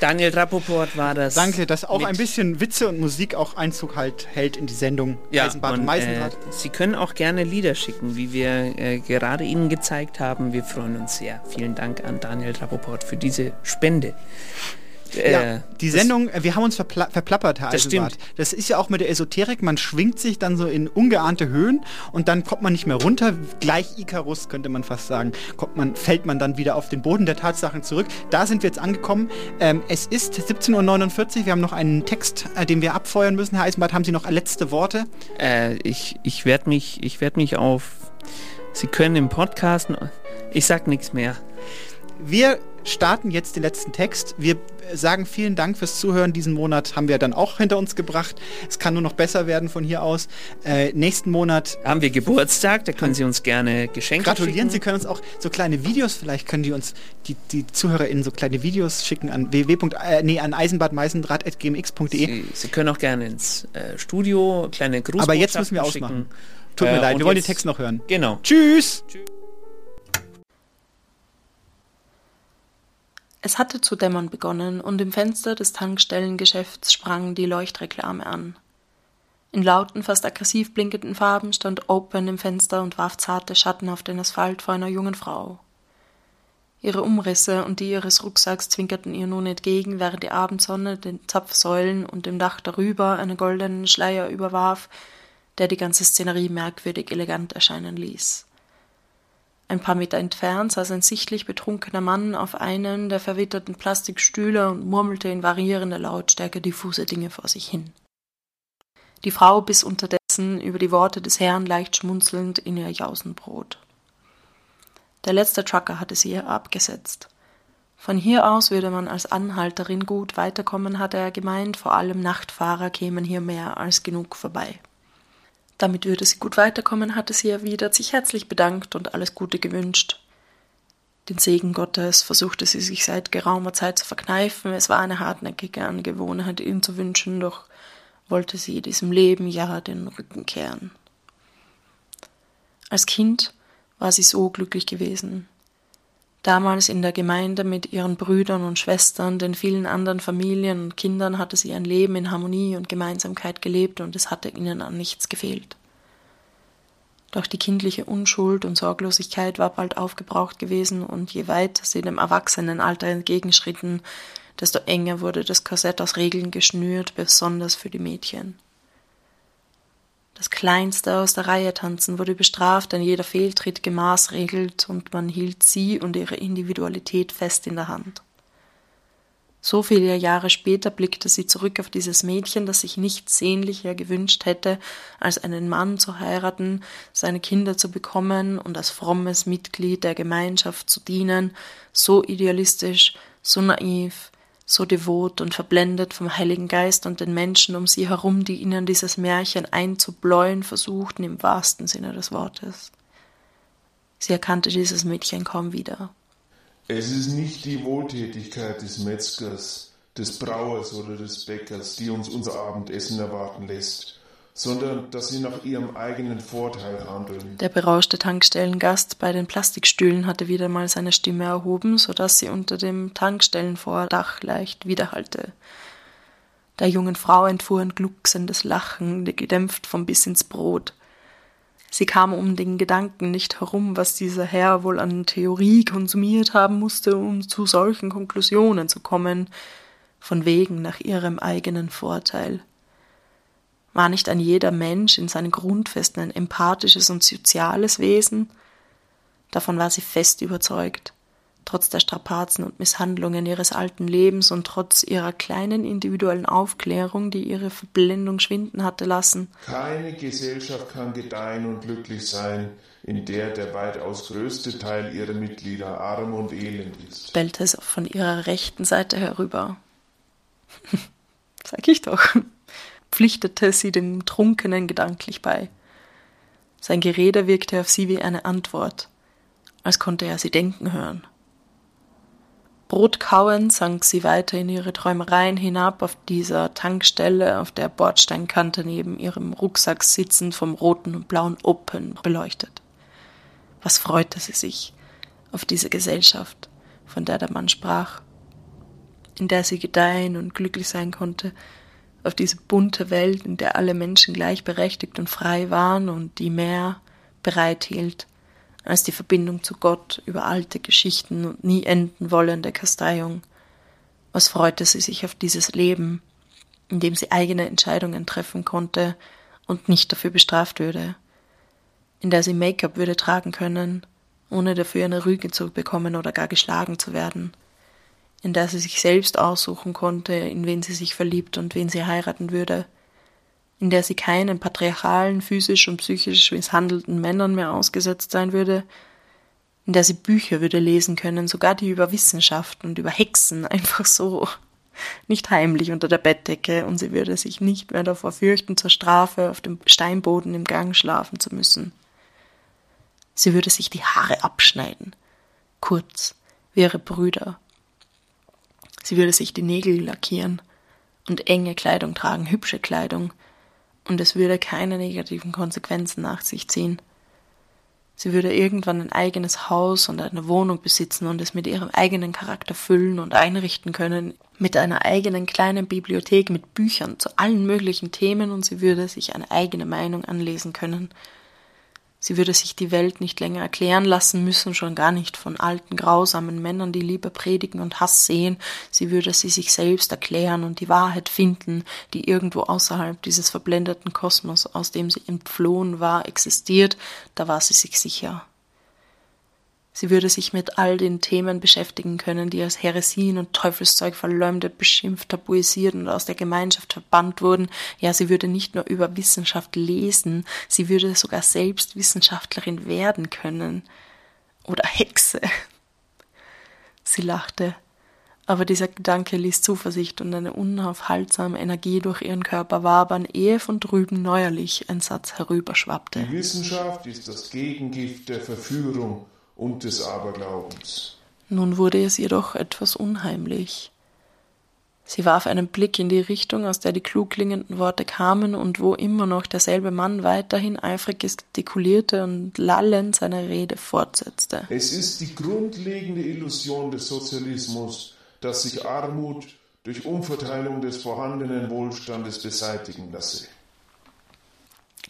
A: Daniel Rappoport war das.
B: Danke, dass auch ein bisschen Witze und Musik auch Einzug halt hält in die Sendung
A: Ja,
B: Eisenbahn und,
A: und, äh,
B: Meisenrad.
A: Sie können auch gerne Lieder schicken, wie wir äh, gerade Ihnen gezeigt haben. Wir freuen uns sehr. Vielen Dank an Daniel Rappoport für diese Spende.
B: ja, die
A: Äh, das-
B: Sendung, äh, wir haben uns verpla verplappert, Herr
A: Das
B: Eisenbart. Das ist ja auch mit der Esoterik, man schwingt sich dann so in ungeahnte Höhen und dann kommt man nicht mehr runter, gleich Icarus könnte man fast sagen, kommt man, fällt man dann wieder auf den Boden der Tatsachen zurück. Da sind wir jetzt angekommen. Ähm, es ist 17.49 Uhr, wir haben noch einen Text, äh, den wir abfeuern müssen. Herr Eisenbart, haben Sie noch letzte Worte?
A: Äh, ich ich werde mich, ich werd mich auf. Sie können im Podcast. Ich sag nichts mehr.
B: Wir starten jetzt den letzten Text. Wir äh, sagen vielen Dank fürs Zuhören. Diesen Monat haben wir dann auch hinter uns gebracht. Es kann nur noch besser werden von hier aus. Äh, nächsten Monat
A: haben wir Geburtstag. Da können Sie uns gerne Geschenke
B: Gratulieren,
A: schicken.
B: Sie können uns auch so kleine Videos, vielleicht können die uns, die, die ZuhörerInnen so kleine Videos schicken an ww. Äh, nee, an eisenbadmeisendraht.gmx.de.
A: Sie, Sie können auch gerne ins äh, Studio, kleine Grußbotschaften
B: Aber jetzt müssen wir
A: schicken.
B: ausmachen. Tut mir
A: Äh,
B: leid,
A: und
B: wir wollen
A: jetzt-
B: den Text noch hören.
A: Genau.
B: Tschüss!
L: Es hatte zu dämmern begonnen und im Fenster des Tankstellengeschäfts sprang die Leuchtreklame an. In lauten, fast aggressiv blinkenden Farben stand Open im Fenster und warf zarte Schatten auf den Asphalt vor einer jungen Frau. Ihre Umrisse und die ihres Rucksacks zwinkerten ihr nun entgegen, während die Abendsonne den Zapfsäulen und dem Dach darüber einen goldenen Schleier überwarf, der die ganze Szenerie merkwürdig elegant erscheinen ließ. Ein paar Meter entfernt saß ein sichtlich betrunkener Mann auf einem der verwitterten Plastikstühle und murmelte in variierender Lautstärke diffuse Dinge vor sich hin. Die Frau biss unterdessen über die Worte des Herrn leicht schmunzelnd in ihr Jausenbrot. Der letzte Trucker hatte sie abgesetzt. Von hier aus würde man als Anhalterin gut weiterkommen, hatte er gemeint, vor allem Nachtfahrer kämen hier mehr als genug vorbei. Damit würde sie gut weiterkommen, hatte sie erwidert, sich herzlich bedankt und alles Gute gewünscht. Den Segen Gottes versuchte sie sich seit geraumer Zeit zu verkneifen, es war eine hartnäckige Angewohnheit, ihn zu wünschen, doch wollte sie diesem Leben ja den Rücken kehren. Als Kind war sie so glücklich gewesen. Damals in der Gemeinde mit ihren Brüdern und Schwestern, den vielen anderen Familien und Kindern hatte sie ein Leben in Harmonie und Gemeinsamkeit gelebt und es hatte ihnen an nichts gefehlt. Doch die kindliche Unschuld und Sorglosigkeit war bald aufgebraucht gewesen und je weiter sie dem Erwachsenenalter entgegenschritten, desto enger wurde das Korsett aus Regeln geschnürt, besonders für die Mädchen. Das Kleinste aus der Reihe tanzen wurde bestraft, denn jeder Fehltritt gemaßregelt und man hielt sie und ihre Individualität fest in der Hand. So viele Jahre später blickte sie zurück auf dieses Mädchen, das sich nichts sehnlicher gewünscht hätte, als einen Mann zu heiraten, seine Kinder zu bekommen und als frommes Mitglied der Gemeinschaft zu dienen, so idealistisch, so naiv, so devot und verblendet vom Heiligen Geist und den Menschen um sie herum, die ihnen dieses Märchen einzubläuen versuchten, im wahrsten Sinne des Wortes. Sie erkannte dieses Mädchen kaum wieder.
H: Es ist nicht die Wohltätigkeit des Metzgers, des Brauers oder des Bäckers, die uns unser Abendessen erwarten lässt, sondern dass sie nach ihrem eigenen Vorteil handeln.
L: Der berauschte Tankstellengast bei den Plastikstühlen hatte wieder mal seine Stimme erhoben, so dass sie unter dem Tankstellenvordach leicht widerhallte. Der jungen Frau entfuhr ein glucksendes Lachen, gedämpft vom Biss ins Brot. Sie kam um den Gedanken nicht herum, was dieser Herr wohl an Theorie konsumiert haben musste, um zu solchen Konklusionen zu kommen, von wegen nach ihrem eigenen Vorteil. War nicht ein jeder Mensch in seinen Grundfesten ein empathisches und soziales Wesen? Davon war sie fest überzeugt, trotz der Strapazen und Misshandlungen ihres alten Lebens und trotz ihrer kleinen individuellen Aufklärung, die ihre Verblendung schwinden hatte lassen.
H: Keine Gesellschaft kann gedeihen und glücklich sein, in der der weitaus größte Teil ihrer Mitglieder arm und elend ist.
L: Bellte es von ihrer rechten Seite herüber. Sag ich doch pflichtete sie dem Trunkenen gedanklich bei. Sein Gerede wirkte auf sie wie eine Antwort, als konnte er sie denken hören. Brotkauend sank sie weiter in ihre Träumereien hinab auf dieser Tankstelle, auf der Bordsteinkante neben ihrem Rucksack sitzend vom roten und blauen Open beleuchtet. Was freute sie sich auf diese Gesellschaft, von der der Mann sprach, in der sie gedeihen und glücklich sein konnte, auf diese bunte Welt, in der alle Menschen gleichberechtigt und frei waren und die mehr bereithielt als die Verbindung zu Gott über alte Geschichten und nie enden wollende Kasteiung. Was freute sie sich auf dieses Leben, in dem sie eigene Entscheidungen treffen konnte und nicht dafür bestraft würde, in der sie Make-up würde tragen können, ohne dafür eine Rüge zu bekommen oder gar geschlagen zu werden in der sie sich selbst aussuchen konnte, in wen sie sich verliebt und wen sie heiraten würde, in der sie keinen patriarchalen, physisch und psychisch misshandelten Männern mehr ausgesetzt sein würde, in der sie Bücher würde lesen können, sogar die über Wissenschaft und über Hexen [laughs] einfach so, nicht heimlich unter der Bettdecke, und sie würde sich nicht mehr davor fürchten, zur Strafe auf dem Steinboden im Gang schlafen zu müssen. Sie würde sich die Haare abschneiden, kurz, wie ihre Brüder, Sie würde sich die Nägel lackieren und enge Kleidung tragen, hübsche Kleidung, und es würde keine negativen Konsequenzen nach sich ziehen. Sie würde irgendwann ein eigenes Haus und eine Wohnung besitzen und es mit ihrem eigenen Charakter füllen und einrichten können, mit einer eigenen kleinen Bibliothek mit Büchern zu allen möglichen Themen und sie würde sich eine eigene Meinung anlesen können. Sie würde sich die Welt nicht länger erklären lassen müssen, schon gar nicht von alten, grausamen Männern, die lieber predigen und Hass sehen. Sie würde sie sich selbst erklären und die Wahrheit finden, die irgendwo außerhalb dieses verblendeten Kosmos, aus dem sie entflohen war, existiert. Da war sie sich sicher. Sie würde sich mit all den Themen beschäftigen können, die als Heresien und Teufelszeug verleumdet, beschimpft, tabuisiert und aus der Gemeinschaft verbannt wurden. Ja, sie würde nicht nur über Wissenschaft lesen, sie würde sogar selbst Wissenschaftlerin werden können. Oder Hexe. [laughs] Sie lachte. Aber dieser Gedanke ließ Zuversicht und eine unaufhaltsame Energie durch ihren Körper wabern, ehe von drüben neuerlich ein Satz herüberschwappte.
H: Die Wissenschaft ist das Gegengift der Verführung und des Aberglaubens.
L: Nun wurde es jedoch etwas unheimlich. Sie warf einen Blick in die Richtung, aus der die klug klingenden Worte kamen und wo immer noch derselbe Mann weiterhin eifrig gestikulierte und lallend seine Rede fortsetzte.
H: Es ist die grundlegende Illusion des Sozialismus, dass sich Armut durch Umverteilung des vorhandenen Wohlstandes beseitigen lasse.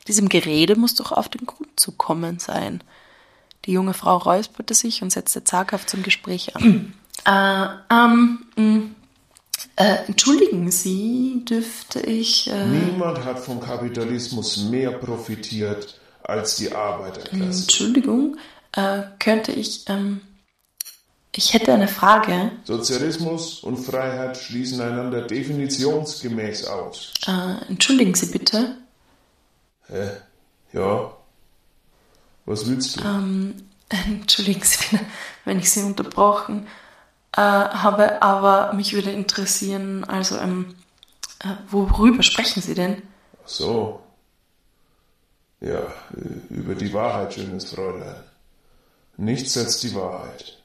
L: Diesem Gerede muss doch auf den Grund zu kommen sein. Die junge Frau räusperte sich und setzte zaghaft zum Gespräch an. [clears throat] äh, ähm, mh, äh, entschuldigen Sie, dürfte ich. Äh,
H: Niemand hat vom Kapitalismus mehr profitiert als die Arbeiterklasse.
L: Entschuldigung, äh, könnte ich. Ähm, ich hätte eine Frage.
H: Sozialismus und Freiheit schließen einander definitionsgemäß aus.
L: Äh, entschuldigen Sie bitte. [laughs]
H: Hä? Ja? Was willst du?
L: Ähm, entschuldigen Sie bitte, wenn ich Sie unterbrochen äh, habe, aber mich würde interessieren, also, ähm, äh, worüber sprechen Sie denn?
H: Ach so. äh, Ja, über die Wahrheit, schönes Fräulein. Nichts als die Wahrheit.